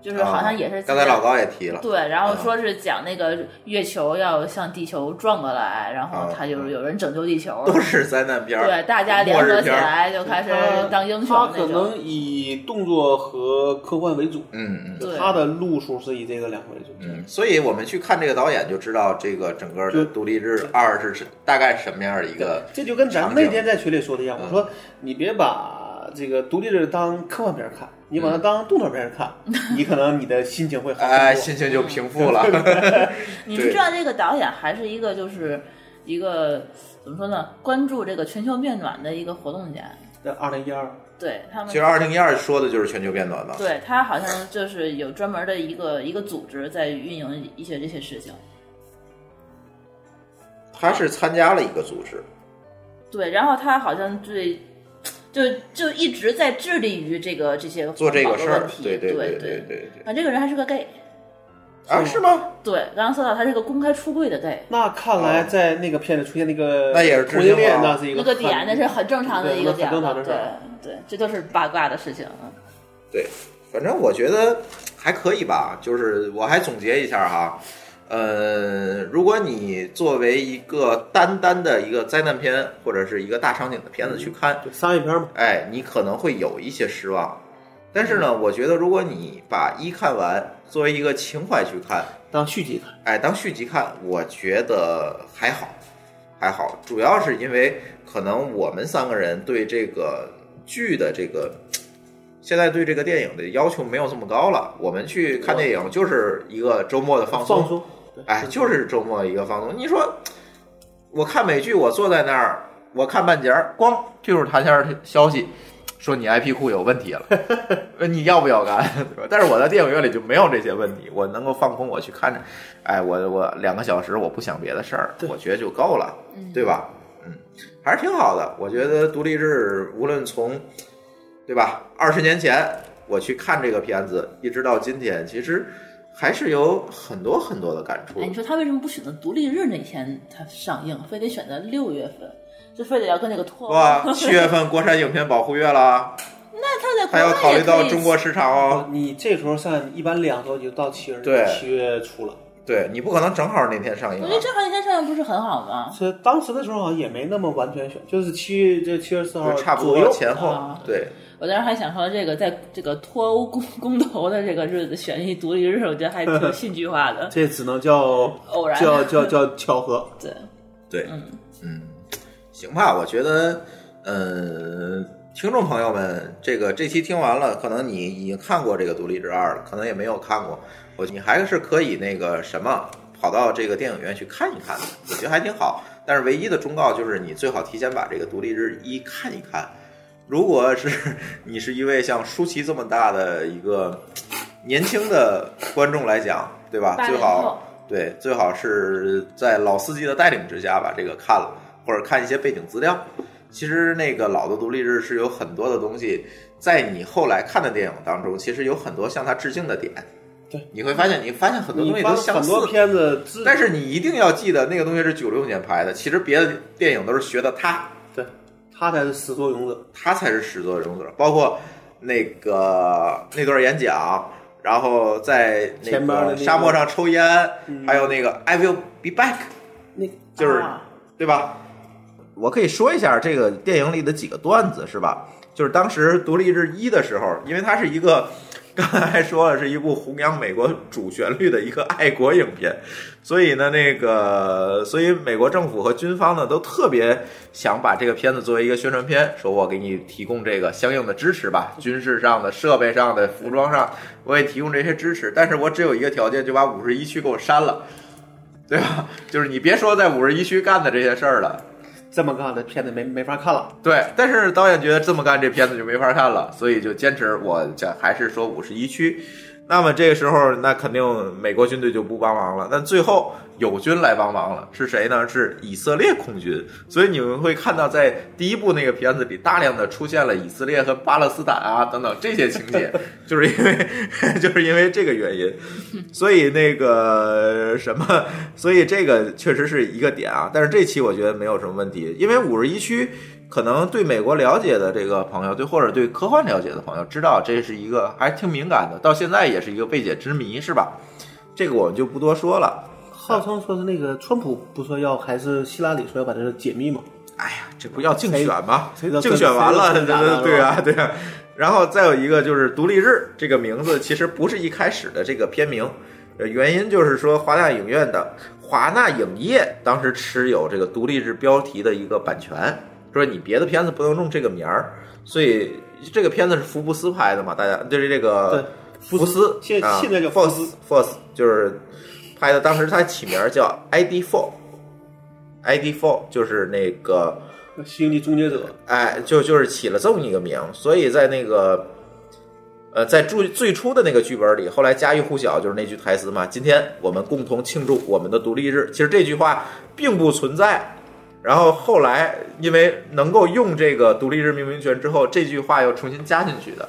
Speaker 3: 就是好像也是
Speaker 2: 啊刚才老高啊也提了，
Speaker 3: 对，然后说是讲那个月球要向地球转过来，然后他就是有人拯救地球，
Speaker 2: 啊都是灾难片儿，
Speaker 3: 对，大家联合起来就开始当英雄
Speaker 4: 他
Speaker 3: 那
Speaker 4: 可
Speaker 3: 种
Speaker 4: 能。以动作和科幻为主，
Speaker 2: 嗯嗯。
Speaker 3: 对
Speaker 4: 他的路数是以这个两个为主。
Speaker 2: 嗯，所以我们去看这个导演就知道这个整个的《独立日二》是是大概什么样的一个
Speaker 4: 这就跟咱
Speaker 2: 场
Speaker 4: 们
Speaker 2: 景
Speaker 4: 那天在群里说的一
Speaker 2: 嗯
Speaker 4: 样，我说你别把这个独立日当科幻片儿看，你把它当动作片儿看，你可能你的心情会好
Speaker 2: 哎，
Speaker 4: 很多。
Speaker 2: 心情就平复
Speaker 4: 嗯 (laughs)
Speaker 2: 了。
Speaker 3: 你们知道这个导演还是一个就是一个怎么说呢？关注这个全球变暖的一个活动家，
Speaker 4: 那二零一二，
Speaker 3: 对他们
Speaker 2: (laughs) 其实二零一二说的就是全球变暖嘛。
Speaker 3: 对他好像就是有专门的一个一个组织在运营一些这些事情。
Speaker 2: 他是参加了一个组织，
Speaker 3: 对，然后他好像对，就就一直在致力于这个这些
Speaker 2: 做这
Speaker 3: 环
Speaker 2: 个
Speaker 3: 保
Speaker 2: 事
Speaker 3: 的
Speaker 2: 儿
Speaker 3: 问。题
Speaker 2: 对
Speaker 3: 对
Speaker 2: 对
Speaker 3: 对
Speaker 2: 对对对。
Speaker 3: 啊，这个人还是个 gay，
Speaker 2: 啊，是吗？
Speaker 3: 对，刚刚说到他是个公开出柜的 gay，
Speaker 4: 那看来在那个片里出现那个
Speaker 2: 那也是
Speaker 4: 同
Speaker 2: 致敬
Speaker 4: 性恋，
Speaker 2: 啊
Speaker 4: 那是一
Speaker 3: 一
Speaker 4: 个
Speaker 3: 个点，那是很正常的
Speaker 4: 对
Speaker 3: 一个
Speaker 4: 那很
Speaker 3: 点
Speaker 4: 正常
Speaker 3: 了，
Speaker 4: 的事
Speaker 3: 对
Speaker 4: 儿
Speaker 3: 对，这都是八卦的事情。嗯
Speaker 2: 对，反正我觉得还可以吧。就是我还总结一下哈，呃，如果你作为一个单单的一个灾难片或者是一个大场景的片
Speaker 4: 嗯
Speaker 2: 子去看，
Speaker 4: 对商业片儿嘛。
Speaker 2: 哎，你可能会有一些失望。但是
Speaker 4: 嗯
Speaker 2: 呢，我觉得如果你把一看完，作为一个情怀去看，
Speaker 4: 当续集看，
Speaker 2: 哎，当续集看，我觉得还好，还好。主要是因为可能我们三个人对这个剧的这个，现在对这个电影的要求没有这么高了。我们去看电影就是一个周末的放松，
Speaker 4: 放松。对
Speaker 2: 哎，就是周末一个放松。你说，我看美剧，我坐在那儿，我看半截儿，咣，就是弹下消息，说你 IP 库有问题了，呃你要不要干？ (laughs) 对吧但是我在电影院里就没有这些问题，我能够放空我去看着，哎，我我两个小时我不想别的事儿，我觉得就够了，对吧？嗯，还是挺好的。我觉得《独立日》无论从，对吧？二十年前我去看这个片子，一直到今天，其实。还是有很多很多的感触。
Speaker 3: 哎，你说他为什么不选择独立日那天他上映，啊非得选择六月份？就非得要跟那个
Speaker 2: (laughs)
Speaker 3: 脱
Speaker 2: 哇，
Speaker 3: (laughs) 欧？
Speaker 2: 七月份国产影片保护月
Speaker 3: (laughs)
Speaker 2: 了，
Speaker 3: 那他在
Speaker 2: 还
Speaker 3: 国
Speaker 2: 要
Speaker 3: 内
Speaker 2: 考虑
Speaker 3: 也
Speaker 2: 到
Speaker 3: 可以
Speaker 2: 中国市场哦。
Speaker 4: 你这时候上一般两周就到七月
Speaker 2: 对
Speaker 4: 七月初了。
Speaker 2: 对你不可能正好那天上映
Speaker 3: 我
Speaker 2: 啊
Speaker 3: 觉得。正好那天上映不是很好吗？
Speaker 4: 是当时的时候好像也没那么完全选，就是七月这七月四号
Speaker 2: 就差不
Speaker 4: 左右
Speaker 2: 多前后
Speaker 3: 啊，
Speaker 2: 对，
Speaker 3: 我当时还想说，这个在这个脱欧公公投的这个日子选一独立日，我觉得还 (laughs) 挺戏剧化的。
Speaker 4: 这只能叫
Speaker 3: 偶然
Speaker 4: 叫叫叫巧合。
Speaker 3: 对，
Speaker 2: 对，
Speaker 3: 嗯，
Speaker 2: 嗯，行吧，我觉得，呃，听众朋友们，这个这期听完了，可能你已经看过这个《独立之二》了，可能也没有看过，我你还是可以那个什么，跑到这个电影院去看一看的，我觉得还挺好。但是唯一的忠告就是，你最好提前把这个《独立日一》看一看。如果是 (laughs) 你是一位像舒淇这么大的一个年轻的观众来讲，对吧？
Speaker 3: 八
Speaker 2: 最
Speaker 3: 零
Speaker 2: 好
Speaker 3: 后。
Speaker 2: 对，最好是在老司机的带领之下把这个看了，或者看一些背景资料。其实那个老的独立日是有很多的东西，在你后来看的电影当中，其实有很多向他致敬的点。
Speaker 4: 对，
Speaker 2: 你会发现，你发现很多
Speaker 4: 你
Speaker 2: 东西
Speaker 4: 发
Speaker 2: 都
Speaker 4: 现
Speaker 2: 相
Speaker 4: 很
Speaker 2: 似，
Speaker 4: 多片子自，
Speaker 2: 但是你一定要记得那个东西是九六年拍的，其实别的电影都是学的他，
Speaker 4: 对他才是始作俑者。
Speaker 2: 他才是始作俑者，包括那个那段演讲，然后在那
Speaker 4: 前面的
Speaker 2: 个
Speaker 4: 那个嗯
Speaker 2: 沙漠上抽烟，还有那个 I will be back，
Speaker 4: 那个
Speaker 2: 就是、
Speaker 3: 啊
Speaker 2: 对吧？我可以说一下这个电影里的几个段子是吧？就是当时《独立日一》的时候，因为它是一个 (laughs) 刚才还说了是一部弘扬美国主旋律的一个爱国影片，所以呢，那个所以美国政府和军方呢都特别想把这个片子作为一个宣传片，说我给你提供这个相应的支持吧，军事上的、设备上的、服装上，我也提供这些支持，但是我只有一个条件，就把五十一区给我删了。对吧？就是你别说在五十一区干的这些事儿了，
Speaker 4: 这么干的片子没没法看了。
Speaker 2: 对。但是导演觉得这么干这片子就没法看了，所以就坚持我这还是说五十一区。那么这个时候，那肯定美国军队就不帮忙了。但最后友军来帮忙了，是谁呢？是以色列空军。所以你们会看到，在第一部那个片子里，大量的出现了以色列和巴勒斯坦啊等等这些情节，就是因为 (laughs) 就是因为这个原因。所以那个什么， (laughs) 所以这个确实是一个点啊。但是这期我觉得没有什么问题，因为五十一区可能对美国了解的这个朋友，对或者对科幻了解的朋友，知道这是一个还挺敏感的，到现在也是一个未解之谜，是吧？这个我们就不多说了。
Speaker 4: 号称说是那个川普不说要，还是希拉里说要把这个解密嘛？
Speaker 2: 哎呀，这不要竞选吗？
Speaker 4: 谁谁都
Speaker 2: 竞选完了，
Speaker 4: 谁都
Speaker 2: 对
Speaker 4: 谁都
Speaker 2: 对啊，对啊。然后再有一个就是“独立日”这个名字，其实不是一开始的这个片名，呃，原因就是说华纳影院的华纳影业当时持有这个“独立日”标题的一个版权，说你别的片子不能用这个名儿，所以这个片子是福布斯拍的嘛，大家就是这
Speaker 4: 对
Speaker 2: 个
Speaker 4: 福
Speaker 2: 福斯，
Speaker 4: 现
Speaker 2: 啊
Speaker 4: 现在叫福
Speaker 2: Force
Speaker 4: 斯
Speaker 2: Force 就是拍的，当时他起名儿叫 ID Four。ID Four 就是那个
Speaker 4: 星际终结者，
Speaker 2: 哎，就就是起了这么一个名，所以在那个，呃，在最最初的那个剧本里，后来家喻户晓就是那句台词嘛：“今天我们共同庆祝我们的独立日。”其实这句话并不存在。然后后来因为能够用这个独立日命名权之后，这句话又重新加进去的。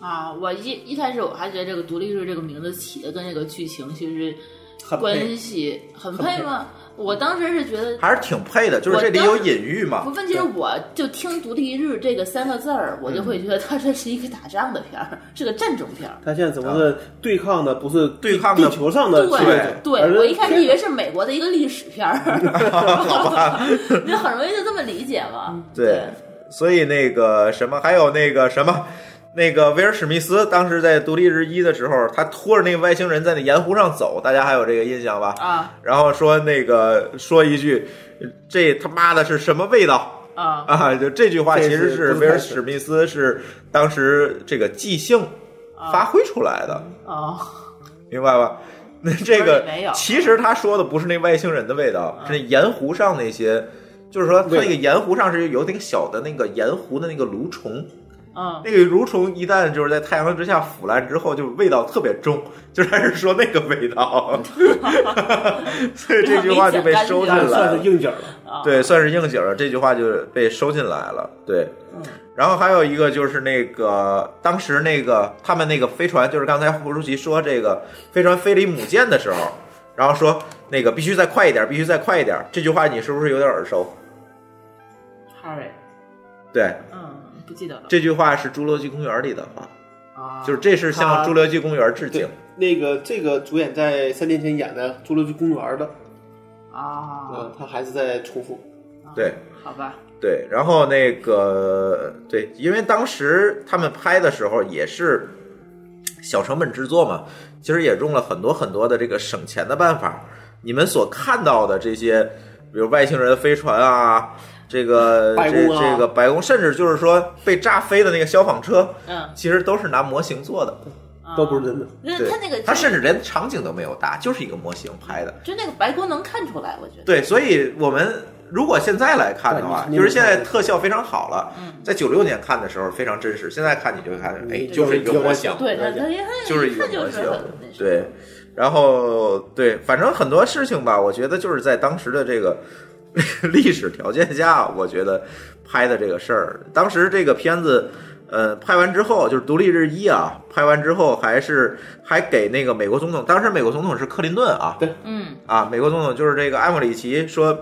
Speaker 3: 啊，我一一开始我还觉得这个“独立日”这个名字起的跟这个剧情其实
Speaker 4: 很配
Speaker 3: 关系很
Speaker 4: 很
Speaker 3: 配
Speaker 4: 配
Speaker 3: 吗？我当时是觉得
Speaker 2: 还是挺配的，就是这里有隐喻
Speaker 3: 不，
Speaker 2: 嘛。
Speaker 3: 问题是我就听“独立日”这个三个字儿，我就会觉得它这是一个打仗的片儿，是个战争片儿。
Speaker 4: 他现在只不过是对抗的不是
Speaker 2: 对抗的
Speaker 4: 地球上的
Speaker 3: 对
Speaker 4: 侵略者，而
Speaker 3: 对，
Speaker 4: 是
Speaker 3: 我一开始以为是美国的一个历史片儿， (laughs) 好吧，嗯你很容易就这么理解嘛。
Speaker 2: 对，所以那个什么，还有那个什么，那个威尔史密斯当时在独立日一的时候，他拖着那个外星人在那盐湖上走，大家还有这个印象吧？
Speaker 3: 啊
Speaker 2: 然后说那个说一句，这他妈的是什么味道？
Speaker 3: 啊
Speaker 2: 啊，就这句话其实
Speaker 4: 这是
Speaker 2: 是
Speaker 4: 不
Speaker 2: 威尔
Speaker 4: 太
Speaker 2: 史密斯是当时这个即兴发挥出来的，
Speaker 3: 哦，
Speaker 2: 明白吧？那这
Speaker 3: 本
Speaker 2: 个
Speaker 3: 儿里没有嗯
Speaker 2: 其实他说的不是那外星人的味道，是盐湖上那些，就是说他那个盐湖上是有那个小的那个盐湖的那个蠕虫，
Speaker 3: 嗯
Speaker 2: 那个蠕虫一旦就是在太阳之下腐烂之后，就味道特别重，就是还是说那个味
Speaker 3: (laughs)
Speaker 2: 道， (laughs) 所以这句话就被收进
Speaker 3: 明显感觉
Speaker 2: 来
Speaker 4: 算
Speaker 2: 了
Speaker 4: 是。应景了。
Speaker 3: 啊，
Speaker 2: 对，算是应景了。这句话就被收进来了。对，
Speaker 3: 嗯
Speaker 2: 然后还有一个就是那个当时那个他们那个飞船，就是刚才胡主席说这个飞船飞离母舰的时候，然后说那个必须再快一点，必须再快一点。这句话你是不是有点耳熟？
Speaker 3: ，Harry，
Speaker 2: 对，
Speaker 3: 嗯，不记得了
Speaker 2: 这句话是《侏罗纪公园》里的话，
Speaker 3: 啊，
Speaker 2: 就是这是向
Speaker 4: 他
Speaker 2: 《侏罗纪公园》致敬。
Speaker 4: 那个这个主演在三年前演的《侏罗纪公园》的，
Speaker 3: 啊，
Speaker 4: 嗯，他还是在重复。
Speaker 2: 对，
Speaker 3: 好吧，
Speaker 2: 对，然后那个对，因为当时他们拍的时候也是小成本制作嘛，其实也用了很多很多的这个省钱的办法。你们所看到的这些，比如外星人飞船啊，这个、
Speaker 4: 白
Speaker 2: 这
Speaker 4: 宫啊
Speaker 2: 这个白宫，甚至就是说被炸飞的那个消防车，
Speaker 3: 嗯，
Speaker 2: 其实都是拿模型做的。
Speaker 3: 啊
Speaker 4: 都不是真的。
Speaker 3: 那
Speaker 2: 对
Speaker 3: 他那个，
Speaker 2: 他甚至连场景都没有搭，就是一个模型拍的。
Speaker 3: 就那个白宫能看出来，我觉得。
Speaker 2: 对，所以我们如果现在来看的话，
Speaker 4: 对你
Speaker 2: 就是现在特效非常好了，
Speaker 3: 嗯
Speaker 2: 在九六年看的时候非常真实，现在看你就看，哎，就是一个模型，
Speaker 3: 对，他他他
Speaker 2: 就是一
Speaker 3: 一
Speaker 2: 个
Speaker 3: 看就
Speaker 2: 模
Speaker 3: 是
Speaker 2: 型
Speaker 3: 很那，什么
Speaker 2: 对。然后对，反正很多事情吧，我觉得就是在当时的这个 (laughs) 历史条件下，我觉得拍的这个事儿，当时这个片子。呃，拍完之后就是《独立日一》啊，拍完之后还是还给那个美国总统，当时美国总统是克林顿啊，
Speaker 3: 嗯
Speaker 2: 啊，美国总统就是这个艾莫里奇说，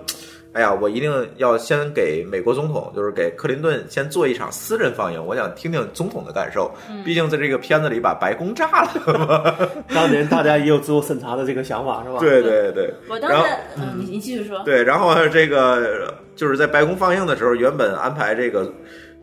Speaker 2: 哎呀，我一定要先给美国总统，就是给克林顿先做一场私人放映，我想听听总统的感受，毕竟在这个片子里把白宫炸了。
Speaker 4: 当年大家也有自我审查的这个想法，是吧？，
Speaker 2: 对对对，
Speaker 3: 我当
Speaker 2: 然后
Speaker 3: 时，嗯，你你继续说，
Speaker 2: 对，然后这个就是在白宫放映的时候，原本安排这个。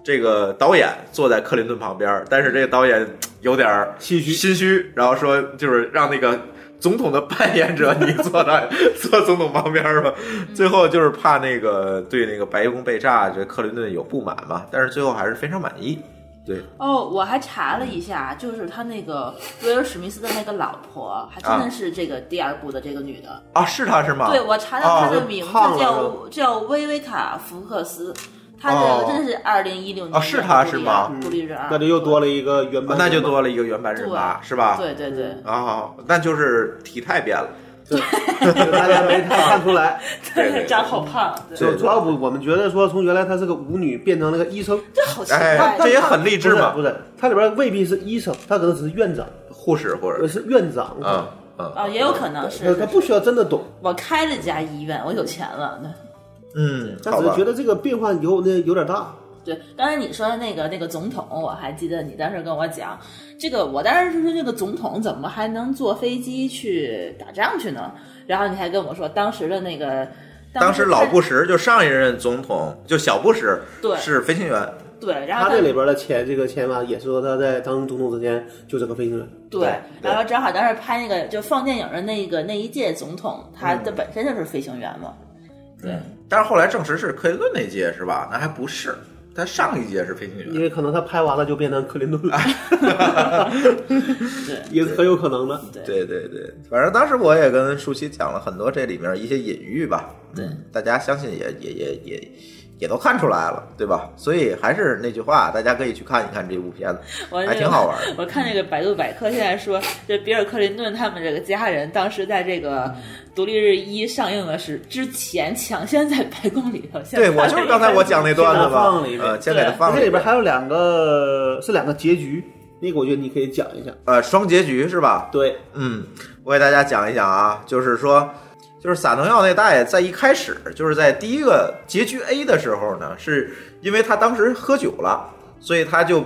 Speaker 2: 这个导演坐在克林顿旁边，但是这个导演有点儿
Speaker 4: 心虚
Speaker 2: 心虚，然后说就是让那个总统的扮演者你坐在 (laughs) 坐总统旁边吧。
Speaker 3: 嗯
Speaker 2: (laughs) 最后就是怕那个对那个白宫被炸，这克林顿有不满嘛，但是最后还是非常满意。对，
Speaker 3: 哦，我还查了一下，就是他那个威尔史密斯的那个老婆，还真的是这个第二部的这个女的。
Speaker 2: 啊，是他是吗？
Speaker 3: 对，我查到她
Speaker 2: 啊
Speaker 3: 的名字
Speaker 4: 胖了
Speaker 3: 叫、
Speaker 4: 是
Speaker 3: 叫薇薇塔·福克斯，她这
Speaker 2: 哦
Speaker 3: 个真的是二零一六年
Speaker 2: 哦是她
Speaker 3: 的
Speaker 2: 是吗
Speaker 3: 独立啊日二，
Speaker 4: 那就又多了一个原 (laughs)
Speaker 2: 啊
Speaker 4: 版，
Speaker 2: 那就多了一个原版
Speaker 3: 对
Speaker 2: 人马是吧？
Speaker 3: 对对对，
Speaker 2: 啊，那就是体态变了。
Speaker 4: 大家没太看出来。
Speaker 2: 对
Speaker 3: (laughs)
Speaker 2: 对对
Speaker 3: 长好胖，对
Speaker 2: 对
Speaker 4: 主主要不，我们觉得说从原来她是个舞女变成了个医生，
Speaker 3: 这好奇怪。
Speaker 2: 哎，这也很励志嘛
Speaker 4: 不，是，她里边未必是医生，她可能只是院长，
Speaker 2: 护士或者
Speaker 4: 而是院长。呃
Speaker 2: 嗯嗯
Speaker 3: 啊，也有可能是
Speaker 4: 她她不需要真的懂，
Speaker 3: 我开了家医院，我有钱了，
Speaker 2: 嗯，
Speaker 4: 但
Speaker 2: 好
Speaker 4: 只是
Speaker 2: 吧
Speaker 4: 觉，得这个变化有那有点大。
Speaker 3: 对，刚才你说的那个那个总统，我还记得你当时跟我讲，这个我当时就说这个总统怎么还能坐飞机去打仗去呢？然后你还跟我说当时的那个，
Speaker 2: 当时
Speaker 3: 时
Speaker 2: 老
Speaker 3: 他
Speaker 2: 布什就上一任总统，就小布什，
Speaker 3: 对
Speaker 2: 是飞行员，
Speaker 3: 对，然后
Speaker 4: 他这里边的前这个前吧，也是说他在当总统之前就是个飞行员。
Speaker 3: 对
Speaker 2: 对，
Speaker 3: 然后正好当时拍那个就放电影的那个那一届总统，他的本身就是飞行员嘛，对
Speaker 2: 嗯，但是后来证实是克林顿那届是吧？那还不是，他上一届是飞行
Speaker 4: 因
Speaker 2: 员。
Speaker 4: 为可能他拍完了就变成克林顿
Speaker 2: (laughs)
Speaker 4: 了，
Speaker 3: 对
Speaker 4: 也是很有可能的。
Speaker 2: 对对对，反正当时我也跟舒淇讲了很多这里面一些隐喻吧，对，大家相信也也也也也都看出来了，对吧？所以还是那句话，大家可以去看一看这部片
Speaker 4: (laughs)
Speaker 2: 子，
Speaker 3: 我
Speaker 2: 还挺好玩
Speaker 3: 那
Speaker 2: 的。
Speaker 3: 个我看那个百度百科现在说，这比尔·克林顿他们这个家人当时在这个独立日一上映的是之前抢先在白宫里头先
Speaker 2: 对，
Speaker 3: 看了
Speaker 2: 我就是刚才我讲那段子
Speaker 4: 先给它
Speaker 2: 嘛
Speaker 4: 放了一，遍
Speaker 2: 呃，先给它
Speaker 3: 对
Speaker 2: 放
Speaker 4: 这
Speaker 2: 了一
Speaker 4: 里
Speaker 2: 遍，
Speaker 4: 边还有两个是两个结局，那个我觉得你可以讲一下。
Speaker 2: 呃，双结局是吧？
Speaker 4: 对，
Speaker 2: 嗯，我给大家讲一讲啊，就是说，就是撒农药那大爷在一开始，就是在第一个结局 A 的时候呢，是因为他当时喝酒了，所以他就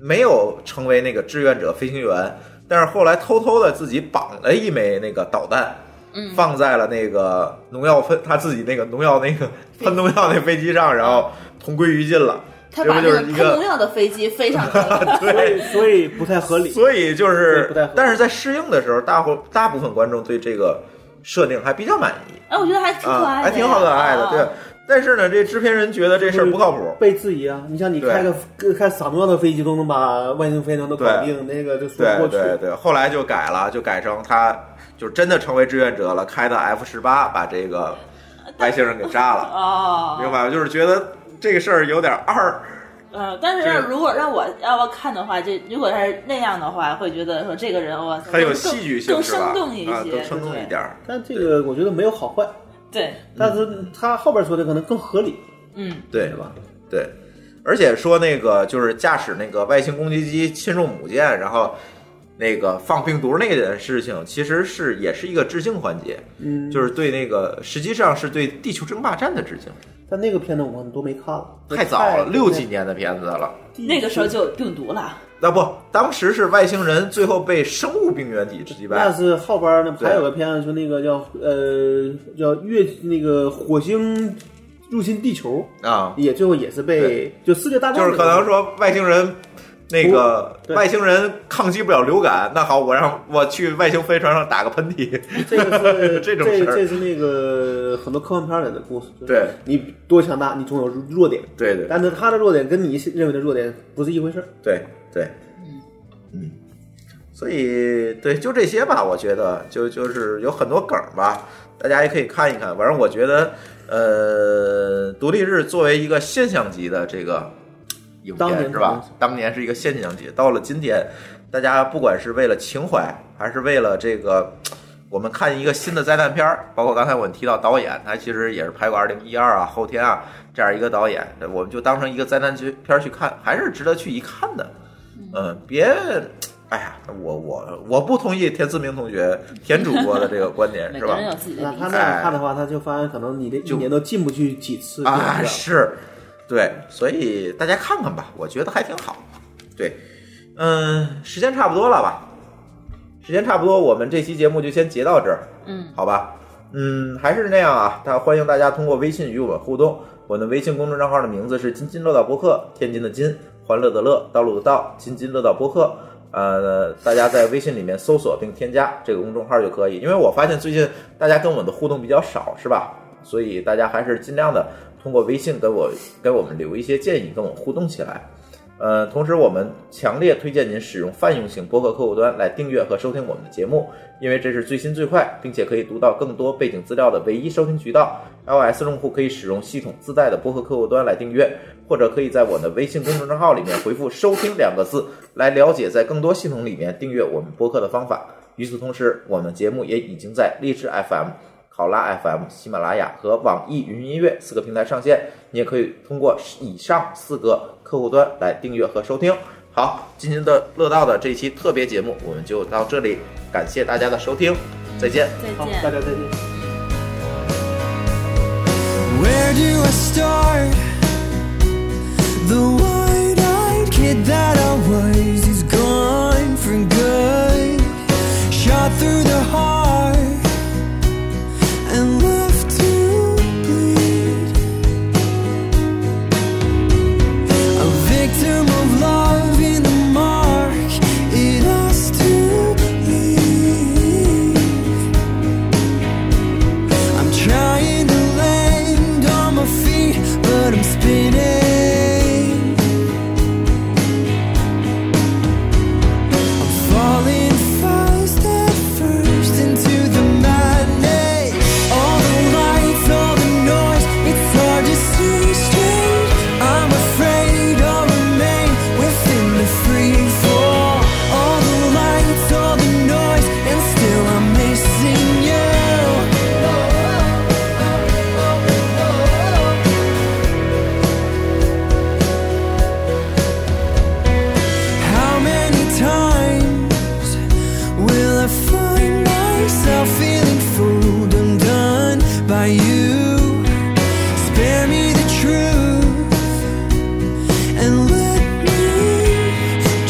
Speaker 2: 没有成为那个志愿者飞行员，但是后来偷偷的自己绑了一枚那个导弹。
Speaker 3: 嗯
Speaker 2: 放在了那个农药喷他自己那个农药那个喷农药那飞机上，然后同归于尽了。
Speaker 3: 他
Speaker 2: 这
Speaker 3: 把
Speaker 2: 不
Speaker 3: 那
Speaker 2: 就
Speaker 3: 个
Speaker 2: 是一
Speaker 3: 喷
Speaker 2: 个
Speaker 3: 农药的飞机飞上去
Speaker 2: (laughs)
Speaker 3: 了，
Speaker 4: 所以所以不太合理。
Speaker 2: 所以就
Speaker 4: 对
Speaker 2: 是
Speaker 4: 不太合理，
Speaker 2: 但是在试映的时候，大伙大部分观众对这个设定还比较满意
Speaker 3: (laughs) 哎，我觉得还挺可
Speaker 2: 啊，
Speaker 3: 爱的呀，
Speaker 2: 还挺好可爱的。
Speaker 3: 啊
Speaker 2: 对，，但是呢，这制片人觉得这事儿不靠谱。
Speaker 4: 被质疑啊！你像你
Speaker 2: 对
Speaker 4: 开个开撒诺的飞机都能把外星飞船都搞定，那个就说
Speaker 2: 对
Speaker 4: 不过去。
Speaker 2: 对对，后来就改了，就改成他就真的成为志愿者了，开的 F 十八把这个外星人给炸了，
Speaker 3: 呃哦，
Speaker 2: 明白吗？就是觉得这个事儿有点二，
Speaker 3: 嗯，但是
Speaker 2: 这
Speaker 3: 让
Speaker 2: 个
Speaker 3: 如果让我要要看的话，这如果他是那样的话，会觉得说这个人哇塞，
Speaker 2: 很有
Speaker 3: 更
Speaker 2: 戏剧性，
Speaker 3: 更
Speaker 2: 是吧
Speaker 3: 生动一些，
Speaker 2: 啊，更生动一点儿。
Speaker 4: 但这个我觉得没有好坏，
Speaker 3: 对，
Speaker 4: 但是他后边说的可能更合理，
Speaker 3: 嗯，
Speaker 2: 对
Speaker 4: 对吧？
Speaker 2: 对，而且说那个就是驾驶那个外星攻击机侵入母舰，然后那个放病毒那件事情，其实是也是一个致敬环节，
Speaker 4: 嗯，
Speaker 2: 就是对那个实际上是对地球争霸战的致敬。
Speaker 4: 但那个片子我们都没看了，
Speaker 2: 太早了，六几
Speaker 4: 年
Speaker 2: 年的片子了。
Speaker 3: 那个时候就有病毒了，
Speaker 2: 那不，当时是外星人最后被生物病原体击败
Speaker 4: 但。是后边呢，
Speaker 2: 对
Speaker 4: 还有个片子，说那个叫呃叫月那个火星入侵地球，
Speaker 2: 啊，
Speaker 4: 也最后也是被就世界大战
Speaker 2: 就是可能说外星人。那个
Speaker 4: 对
Speaker 2: 外星人抗击不了流感，那好，我让我去外星飞船上打个喷嚏。
Speaker 4: 这个
Speaker 2: (laughs)
Speaker 4: 是
Speaker 2: 这种
Speaker 4: 这
Speaker 2: 事儿
Speaker 4: 这是那个很多科幻片里的故事，就是
Speaker 2: 对
Speaker 4: 你多强大，你总有弱点，
Speaker 2: 对对
Speaker 4: 但是他的弱点跟你认为的弱点不是一回事儿。
Speaker 2: 对对，嗯所以对，就这些吧，我觉得就就是有很多梗儿吧，大家也可以看一看。反正我觉得，呃，独立日作为一个现象级的这个影
Speaker 4: 当
Speaker 2: 片
Speaker 4: 年
Speaker 2: 是
Speaker 4: 的
Speaker 2: 吧
Speaker 4: 东西？
Speaker 2: 当年是一个现象级，到了今天，大家不管是为了情怀，还是为了这个。我们看一个新的灾难片儿，包括刚才我们提到导演，他其实也是拍过《二零一二》啊、《后天啊》这样一个导演，我们就当成一个灾难剧片儿去看，还是值得去一看的。嗯，别，哎呀，我我我不同意田思明同学田主播的这个观点，
Speaker 3: (laughs) 每
Speaker 2: 是
Speaker 3: 个
Speaker 2: 吧哎
Speaker 3: 人？有嗯自己的
Speaker 4: 那
Speaker 3: 理
Speaker 4: 他
Speaker 3: 解。
Speaker 4: 那样看的话，他就发现可能你这一
Speaker 2: 就
Speaker 4: 年都进不去几次电影
Speaker 2: 啊，
Speaker 4: 院
Speaker 2: 是，对，所以大家看看吧，我觉得还挺好。对，嗯，时间差不多了吧？时间差不多，我们这期节目就先截到这儿。
Speaker 3: 嗯，
Speaker 2: 好吧，嗯，还是那样啊，大欢迎大家通过微信与我们互动。我的微信公众账号的名字是“津津乐道播客”，天津的津，欢乐的乐，道路的道，津津乐道播客。呃，大家在微信里面搜索并添加这个公众号就可以。因为我发现最近大家跟我的互动比较少，是吧？所以大家还是尽量的通过微信给我给我们留一些建议，跟我互动起来。呃，同时我们强烈推荐您使用泛用型播客客户端来订阅和收听我们的节目，因为这是最新最快，并且可以读到更多背景资料的唯一收听渠道。iOS 用户可以使用系统自带的播客客户端来订阅，或者可以在我的微信公众号里面回复“收听”两个字来了解在更多系统里面订阅我们播客的方法。与此同时，我们节目也已经在荔枝 FM、考拉 FM、喜马拉雅和网易云音乐四个平台上线。你也可以通过以上四个客户端来订阅和收听。好，今天的乐道的这一期特别节目我们就到这里，感谢大家的收听，再见。
Speaker 3: 再
Speaker 4: 好，
Speaker 3: 见
Speaker 4: 大。家再见。
Speaker 6: Where do
Speaker 5: start. The wide eyed kid that I was is gone for good. Shot through the heart and left to bleed. A victim of love in the mark, it has to leave. I'm trying to land on my feet, but I'm spinning. I'm falling fast at first into the madness. All the lights, all the noise, it's hard to see straight. I'm afraid I'll remain within the free fall. All the lights, all the noise, and still I'm missing you. How many times will I find myself feeling fooled and done by you? Spare me the truth and let me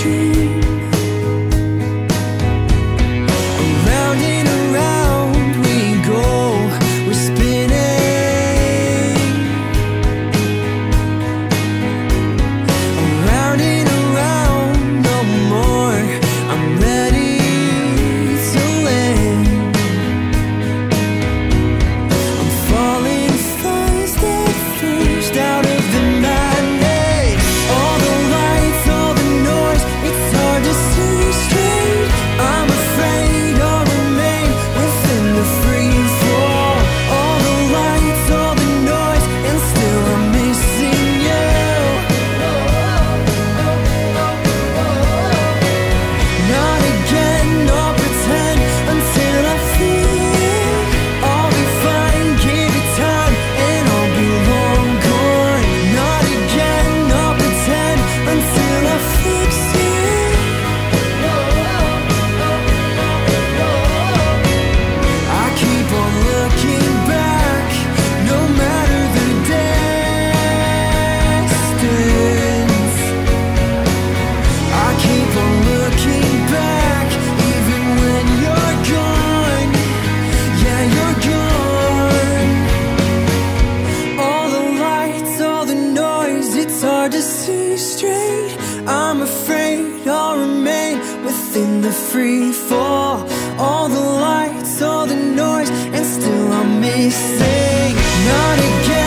Speaker 5: dream. Around and around we go, we're spinning. Around and around, no more. I'm ready to land. I'm falling fast at first out of the madness. All the lights, all the noise, it's hard to see straight. I'm afraid I'll remain within the free fall. All the lights, all the noise, and still I'm missing you. Not again, I'll pretend until I feel it. I'll be fine, give it time, and I'll be long gone. Not again, I'll pretend until I fix it. I keep on looking back, no matter the distance. I keep on looking back, even when you're gone. Yeah, you're gone. All the lights, all the noise, it's hard to see straight. I'm afraid I'll remain within the free fall. All the lights, all the noise, and still I'm missing. Not again.